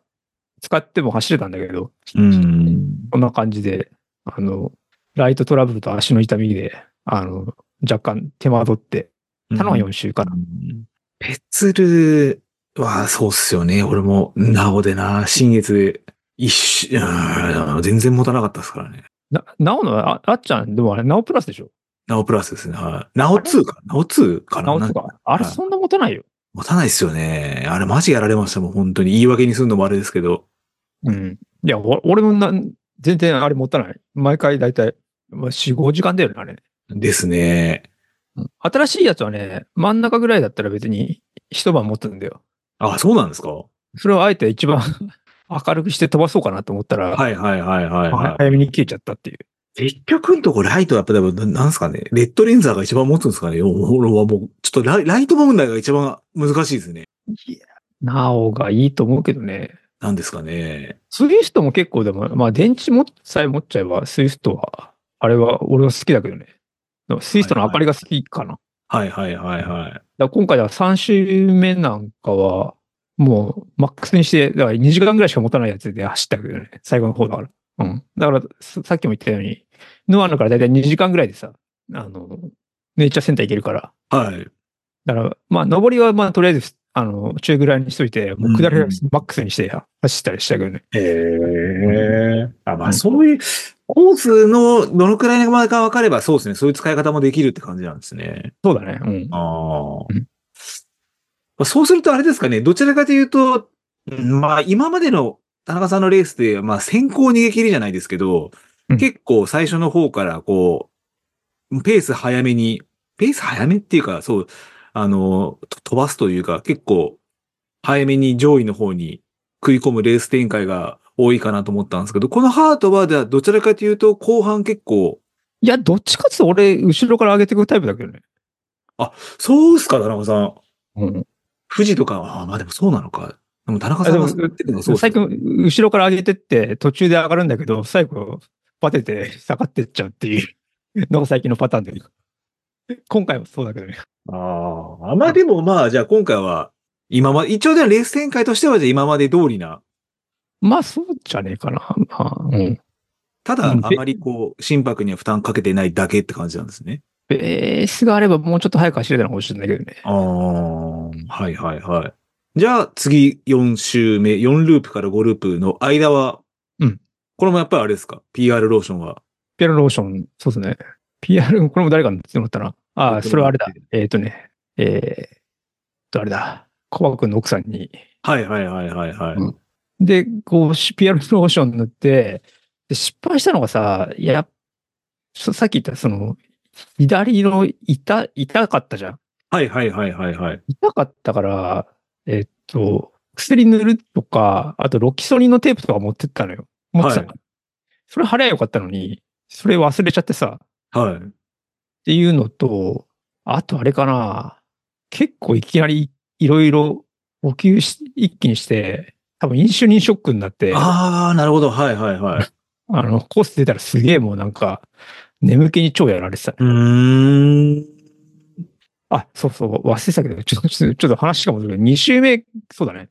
[SPEAKER 2] 使っても走れたんだけど、
[SPEAKER 1] うん。
[SPEAKER 2] こんな感じで、あの、ライトトラブルと足の痛みで、あの、若干手間取って、たのが4週かな。
[SPEAKER 1] ペツルはそうっすよね。俺も、なおでな、新月で、一週、うーん全然持たなかったですからね。
[SPEAKER 2] な、なおのあ、あっちゃん、でもあれ、なおプラスでしょ
[SPEAKER 1] なおプラスですね。はい。なお2か。なお2かな。
[SPEAKER 2] なおとか。あれ、
[SPEAKER 1] はい
[SPEAKER 2] そんな持たないよ。
[SPEAKER 1] 持たないっすよね。あれマジやられましたもん。本当に。言い訳にするのもあれですけど。
[SPEAKER 2] うん。いや、お俺もなん全然あれ持たない。毎回だいたい4、5時間だよね、あれ。
[SPEAKER 1] ですね。
[SPEAKER 2] 新しいやつはね、真ん中ぐらいだったら別に一晩持つんだよ。
[SPEAKER 1] あ、そうなんですかは
[SPEAKER 2] それをあえて一番 明るくして飛ばそうかなと思ったら、
[SPEAKER 1] いはいはいはい、
[SPEAKER 2] は
[SPEAKER 1] は
[SPEAKER 2] 早めに消えちゃったっていう。
[SPEAKER 1] い。結局のとこライトはやっぱでも、ななんですかね。レッドレンザーが一番持つんですかね。俺はもう、ちょっとライライト問題が一番難しいですね。
[SPEAKER 2] なおがいいと思うけどね。
[SPEAKER 1] なんですかね。
[SPEAKER 2] スイフトも結構でも、まあ電池もさえ持っちゃえば、スイフトは、あれは俺は好きだけどね。でもスイフトの明かりが好きかな。
[SPEAKER 1] はいはいはいはい。
[SPEAKER 2] だから今回は3週目なんかは、もうマックスにして、だから2時間ぐらいしか持たないやつで走ったけどね、最後の方だから。うん。だから、ささっきも言ったように、ノアのからだいたい2時間ぐらいでさ、あの、ネイチャーセンター行けるから。
[SPEAKER 1] はい。
[SPEAKER 2] だから、まあ、上りはまあ、とりあえず、あの、中ぐらいにしといて、もう下り
[SPEAKER 1] うんう
[SPEAKER 2] は
[SPEAKER 1] ん
[SPEAKER 2] マックスにして走ったりしたけどね。
[SPEAKER 1] へえ。あ、ま
[SPEAKER 2] う
[SPEAKER 1] あ
[SPEAKER 2] ん
[SPEAKER 1] そういう、コースのどのくらいまでか分かれば、そうですね。そういう使い方もできるって感じなんですね。
[SPEAKER 2] そうだね。うん。
[SPEAKER 1] あ
[SPEAKER 2] うん
[SPEAKER 1] あ。そうするとあれですかね。どちらかというと、うんまあ今までの田中さんのレースで、まあ先行逃げ切りじゃないですけど、
[SPEAKER 2] うん
[SPEAKER 1] 結構最初の方からこう、ペース早めに、ペース早めっていうか、そう、あの、と飛ばすというか、結構早めに上位の方に食い込むレース展開が多いかなと思ったんですけど、このハートは、ではどちらかというと、後半結構、
[SPEAKER 2] いや、どっちかっていうと俺、後ろから上げていくタイプだけどね。
[SPEAKER 1] そうっすか、田中さん。
[SPEAKER 2] うん。
[SPEAKER 1] 富士とかは、あまあでもそうなのか。でも田中さんがそうやってるのはそうです
[SPEAKER 2] 最
[SPEAKER 1] ね
[SPEAKER 2] 近、後ろから上げてって、途中で上がるんだけど、最後、バテて下がってっちゃうっていうのが最近のパターンで。今回もそうだけどね。
[SPEAKER 1] ああ、まあでもまあ、じゃあ今回は、今まで、一応ではレース展開としては、じゃあ今まで通りな、
[SPEAKER 2] まあ、そうじゃねえかな。まあ、うん。
[SPEAKER 1] ただ、あ
[SPEAKER 2] うん
[SPEAKER 1] まりこう、心拍には負担かけてないだけって感じなんですね。
[SPEAKER 2] ベースがあればもうちょっと早く走れたのかもしれないけどね。
[SPEAKER 1] ああ、はいはいはい。じゃあ次、4周目、4ループから5ループの間は、
[SPEAKER 2] うん。
[SPEAKER 1] これもやっぱりあれですか ?PR ローションは。
[SPEAKER 2] ピアノローション、そうですね。PR、これも誰かに言ってもらったな。ああ、それはあれだ。えっ、とね、えー、っと、あれだ。コバ君の奥さんに。
[SPEAKER 1] はいはいはいはいはい。
[SPEAKER 2] うんで、こう、し PR ローション塗って、で失敗したのがさ、いや、そさっき言った、その、左の痛、痛かったじゃん。
[SPEAKER 1] はいはいはいはいはい。
[SPEAKER 2] 痛かったから、えっと、薬塗るとか、あとロキソニンのテープとか持ってったのよ。持ってたの
[SPEAKER 1] は
[SPEAKER 2] それ貼りゃよかったのに、それ忘れちゃってさ、っ
[SPEAKER 1] はい。
[SPEAKER 2] ていうのと、あとあれかな、結構いきなりいろいろ補給し、一気にして、多分インシュリンショックになって、あ
[SPEAKER 1] ああ、なるほど。はいはいはい。
[SPEAKER 2] の、コース出たらすげえもうなんか、眠気に超やられてたね。
[SPEAKER 1] うーん。
[SPEAKER 2] あ、そうそう、忘れてたけど、ちょっと、ちょっとちょっと話が戻るけど、2週目、そうだね。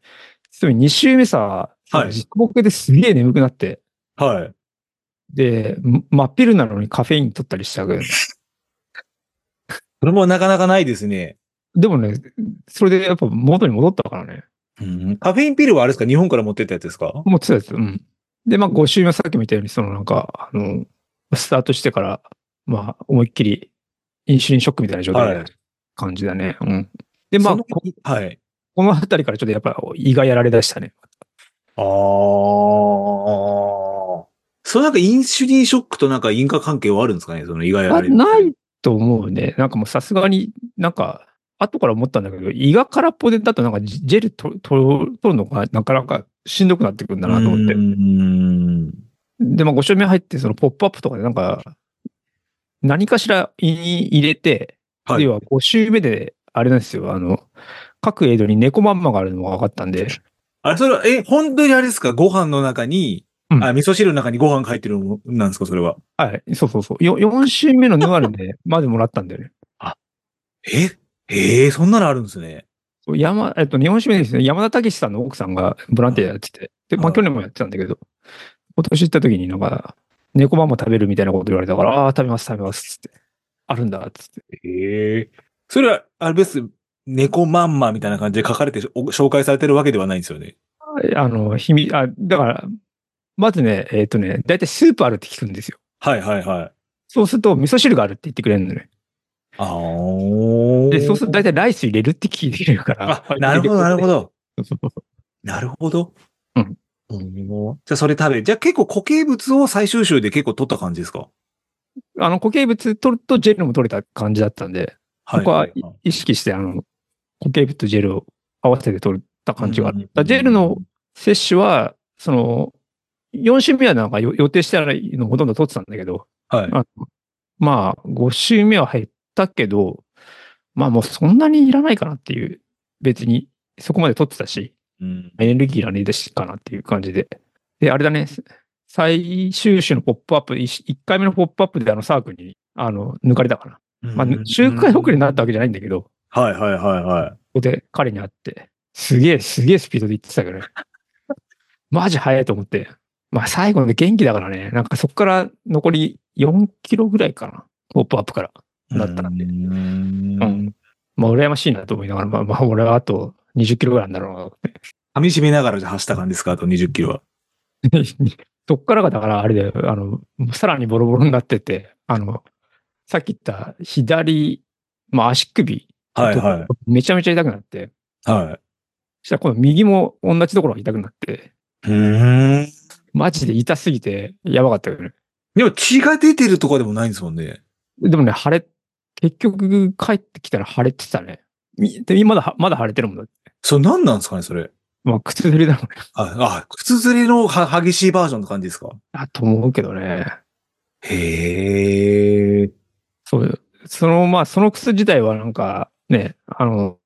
[SPEAKER 2] 2週目さ、
[SPEAKER 1] はい
[SPEAKER 2] 実木ですげえ眠くなって、
[SPEAKER 1] はい。
[SPEAKER 2] で、ま真っ昼なのにカフェイン取ったりしたけど、
[SPEAKER 1] それもなかなかないですね。
[SPEAKER 2] でもね、それでやっぱ元に戻ったからね。
[SPEAKER 1] うんカフェインピルはあれですか日本から持ってったやつですか
[SPEAKER 2] もうつやつ、うん。で、まあ5週目はさっきも言ったように、そのなんか、あの、スタートしてから、まあ思いっきりインシュリンショックみたいな状
[SPEAKER 1] は
[SPEAKER 2] 態
[SPEAKER 1] い
[SPEAKER 2] な感じだね。うん。で、まあ
[SPEAKER 1] その
[SPEAKER 2] こ
[SPEAKER 1] はい。
[SPEAKER 2] このあたりからちょっとやっぱ胃がやられだしたね。
[SPEAKER 1] ああ。そのなんかインシュリンショックとなんか因果関係はあるんですかねその意外
[SPEAKER 2] あ
[SPEAKER 1] あれ。
[SPEAKER 2] ないと思うね。なんかもうさすがになんか、後から思ったんだけど、胃が空っぽでだとなんかジジェルと取るのがなかなかしんどくなってくるんだなと思って
[SPEAKER 1] うー。ん。
[SPEAKER 2] で、まあ、5勝目入って、そのポップアップとかでなんか、何かしら胃に入れて、
[SPEAKER 1] はい
[SPEAKER 2] 要は5周目で、あれなんですよ、あの、各エイドに猫まんまがあるのが分かったんで、
[SPEAKER 1] あれ、それは、え、本当にあれですかご飯の中に、
[SPEAKER 2] うん
[SPEAKER 1] あ、味噌汁の中にご飯が入ってるものなんですかそれは。
[SPEAKER 2] はい、そうそうそう、よ4周目のヌアルでまでもらったんだよね。
[SPEAKER 1] ええーそんなのあるんですね。
[SPEAKER 2] そう山、えっと、4周目ですね、山田武史さんの奥さんがボランティアやってて、で、ま
[SPEAKER 1] は
[SPEAKER 2] あ、
[SPEAKER 1] い
[SPEAKER 2] 去年もやってたんだけど、今年行った時になんか、猫まんま食べるみたいなこと言われたから、ああー、食べます、食べます、つって。あるんだ、つって。
[SPEAKER 1] ええそれは、あれです。猫まんまみたいな感じで書かれて、お紹介されてるわけではないんですよね。
[SPEAKER 2] あの、秘密、あ、だから、まずね、えっ、とね、だいたいスープあるって聞くんですよ。
[SPEAKER 1] はいはいはい。
[SPEAKER 2] そうすると、味噌汁があるって言ってくれるのね。
[SPEAKER 1] あー
[SPEAKER 2] で、そうすると、だいたいライス入れるって聞いてくれるから
[SPEAKER 1] あ。、なるほどなるほ
[SPEAKER 2] ど。
[SPEAKER 1] ど。
[SPEAKER 2] そうそうそう
[SPEAKER 1] なるほど。
[SPEAKER 2] うん
[SPEAKER 1] うん。じゃあそれ食べ、じゃあ結構固形物を最終週で結構取った感じですか
[SPEAKER 2] あの、固形物取るとジェルも取れた感じだったんで、
[SPEAKER 1] はい。
[SPEAKER 2] そこはい意識して、あの、固形物とジェルを合わせて取った感じがある。だからジェルの摂取は、その、4週目はなんかよ予定してないのほとんど取ってたんだけど、
[SPEAKER 1] はい。
[SPEAKER 2] あのまあ、5週目は入ったけど、まあもうそんなにいらないかなっていう、別にそこまで取ってたし、
[SPEAKER 1] うん。
[SPEAKER 2] エネルギーいらねえだしかなっていう感じで。で、あれだね、最終週のポップアップ、1回目のポップアップであのサークルに、あの、抜かれたかな。まあ、周回遅れになったわけじゃないんだけど、こ
[SPEAKER 1] はいはいはいはい。
[SPEAKER 2] こで彼に会って、すげえ、すげえスピードで行ってたけどね。 マジ速いと思って。まあ最後の元気だからね、なんかそこから残り4キロぐらいかな。ポップアップから。だったらね
[SPEAKER 1] う
[SPEAKER 2] うんん。まあ、羨ましいなと思いながら、まあ、まあ、俺はあと20キロぐらいなんだろう
[SPEAKER 1] 噛み締めながらじゃあ走った感じですかあと20キロは。
[SPEAKER 2] な。 そっからが、だからあれだよ、あの、さらにボロボロになってて、あの、さっき言った左、まあ、足首、
[SPEAKER 1] はいは
[SPEAKER 2] めちゃめちゃ痛くなって、
[SPEAKER 1] い。は
[SPEAKER 2] そしたらこの右も同じところが痛くなって、
[SPEAKER 1] い。うん。
[SPEAKER 2] マジで痛すぎて、やばかったよね。
[SPEAKER 1] でも血が出てるとかでもないんですもんね。
[SPEAKER 2] でもね、腫れ、結局帰ってきたら腫れてたね。みでまだは、まだ腫れてるもんだって。
[SPEAKER 1] それ何なんですかねそれ。
[SPEAKER 2] まあ、靴擦れだ ろうね。
[SPEAKER 1] あ、あ、靴ずれのは激しいバージョンの感じですか
[SPEAKER 2] だと思うけどね。
[SPEAKER 1] へえ。
[SPEAKER 2] そう、その、まあ、その靴自体はなんか、ね、あの、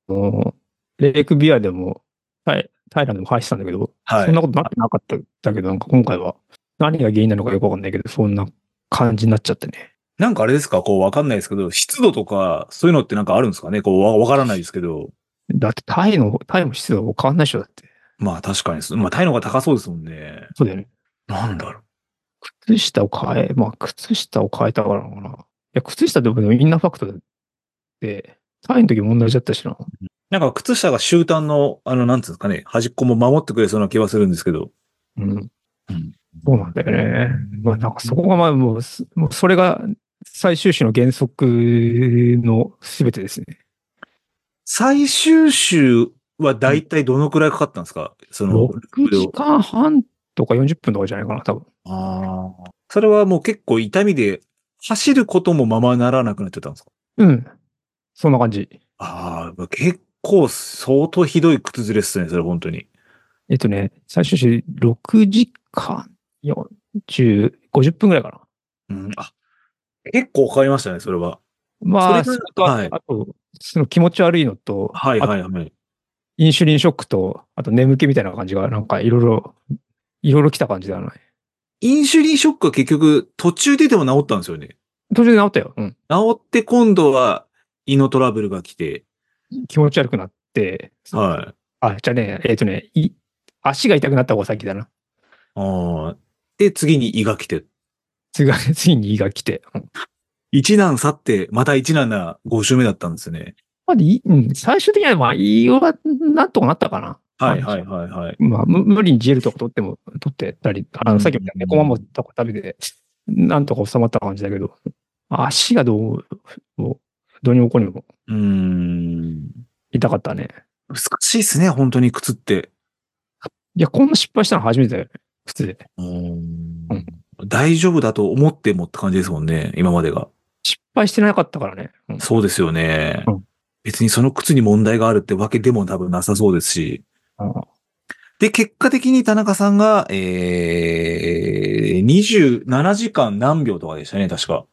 [SPEAKER 2] レイクビアでも、タイタイランドでも配してたんだけど、
[SPEAKER 1] はい。
[SPEAKER 2] そんなことななかったんだけど、なんか今回は何が原因なのかよくわかんないけど、そんな感じになっちゃってね。
[SPEAKER 1] なんかあれですかこうわかんないですけど、湿度とか、そういうのってなんかあるんですかねこうわわからないですけど。
[SPEAKER 2] だってタイの、タイも湿度が変わんないでしょ、だって。
[SPEAKER 1] まあ確かにそう。まあ体能が高そうですもんね。
[SPEAKER 2] そうだよね。
[SPEAKER 1] なんだろ
[SPEAKER 2] 靴下を変え、まあ、靴下を変えたからなのかな。いや、靴下でもでもインナーファクトで、タイの時も同じだったしな。
[SPEAKER 1] う。なんか靴下が終端の、あの、なんつうんですかね、端っこも守ってくれそうな気はするんですけど。
[SPEAKER 2] うん
[SPEAKER 1] うん。
[SPEAKER 2] そうなんだよね。まあなんかそこがまあもうす、もうそれが最終種の原則のすべてですね。
[SPEAKER 1] 最終週はだいたいどのくらいかかったんですか、その、
[SPEAKER 2] 6時間半とか40分とかじゃないかな、多分。
[SPEAKER 1] ああ。それはもう結構痛みで、走ることもままならなくなっちゃったんですか
[SPEAKER 2] うん。そんな感じ。
[SPEAKER 1] ああ、結構相当ひどい靴ずれっすね、それ本当に。
[SPEAKER 2] えっとね、最終種6時間40、50分ぐらいかな。
[SPEAKER 1] ううん、あ、結構変わりましたね、それは。
[SPEAKER 2] まあ、
[SPEAKER 1] それ
[SPEAKER 2] それ
[SPEAKER 1] が
[SPEAKER 2] と、
[SPEAKER 1] はい
[SPEAKER 2] あと、その気持ち悪いのと、
[SPEAKER 1] はい
[SPEAKER 2] あと
[SPEAKER 1] はいはい。
[SPEAKER 2] インシュリンショックと、あと眠気みたいな感じが、なんかいろいろ、いろいろ来た感じだな。
[SPEAKER 1] インシュリンショックは結局途中出ても治ったんですよね。
[SPEAKER 2] 途中で治ったよ。うん。
[SPEAKER 1] 治って今度は胃のトラブルが来て、
[SPEAKER 2] 気持ち悪くなって、
[SPEAKER 1] はい。
[SPEAKER 2] あ、じゃあね、えっ、とね、い、足が痛くなった方が先だな。
[SPEAKER 1] あーで、次に胃が来て、
[SPEAKER 2] 次が、 次に胃が来て。うん
[SPEAKER 1] 一難去って、また一難な5週目だったんですね。
[SPEAKER 2] まあ、いうん、最終的には、まあ、胃は、なんとかなったかな。
[SPEAKER 1] はいはいはいはい。
[SPEAKER 2] まあ、む無理にジェルとか取っても、取ってたり、あ
[SPEAKER 1] うん
[SPEAKER 2] の、さっきみたいに猫まんもとか食べて、なんとか収まった感じだけど、足がどう、どうにもこうにも
[SPEAKER 1] うーん。
[SPEAKER 2] 痛かったね。
[SPEAKER 1] 難しいですね、本当に靴って。
[SPEAKER 2] いや、こんな失敗したの初めてだよね。普通で。
[SPEAKER 1] うーん
[SPEAKER 2] うん
[SPEAKER 1] 大丈夫だと思ってもって感じですもんね、今までが。
[SPEAKER 2] 失敗してなかったからね。うん
[SPEAKER 1] そうですよね。
[SPEAKER 2] うん
[SPEAKER 1] 別にその靴に問題があるってわけでも多分なさそうですし。で、結果的に田中さんが、えー、27時間何秒とかでしたね、確か。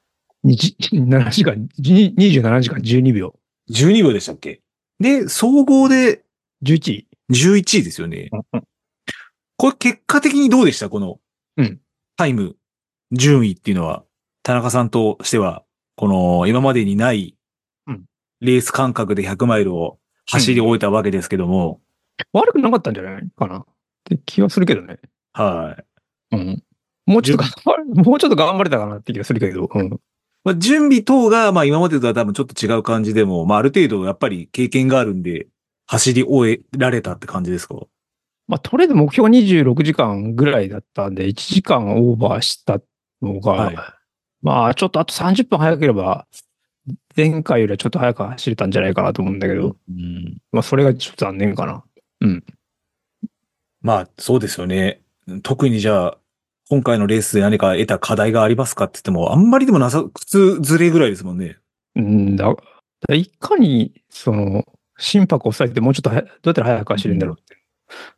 [SPEAKER 2] にじ7時間、じ27時間12秒。
[SPEAKER 1] 12秒でしたっけで、総合で
[SPEAKER 2] 11位。
[SPEAKER 1] 11位ですよね。これ結果的にどうでしたこの、
[SPEAKER 2] うん
[SPEAKER 1] タイム、順位っていうのは、田中さんとしては、この、今までにない
[SPEAKER 2] うん、
[SPEAKER 1] レース感覚で100マイルを走り終えたわけですけども、
[SPEAKER 2] 悪くなかったんじゃないかなって気はするけどね。
[SPEAKER 1] はい。
[SPEAKER 2] うん。もうちょっと頑張れ、もうちょっと頑張れたかなって気がするけど。うん。
[SPEAKER 1] まあ、準備等が、まあ今までとは多分ちょっと違う感じでも、まあある程度やっぱり経験があるんで、走り終えられたって感じですか
[SPEAKER 2] まあ、とりあえず目標26時間ぐらいだったんで、1時間オーバーしたのが、
[SPEAKER 1] はい
[SPEAKER 2] まあ、ちょっとあと30分早ければ、前回よりはちょっと早く走れたんじゃないかなと思うんだけど、
[SPEAKER 1] うん
[SPEAKER 2] まあ、それがちょっと残念かな。
[SPEAKER 1] まあ、そうですよね。特にじゃあ、今回のレースで何か得た課題がありますかって言っても、あんまりでもなさ、靴ずれぐらいですもんね。
[SPEAKER 2] うんだ、だいかに、その、心拍を抑えてもうちょっとはやどうやったら早く走れるんだろうって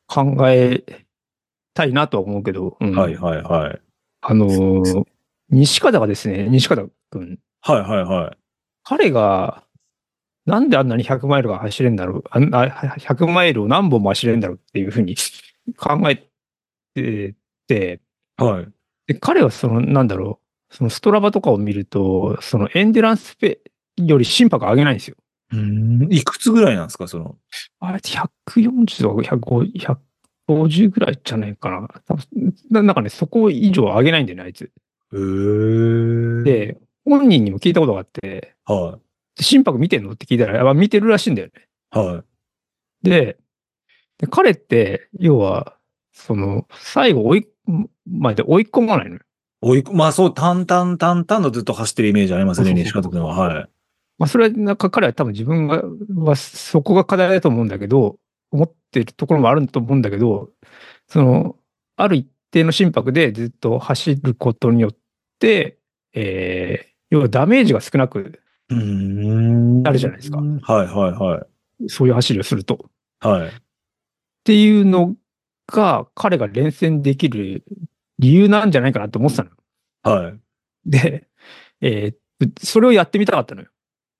[SPEAKER 2] 考えたいなとは思うけど、うん
[SPEAKER 1] はいはいはい。
[SPEAKER 2] あの
[SPEAKER 1] そうです
[SPEAKER 2] ー西方がですね、西方くん、
[SPEAKER 1] はいはいはい。
[SPEAKER 2] 彼が、なんであんなに100マイルが走れんだろう、あんあ100マイルを何本も走れんだろうっていうふうに 考えてて、
[SPEAKER 1] はい。
[SPEAKER 2] で彼はその、なんだろう、そのストラバとかを見ると、そのエンデュランスペより心拍上げないんですよ。
[SPEAKER 1] うん。いくつぐらいなんですか、その。
[SPEAKER 2] あれって140とか150 150ぐらいじゃないかな。多分ななんかね、そこ以上上げないんだよね、あいつ。
[SPEAKER 1] へえ。
[SPEAKER 2] で、本人にも聞いたことがあって、
[SPEAKER 1] は
[SPEAKER 2] 心拍見てんのって聞いたら、あ見てるらしいんだよね。
[SPEAKER 1] い。はい。
[SPEAKER 2] で、で彼って、要は、その、最後追い、まで追い込まないのよ。
[SPEAKER 1] おいく、まあそう、淡々淡々とずっと走ってるイメージありますね、
[SPEAKER 2] そうそう
[SPEAKER 1] 西方君は。はい。
[SPEAKER 2] まあ、それは、なんか彼は多分自分が、はそこが課題だと思うんだけど、思ってるところもあると思うんだけど、その、ある一定の心拍でずっと走ることによって、えー、要はダメージが少なく、
[SPEAKER 1] うん
[SPEAKER 2] あるじゃないですか
[SPEAKER 1] はいはいは
[SPEAKER 2] そういう走りをすると。っ
[SPEAKER 1] い。はい。
[SPEAKER 2] ていうのが、彼が連戦できる理由なんじゃないかなと思ってたの。
[SPEAKER 1] はい。
[SPEAKER 2] で、えーそれをやってみたかったのよ。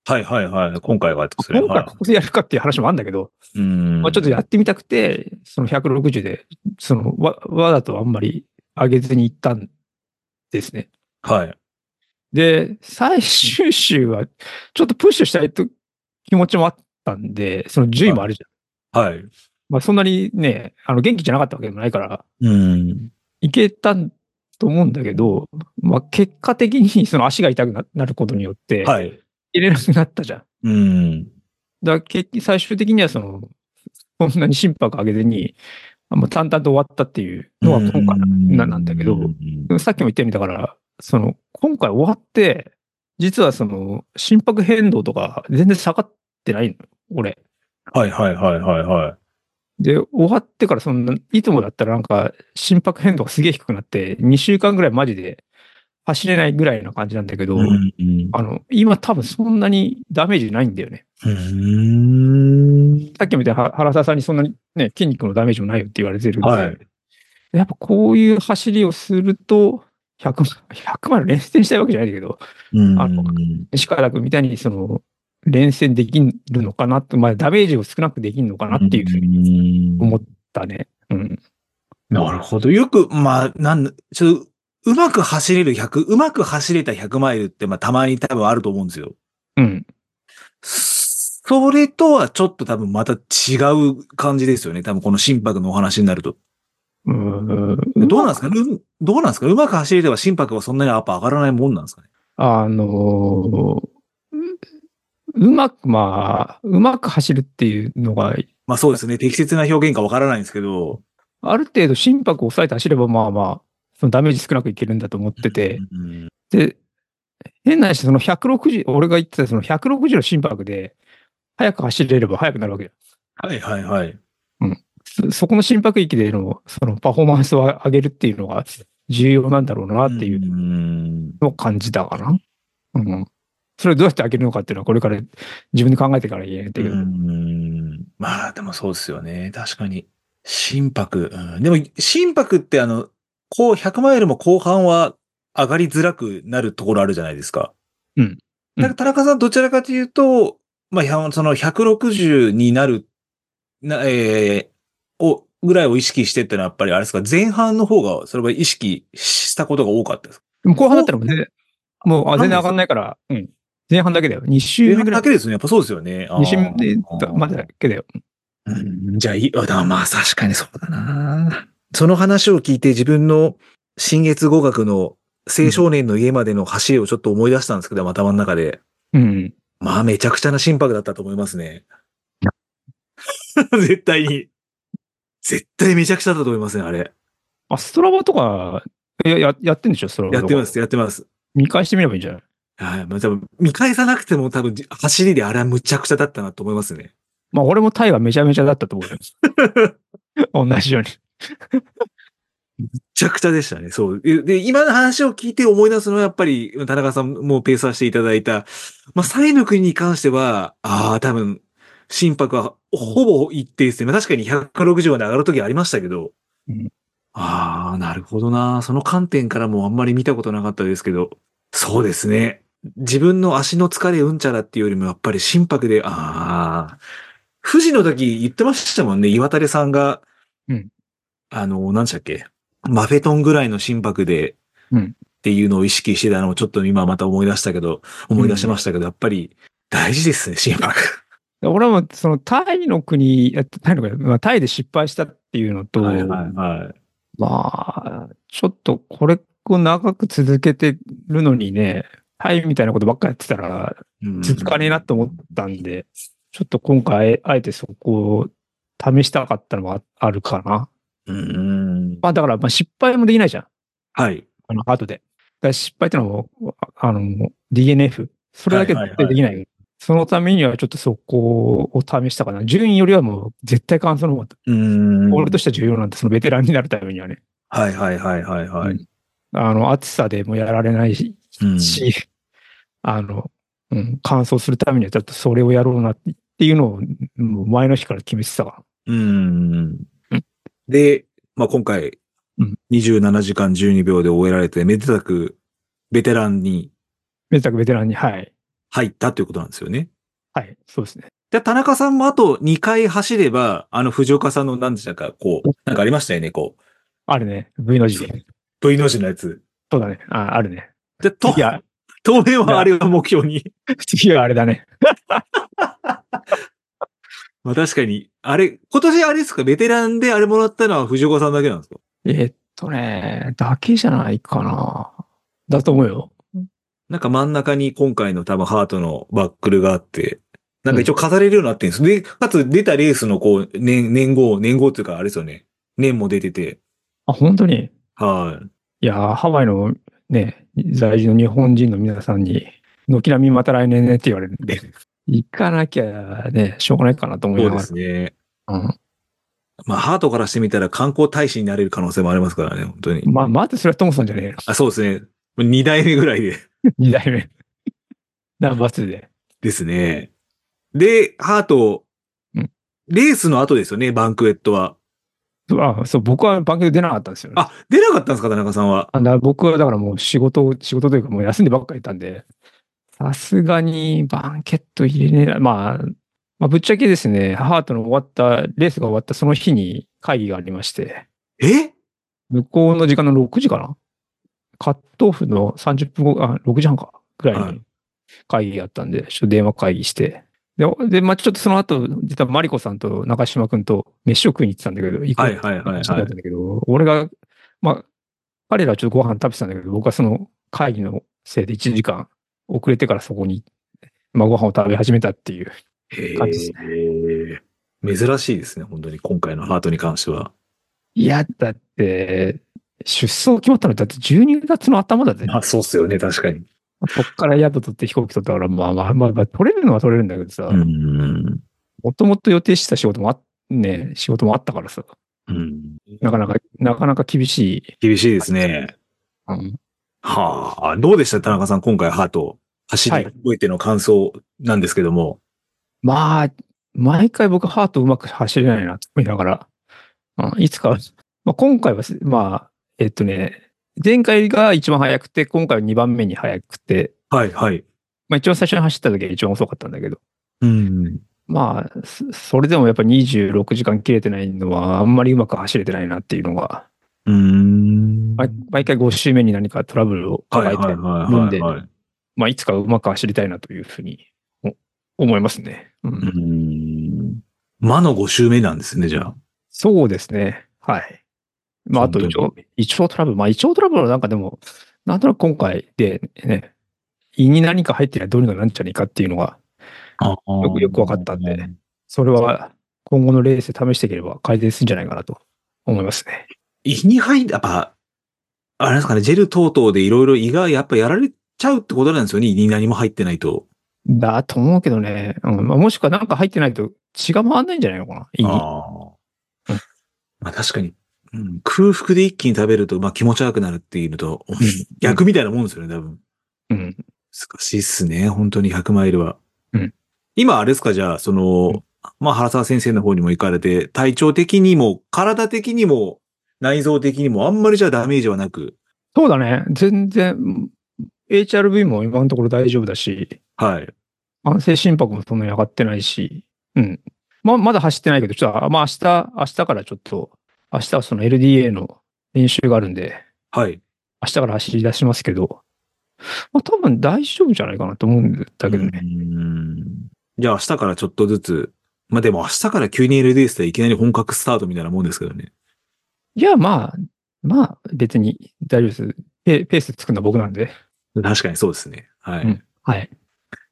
[SPEAKER 1] はいはいはい。今回はですね。
[SPEAKER 2] 今回
[SPEAKER 1] は
[SPEAKER 2] ここでやるかっていう話もあるんだけど、
[SPEAKER 1] い。うん
[SPEAKER 2] まあ、ちょっとやってみたくて、その160で、そのわ、わざとあんまり上げずに行ったんですね。
[SPEAKER 1] はい。
[SPEAKER 2] で、最終週は、ちょっとプッシュしたいと気持ちもあったんで、その順位もあるじゃん。
[SPEAKER 1] はい。
[SPEAKER 2] まあ、そんなにね、あの、元気じゃなかったわけでもないから、
[SPEAKER 1] うん。
[SPEAKER 2] いけたと思うんだけど、まあ、結果的にその足が痛くななることによって、
[SPEAKER 1] はい。
[SPEAKER 2] 入れなくなったじゃん。
[SPEAKER 1] うん。
[SPEAKER 2] だから結局最終的にはその、そんなに心拍上げずに、あまあ淡々と終わったっていうのは今回ななんだけど
[SPEAKER 1] う、
[SPEAKER 2] さっきも言ったようにだから、その、今回終わって、実はその、心拍変動とか全然下がってないの、俺。
[SPEAKER 1] はいはいはいはいはい。
[SPEAKER 2] で、終わってからそんな、いつもだったらなんか心拍変動がすげえ低くなって、2週間ぐらいマジで走れないぐらいな感じなんだけど、
[SPEAKER 1] うん
[SPEAKER 2] あの、今多分そんなにダメージないんだよね。
[SPEAKER 1] うん
[SPEAKER 2] さっきみたいには原沢さんにそんなにね、筋肉のダメージもないよって言われてるんで、
[SPEAKER 1] はい
[SPEAKER 2] やっぱこういう走りをすると、 100マイル、100マイル連戦したいわけじゃないんだけど、
[SPEAKER 1] うん
[SPEAKER 2] あの石川君みたいにその、連戦できるのかなって、まあダメージを少なくできるのかなっていうふうに
[SPEAKER 1] に
[SPEAKER 2] 思ったね。うん。
[SPEAKER 1] なるほど。よく、まあ、なん、ちょっと、うまく走れる100、うまく走れた100マイルって、まあ、たまに多分あると思うんですよ。
[SPEAKER 2] うん。
[SPEAKER 1] それとはちょっと多分また違う感じですよね。多分この心拍のお話になると。
[SPEAKER 2] うん
[SPEAKER 1] どうなんですかうんどうなんですかうまく走れれば心拍はそんなにやっぱ上がらないもんなんですかね
[SPEAKER 2] あのーううまく、まあ、うまく走るっていうのが、
[SPEAKER 1] まあそうですね。適切な表現かわからないんですけど。
[SPEAKER 2] ある程度心拍を抑えて走れば、まあまあ、そのダメージ少なくいけるんだと思ってて、
[SPEAKER 1] うん
[SPEAKER 2] で、変な話、その160、俺が言ってたその160の心拍で、速く走れれば速くなるわけ
[SPEAKER 1] はいはいはい。
[SPEAKER 2] そそこの心拍域での、そのパフォーマンスを上げるっていうのが重要なんだろうなっていう
[SPEAKER 1] うん
[SPEAKER 2] のを感じたかな。うん。それをどうやって上げるのかっていうのは、これから自分で考えてから言えないんだけど。
[SPEAKER 1] うんまあでもそうですよね。確かに。心拍。うんでも心拍ってあの、こう100マイルも後半は上がりづらくなるところあるじゃないですか。
[SPEAKER 2] うん
[SPEAKER 1] だ
[SPEAKER 2] うん
[SPEAKER 1] から田中さんどちらかというと、まあひゃ、その160になる、な、えー、を、ぐらいを意識してってのはやっぱりあれですか、前半の方がそれは意識したことが多かったですか
[SPEAKER 2] でも後半だったらもう全然、もうあ
[SPEAKER 1] なん
[SPEAKER 2] 全
[SPEAKER 1] で
[SPEAKER 2] 然上がんないから、うん。前半だけだよ。2
[SPEAKER 1] 前
[SPEAKER 2] 周目
[SPEAKER 1] 半
[SPEAKER 2] ぐら
[SPEAKER 1] だ。
[SPEAKER 2] い
[SPEAKER 1] けですよね。やっぱそうですよね。あー
[SPEAKER 2] 2周目だまでだけだよ。
[SPEAKER 1] うんじゃあいい。あだまあ確かにそうだな。その話を聞いて自分の新月語学の青少年の家までの走りをちょっと思い出したんですけど、頭の中で。
[SPEAKER 2] うん。
[SPEAKER 1] まあめちゃくちゃな心拍だったと思いますね。 絶対に。絶対めちゃくちゃだったと思いますね、あれ。
[SPEAKER 2] あ、ストラバとか、いや、ややってんでしょストラバ
[SPEAKER 1] や
[SPEAKER 2] と
[SPEAKER 1] っ
[SPEAKER 2] か
[SPEAKER 1] てます、やってます。
[SPEAKER 2] 見返してみればいいんじゃない
[SPEAKER 1] はい。まあ多分、見返さなくても多分、走りであれはむちゃくちゃだったなと思いますね。
[SPEAKER 2] まあ、俺もタイはめちゃめちゃだったと思います。 同じように。
[SPEAKER 1] めちゃくちゃでしたね。そう。で、今の話を聞いて思い出すのは、やっぱり、田中さんもペーサーしていただいた、まあ、サイヌ君に関しては、ああ、多分、心拍はほぼ一定ですね。まあ、確かに160まで上がるときありましたけど、
[SPEAKER 2] うん
[SPEAKER 1] ああ、なるほどな。その観点からもあんまり見たことなかったですけど、そうですね。自分の足の疲れうんちゃらっていうよりも、やっぱり心拍で、ああ、富士の時言ってましたもんね、岩垂さんが、
[SPEAKER 2] うん
[SPEAKER 1] あの、何でしたっけマフェトンぐらいの心拍で、
[SPEAKER 2] うん
[SPEAKER 1] っていうのを意識してたのをちょっと今また思い出したけど、思い出しましたけど、やっぱり大事ですね、心拍。
[SPEAKER 2] 俺はもうそのタイの国、えタイの国、まあ、タイで失敗したっていうのと、
[SPEAKER 1] いはい。
[SPEAKER 2] まあ、ちょっとこれを長く続けてるのにね、タイみたいなことばっかやってたら、続かねえなと思ったんで、ちょっと今回、あえてそこを試したかったのはあるかな。
[SPEAKER 1] うん。
[SPEAKER 2] まあだから、まあ失敗もできないじゃん。
[SPEAKER 1] はい。
[SPEAKER 2] あの、後で。だから失敗ってのはもう、ああの、DNF。それだけ
[SPEAKER 1] はいはい
[SPEAKER 2] 絶対できない。そのためにはちょっとそこを試したかな。順位よりはもう絶対感想の方が、
[SPEAKER 1] うん。
[SPEAKER 2] 俺としては重要なんで、そのベテランになるためにはね。
[SPEAKER 1] はいはいはいはいはい。
[SPEAKER 2] あの、暑さでもやられないし、
[SPEAKER 1] うん
[SPEAKER 2] あの、うん、乾燥するためにはちょっとそれをやろうなっていうのを、もう前の日から決めてたか
[SPEAKER 1] うん。で、まあ、今回
[SPEAKER 2] うん、
[SPEAKER 1] 27時間12秒で終えられて、めでたく、ベテランに
[SPEAKER 2] ら。めでたくベテランに、はい。
[SPEAKER 1] 入ったということなんですよね。
[SPEAKER 2] はい、そうですね。
[SPEAKER 1] で、田中さんもあと2回走れば、あの、藤岡さんの何でしたか、こう、なんかありましたよね、こ、
[SPEAKER 2] あるね。V の字。そう
[SPEAKER 1] V の字のやつ。
[SPEAKER 2] うだね。あ、あるね。
[SPEAKER 1] で、と
[SPEAKER 2] い、や、
[SPEAKER 1] 当面はあれを目標に。
[SPEAKER 2] 次はあれだね。
[SPEAKER 1] まあ確かに、あれ、今年あれですか、ベテランであれもらったのは藤岡さんだけなんですか
[SPEAKER 2] えーっとね、だけじゃないかな。だと思うよ。
[SPEAKER 1] なんか真ん中に今回の多分ハートのバックルがあって、なんか一応飾れるようになってるんです。で、かつ出たレースのこう、年、年号、年号っていうかあれですよね。年も出てて。
[SPEAKER 2] あ、本当に。
[SPEAKER 1] はい。
[SPEAKER 2] いやー、ハワイのね、在住の日本人の皆さんに、軒並みまた来年ねって言われるんで、行かなきゃね、しょうがないかなと思い
[SPEAKER 1] そ
[SPEAKER 2] な
[SPEAKER 1] うで
[SPEAKER 2] がら。
[SPEAKER 1] すね。
[SPEAKER 2] うん
[SPEAKER 1] まあハートからしてみたら観光大使になれる可能性もありますからね、本当に。
[SPEAKER 2] まあ、まずそれはトムソンじゃねえよ。
[SPEAKER 1] あ、そうですね。二代目ぐらいで。
[SPEAKER 2] 二代目。ナンバー2で。
[SPEAKER 1] ですね。で、ハート
[SPEAKER 2] うん、
[SPEAKER 1] レースの後ですよね、バンクエットは。
[SPEAKER 2] あそう、僕は番組出なかったんですよね。
[SPEAKER 1] あ、出なかったんですか、田中さんは。
[SPEAKER 2] あだ僕はだからもう仕事を、仕事というかもう休んでばっかりいたんで、さすがにバンケット入れねえな。まあ、まあ、ぶっちゃけですね、ハートの終わった、レースが終わったその日に会議がありまして、
[SPEAKER 1] え
[SPEAKER 2] 向こうの時間の6時かなカットオフの30分後、あ、6時半か、ぐらい
[SPEAKER 1] は
[SPEAKER 2] に会議があったんで、ちょっと電話会議して。で、でまあ、ちょっとその後、実はマリコさんと中島くんと飯を食いに行ってたんだけど、行こう
[SPEAKER 1] はいはいはいはい
[SPEAKER 2] 話だったんだけど、俺が、まあ、彼らはちょっとご飯食べてたんだけど、僕はその会議のせいで1時間遅れてからそこに、まあ、ご飯を食べ始めたっていう。
[SPEAKER 1] へ
[SPEAKER 2] 感じです
[SPEAKER 1] え。珍しいですね、本当に今回のハートに関しては。
[SPEAKER 2] いや、だって、出走決まったのだって12月の頭だぜ。
[SPEAKER 1] あ、そうっすよね、確かに。
[SPEAKER 2] そっから宿取って飛行機取ったから、まあまあまあ、まあ、取れるのは取れるんだけどさ
[SPEAKER 1] う、ん。
[SPEAKER 2] もともと予定してた仕事もあ、ね、仕事もあったからさ、
[SPEAKER 1] うん。
[SPEAKER 2] なかなか、なかなか厳しい。
[SPEAKER 1] 厳しいですね。
[SPEAKER 2] うん
[SPEAKER 1] はあ。どうでした、田中さん、今回ハート。走り
[SPEAKER 2] はい
[SPEAKER 1] 覚えての感想なんですけども。
[SPEAKER 2] まあ、毎回僕ハートうまく走れないなと思いながら、うんいつか、まあ今回はす、まあ、えっとね、前回が一番速くて、今回は2番目に速くて、
[SPEAKER 1] はい、はい。
[SPEAKER 2] まあ一番最初に走った時は一番遅かったんだけど、
[SPEAKER 1] うん。
[SPEAKER 2] まあ、そそれでもやっぱり26時間切れてないのは、あんまりうまく走れてないなっていうのが、
[SPEAKER 1] うん。
[SPEAKER 2] 毎毎回5周目に何かトラブルを
[SPEAKER 1] は
[SPEAKER 2] 抱
[SPEAKER 1] い、
[SPEAKER 2] えて
[SPEAKER 1] はい、
[SPEAKER 2] 飲ん
[SPEAKER 1] はい、
[SPEAKER 2] で
[SPEAKER 1] はい。
[SPEAKER 2] まあ、いつかうまく走りたいなというふうにお思いますね。うん
[SPEAKER 1] うん。魔の5周目なんですね、じゃあ。
[SPEAKER 2] そうですね。はい。まあ、あと胃腸
[SPEAKER 1] 本、
[SPEAKER 2] 胃腸トラブル。まあ、胃腸トラブルはなんかでも、なんとなく今回でね、胃に何か入ってりゃどうにかなんちゃねえかっていうのが、
[SPEAKER 1] あー
[SPEAKER 2] よくよくわかったんで。それは今後のレースで試していければ改善するんじゃないかなと思いますね。
[SPEAKER 1] 胃に入ん、やっぱ、あれですかね、ジェル等々でいろいろ胃がやっぱやられちゃうってことなんですよね、胃に何も入ってないと。
[SPEAKER 2] だと思うけどね。うんまあ、もしくはなんか入ってないと血が回んないんじゃないのかな。胃に。
[SPEAKER 1] あ
[SPEAKER 2] う
[SPEAKER 1] あ
[SPEAKER 2] ん。
[SPEAKER 1] まあ確かに、うん、空腹で一気に食べると、まあ気持ち悪くなるっていうのと、逆みたいなもんですよね、多分。
[SPEAKER 2] うん。
[SPEAKER 1] 難しいっすね、本当に100マイルは。
[SPEAKER 2] うん
[SPEAKER 1] 今、あれですか、じゃあ、その、
[SPEAKER 2] うん
[SPEAKER 1] まあ原沢先生の方にも行かれて、体調的にも、体的にも、内臓的にも、あんまりじゃあダメージはなく、
[SPEAKER 2] そうだね。全然、うん HRV も今のところ大丈夫だし、
[SPEAKER 1] はい。
[SPEAKER 2] 安静心拍もそんなに上がってないし、うん。まあ、まだ走ってないけど、ちょっと、あまあ明日、明日からちょっと、明日はその LDA の練習があるんで、
[SPEAKER 1] はい。
[SPEAKER 2] 明日から走り出しますけど、まあ多分大丈夫じゃないかなと思うんだけどね。
[SPEAKER 1] うんじゃあ明日からちょっとずつ、まあでも明日から急に LDS でいきなり本格スタートみたいなもんですけどね。
[SPEAKER 2] いや、まあ、まあ別に大丈夫です。ペペース作るのは僕なんで。
[SPEAKER 1] 確かにそうですね。はい。
[SPEAKER 2] うんはい。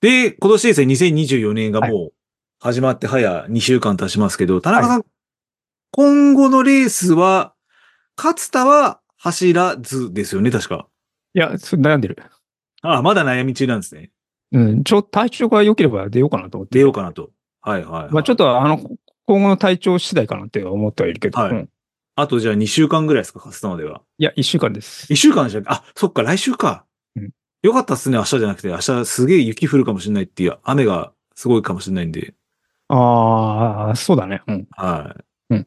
[SPEAKER 1] で、今年ですね、2024年がもう始まって早2週間経ちますけど、田中さん、今後のレースは、勝田は走らずですよね、確か。
[SPEAKER 2] いや、そ悩んでる。
[SPEAKER 1] ああ、まだ悩み中なんですね。
[SPEAKER 2] うん、ちょ、体調が良ければ出ようかなと思って。
[SPEAKER 1] 出ようかなと。はいはい、はい。
[SPEAKER 2] まあちょっ。と、あの、今後の体調次第かなって思ってはいるけど、
[SPEAKER 1] はい
[SPEAKER 2] うん
[SPEAKER 1] あとじゃあ2週間ぐらいですか、勝田までは。
[SPEAKER 2] いや、一週間です。
[SPEAKER 1] 一週間じゃなくて、あ、そっか、来週か
[SPEAKER 2] うん。
[SPEAKER 1] よかったっすね、明日じゃなくて、明日すげえ雪降るかもしれないっていう、雨がすごいかもしれないんで。
[SPEAKER 2] ああ、そうだね。うん。
[SPEAKER 1] はい。
[SPEAKER 2] うん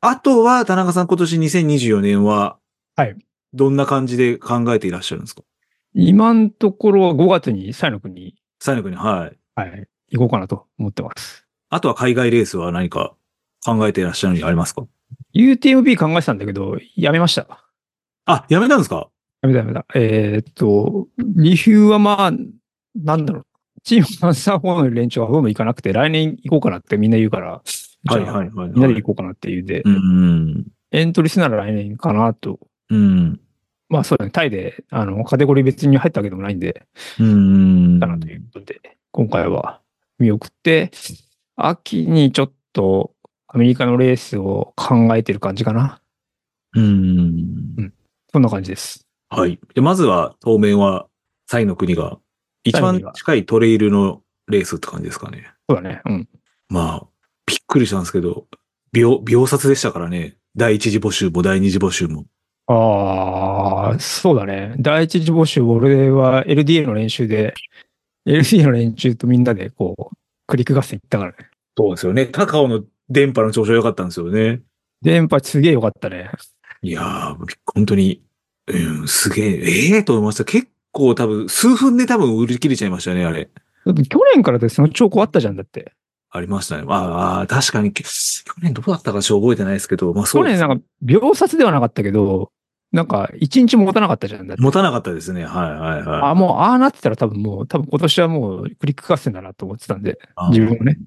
[SPEAKER 1] あとは、田中さん、今年2024年は、
[SPEAKER 2] はい。
[SPEAKER 1] どんな感じで考えていらっしゃるんですか
[SPEAKER 2] 今のところは5月に西野くんに、
[SPEAKER 1] 最後に、はい。
[SPEAKER 2] はい、行こうかなと思ってます。
[SPEAKER 1] あとは海外レースは何か考えていらっしゃるのにありますか
[SPEAKER 2] UTMB 考えてたんだけど、やめました。
[SPEAKER 1] あ、やめたんですか
[SPEAKER 2] やめたやめた。えーっと、理由はまあ、なんだろう。チームアンサー4の連中はほとんど行かなくて、来年行こうかなってみんな言うから、
[SPEAKER 1] はい
[SPEAKER 2] じゃあ
[SPEAKER 1] はいはい、
[SPEAKER 2] みんな
[SPEAKER 1] は
[SPEAKER 2] で
[SPEAKER 1] い。
[SPEAKER 2] 行こうかなって言うんで、
[SPEAKER 1] うん。
[SPEAKER 2] エントリーするなら来年かなと。
[SPEAKER 1] うん。
[SPEAKER 2] まあそうだね、タイで、あの、カテゴリー別に入ったわけでもないんで、
[SPEAKER 1] うん。
[SPEAKER 2] だなということで、今回は見送って、秋にちょっとアメリカのレースを考えてる感じかな。
[SPEAKER 1] うん。
[SPEAKER 2] そんな感じです。
[SPEAKER 1] はい。で、まずは、当面は、サイの国が、一
[SPEAKER 2] サイの
[SPEAKER 1] 番
[SPEAKER 2] 国が
[SPEAKER 1] 近いトレイルのレースって感じですかね。
[SPEAKER 2] そうだね。うん。
[SPEAKER 1] まあ、びっくりしたんですけど、秒、秒殺でしたからね。第一次募集も第二次募集も。
[SPEAKER 2] ああ、そうだね。第一次募集、俺は LDA の練習で、LDA の練習とみんなでこう、クリック合戦行ったからね。
[SPEAKER 1] そうですよね。高尾の電波の調子が良かったんですよね。
[SPEAKER 2] 電波すげえよかったね。
[SPEAKER 1] いやー、本当に、うん、すげえ、ええと思いました。結構多分、数分で多分売り切れちゃいましたね、あれ。
[SPEAKER 2] だって去年からでその兆候あったじゃんだって。
[SPEAKER 1] ありましたね。ああ、確かに、去年どうだったかしら覚えてないですけど、まあそ
[SPEAKER 2] 去
[SPEAKER 1] うで
[SPEAKER 2] 年
[SPEAKER 1] す。
[SPEAKER 2] なんか秒殺ではなかったけど、なんか一日も持たなかったじゃんだって。
[SPEAKER 1] 持たなかったですね。はいはいはい。
[SPEAKER 2] あ、もうああなってたら多分もう、多分今年はもうクリック合戦だなと思ってたんで、
[SPEAKER 1] あー
[SPEAKER 2] 自分もね。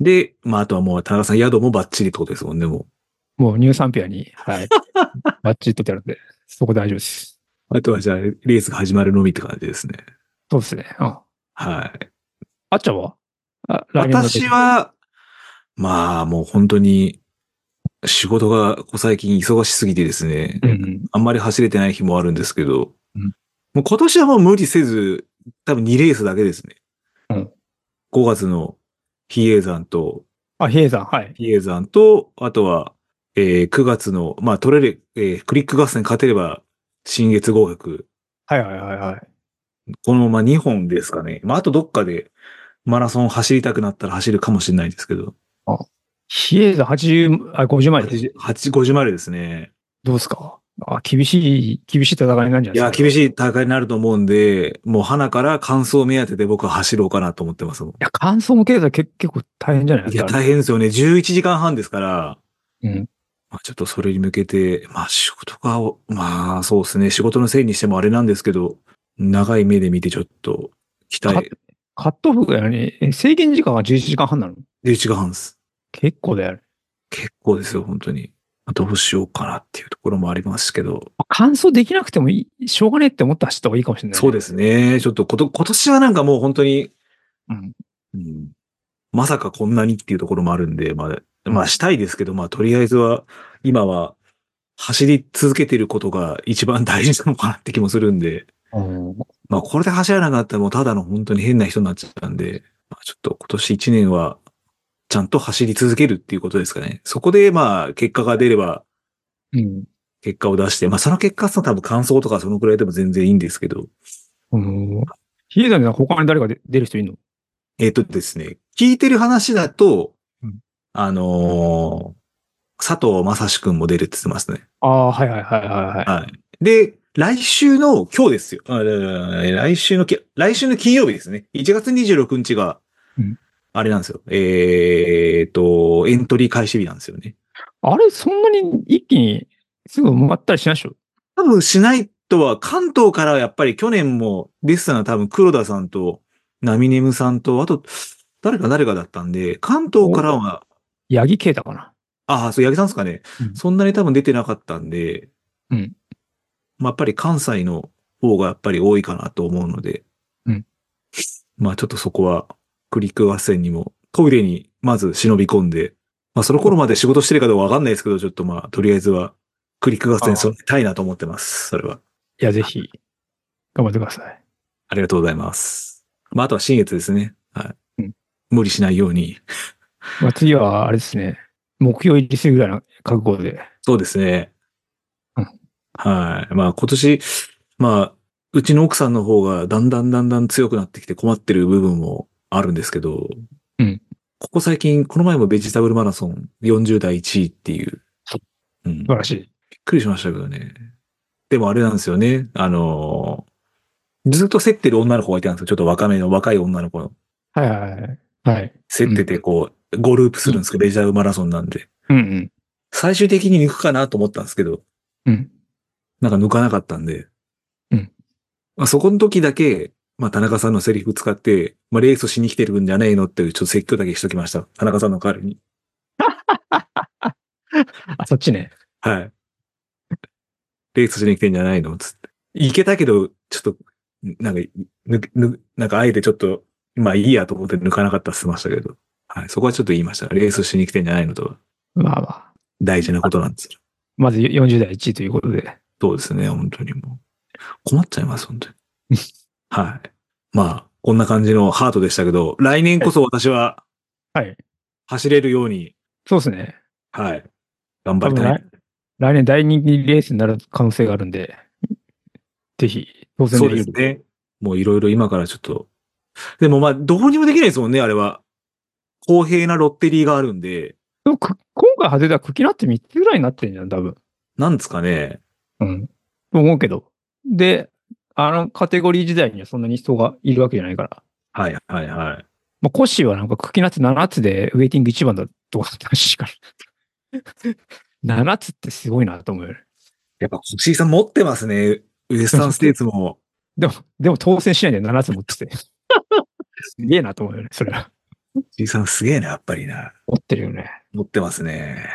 [SPEAKER 1] で、まああとはもう、田中さん宿もバッチリってことですもんね、もう。
[SPEAKER 2] もうニューサンピアに、はい。 バッチリ取ってあるんで、そこ大丈夫です。
[SPEAKER 1] あとはじゃあ、レースが始まるのみって感じですね。
[SPEAKER 2] そうですね。うん。
[SPEAKER 1] はい。
[SPEAKER 2] あっちゃんはあ来年の
[SPEAKER 1] 私は、まあもう本当に、仕事がここ最近忙しすぎてですね、
[SPEAKER 2] うんうん。
[SPEAKER 1] あんまり走れてない日もあるんですけど、
[SPEAKER 2] うん
[SPEAKER 1] もう今年はもう無理せず、多分2レースだけですね。
[SPEAKER 2] うん
[SPEAKER 1] 5月の比叡山と、
[SPEAKER 2] あ、比叡山、はい。
[SPEAKER 1] 比叡山と、あとは、えー9月の、まあ、取れる、えークリック合戦勝てれば、新月合格。
[SPEAKER 2] はいはいはいはい。
[SPEAKER 1] このまま2本ですかね。まあ、あとどっかでマラソン走りたくなったら走るかもしれないですけど。
[SPEAKER 2] 比叡山80、あ、50枚です。
[SPEAKER 1] 8 50までですね。
[SPEAKER 2] どうですかあ、厳しい、厳しい戦いになるんじ
[SPEAKER 1] い
[SPEAKER 2] ゃないですか
[SPEAKER 1] や、厳
[SPEAKER 2] い。い
[SPEAKER 1] しい大会になると思うんで、もう花から完走目当てで僕は走ろうかなと思ってますもん。
[SPEAKER 2] や、感想も経済結結構大変じゃないで
[SPEAKER 1] い
[SPEAKER 2] す
[SPEAKER 1] や、
[SPEAKER 2] か。
[SPEAKER 1] 大変ですよね。11時間半ですから、
[SPEAKER 2] うん。
[SPEAKER 1] まあ、ちょっとそれに向けて、まあ仕事が、まあそうですね、仕事のせいにしてもあれなんですけど、長い目で見てちょっと、期
[SPEAKER 2] カ
[SPEAKER 1] 待
[SPEAKER 2] ッ、カットオフがね、え制限時間が11時間半なの
[SPEAKER 1] 11時間半です。
[SPEAKER 2] 結構だよね。
[SPEAKER 1] 結構ですよ、本当に。まあどうしようかなっていうところもありますけど、
[SPEAKER 2] 完走できなくてもいい、しょうがねえって思って走った方がいいかもしれない。。
[SPEAKER 1] そうですすね、ちょっとこと、今年はなんかもう本当に、
[SPEAKER 2] うん。
[SPEAKER 1] うん、まさかこんなにっていうところもあるんで、まあ、まあしたいですけど、まあとりあえずは、今は、走り続けてることが一番大事なのかなって気もするんで、まあこれで走らなくなったらもうただの本当に変な人になっちゃったんで、まあ、ちょっと今年1年はちゃんと走り続けるっていうことですかね。そこでまあ結果が出れば
[SPEAKER 2] うん。
[SPEAKER 1] 結果を出して、まあその結果さ多分感想とかそのくらいでも全然いいんですけど、
[SPEAKER 2] うん。比叡山で他に誰かで出る人いるの
[SPEAKER 1] えっ、とですね、聞いてる話だと、
[SPEAKER 2] うん
[SPEAKER 1] あのー佐藤正史くんも出るって言ってますね。
[SPEAKER 2] ああ、はいはいはいはいはい。
[SPEAKER 1] はい。で、来週の今日ですよ。あえー来週のき、来週の金曜日ですね。1月26日が
[SPEAKER 2] うん、
[SPEAKER 1] あれなんですよ。えーっと、エントリー開始日なんですよね。
[SPEAKER 2] あれ、そんなに一気にすぐ回ったりしないでしょ
[SPEAKER 1] 多分しないとは、関東からやっぱり去年も出てたのは多分黒田さんと、ナミネムさんと、あと、誰か誰かだったんで、関東からは、
[SPEAKER 2] 八木啓太かな。
[SPEAKER 1] ああ、そう、八木さんですかね、
[SPEAKER 2] うん
[SPEAKER 1] そんなに多分出てなかったんで、
[SPEAKER 2] うん
[SPEAKER 1] まあ、やっぱり関西の方がやっぱり多いかなと思うので、
[SPEAKER 2] うん
[SPEAKER 1] まあちょっとそこは、クリック合戦にも、トイレにまず忍び込んで、まあその頃まで仕事してるかどうかわかんないですけど、ちょっとまあとりあえずは、クリック合戦に備えたいなと思ってます。それは。
[SPEAKER 2] いや、ぜひ、頑張ってください。
[SPEAKER 1] ありがとうございます。まああとは新月ですね。はい。
[SPEAKER 2] うん
[SPEAKER 1] 無理しないように。
[SPEAKER 2] まあ、次は、あれですね、目標入りするぐらいの覚悟で。
[SPEAKER 1] そうですね
[SPEAKER 2] うん。
[SPEAKER 1] はい。まあ今年、まあ、うちの奥さんの方がだんだんだんだん強くなってきて困ってる部分もあるんですけど、
[SPEAKER 2] うん
[SPEAKER 1] ここ最近、この前もベジタブルマラソン40代1位っていう、うん、び
[SPEAKER 2] 素
[SPEAKER 1] っ
[SPEAKER 2] 晴らしい。
[SPEAKER 1] くりしましたけどね。でもあれなんですよね。あのーずっと競ってる女の子がいたんですよ。ちょっと若めの若い女の子の。
[SPEAKER 2] はいはいはい。はい。
[SPEAKER 1] 競っててこう、5ループするんですけど、ベジタブルマラソンなんで。
[SPEAKER 2] うんうん。
[SPEAKER 1] 最終的に抜くかなと思ったんですけど、
[SPEAKER 2] うん。
[SPEAKER 1] なんか抜かなかったんで。
[SPEAKER 2] うん
[SPEAKER 1] まあ、そこの時だけ、まあ、田中さんのセリフ使って、まあ、レースをしに来てるんじゃねえのっていう、ちょっと説教だけしときました。田中さんの代わりに。
[SPEAKER 2] あ、そっちね。
[SPEAKER 1] はい。レースしに来てんじゃないのつって。いけたけど、ちょっと、なんか、ぬ、ぬ、なんかあえてちょっと、まあいいやと思って抜かなかったら済ましたけど。はい。そこはちょっと言いました。レースしに来てんじゃないのとは、
[SPEAKER 2] まあまあ。
[SPEAKER 1] 大事なことなんですよ。
[SPEAKER 2] まず40代1位ということで。
[SPEAKER 1] そうですね、本当にもう。困っちゃいます、本当に。 はい。まあ、こんな感じのハートでしたけど、来年こそ私は
[SPEAKER 2] はい。
[SPEAKER 1] 走れるように、
[SPEAKER 2] そうですね。
[SPEAKER 1] はい。頑張りた
[SPEAKER 2] 多
[SPEAKER 1] い
[SPEAKER 2] 分。来年大人気レースになる可能性があるんで、ぜひ、当選
[SPEAKER 1] そ
[SPEAKER 2] で
[SPEAKER 1] う
[SPEAKER 2] き
[SPEAKER 1] で
[SPEAKER 2] る
[SPEAKER 1] すね。もういろいろ今からちょっと。でもまあ、どうにもできないですもんね、あれは。公平なロッテリーがあるんで、
[SPEAKER 2] でもく今回外れたら茎だって3つぐらいになってんじゃん、多分。
[SPEAKER 1] なんですかね。
[SPEAKER 2] うん。と思うけど。で、あのカテゴリー時代にはそんなに人がいるわけじゃないから。
[SPEAKER 1] はいはいはい。
[SPEAKER 2] まあ、コッシーはなんか茎ナッツ7つでウェイティング1番だとかって話から。7つってすごいなと思うよね。
[SPEAKER 1] やっぱ、シーさん持ってますね。ウエスタンステーツも。
[SPEAKER 2] でも、でも当選しないで7つ持って て。すげえなと思うよね、それは。
[SPEAKER 1] シーさんすげえな、やっぱりな。
[SPEAKER 2] 持ってるよね。
[SPEAKER 1] 持ってますね。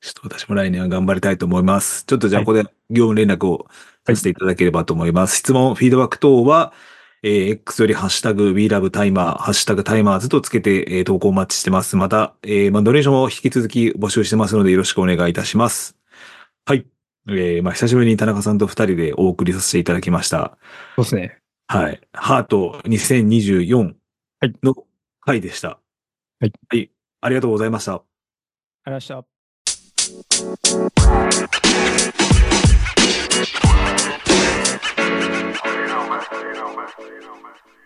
[SPEAKER 1] ちょっと私も来年は頑張りたいと思います。ちょっとじゃあ
[SPEAKER 2] はい
[SPEAKER 1] ここで業務連絡をさせていただければと思います。質問、フィードバック等は、えー X よりハッシュタグ WeLoveTimer、ハッシュタグタイマーズとつけて、えー投稿お待ちしてます。また、えーまあ、ドネーションも引き続き募集してますのでよろしくお願いいたします。はい。えーまあ、久しぶりに田中さんと二人でお送りさせていただきました。
[SPEAKER 2] そうですね。
[SPEAKER 1] はい。ハート2024
[SPEAKER 2] はい
[SPEAKER 1] の回でした。
[SPEAKER 2] はい。
[SPEAKER 1] はい。ありがとうございました。
[SPEAKER 2] ありがとうございました。
[SPEAKER 3] You know, man. You know, man. You know, man.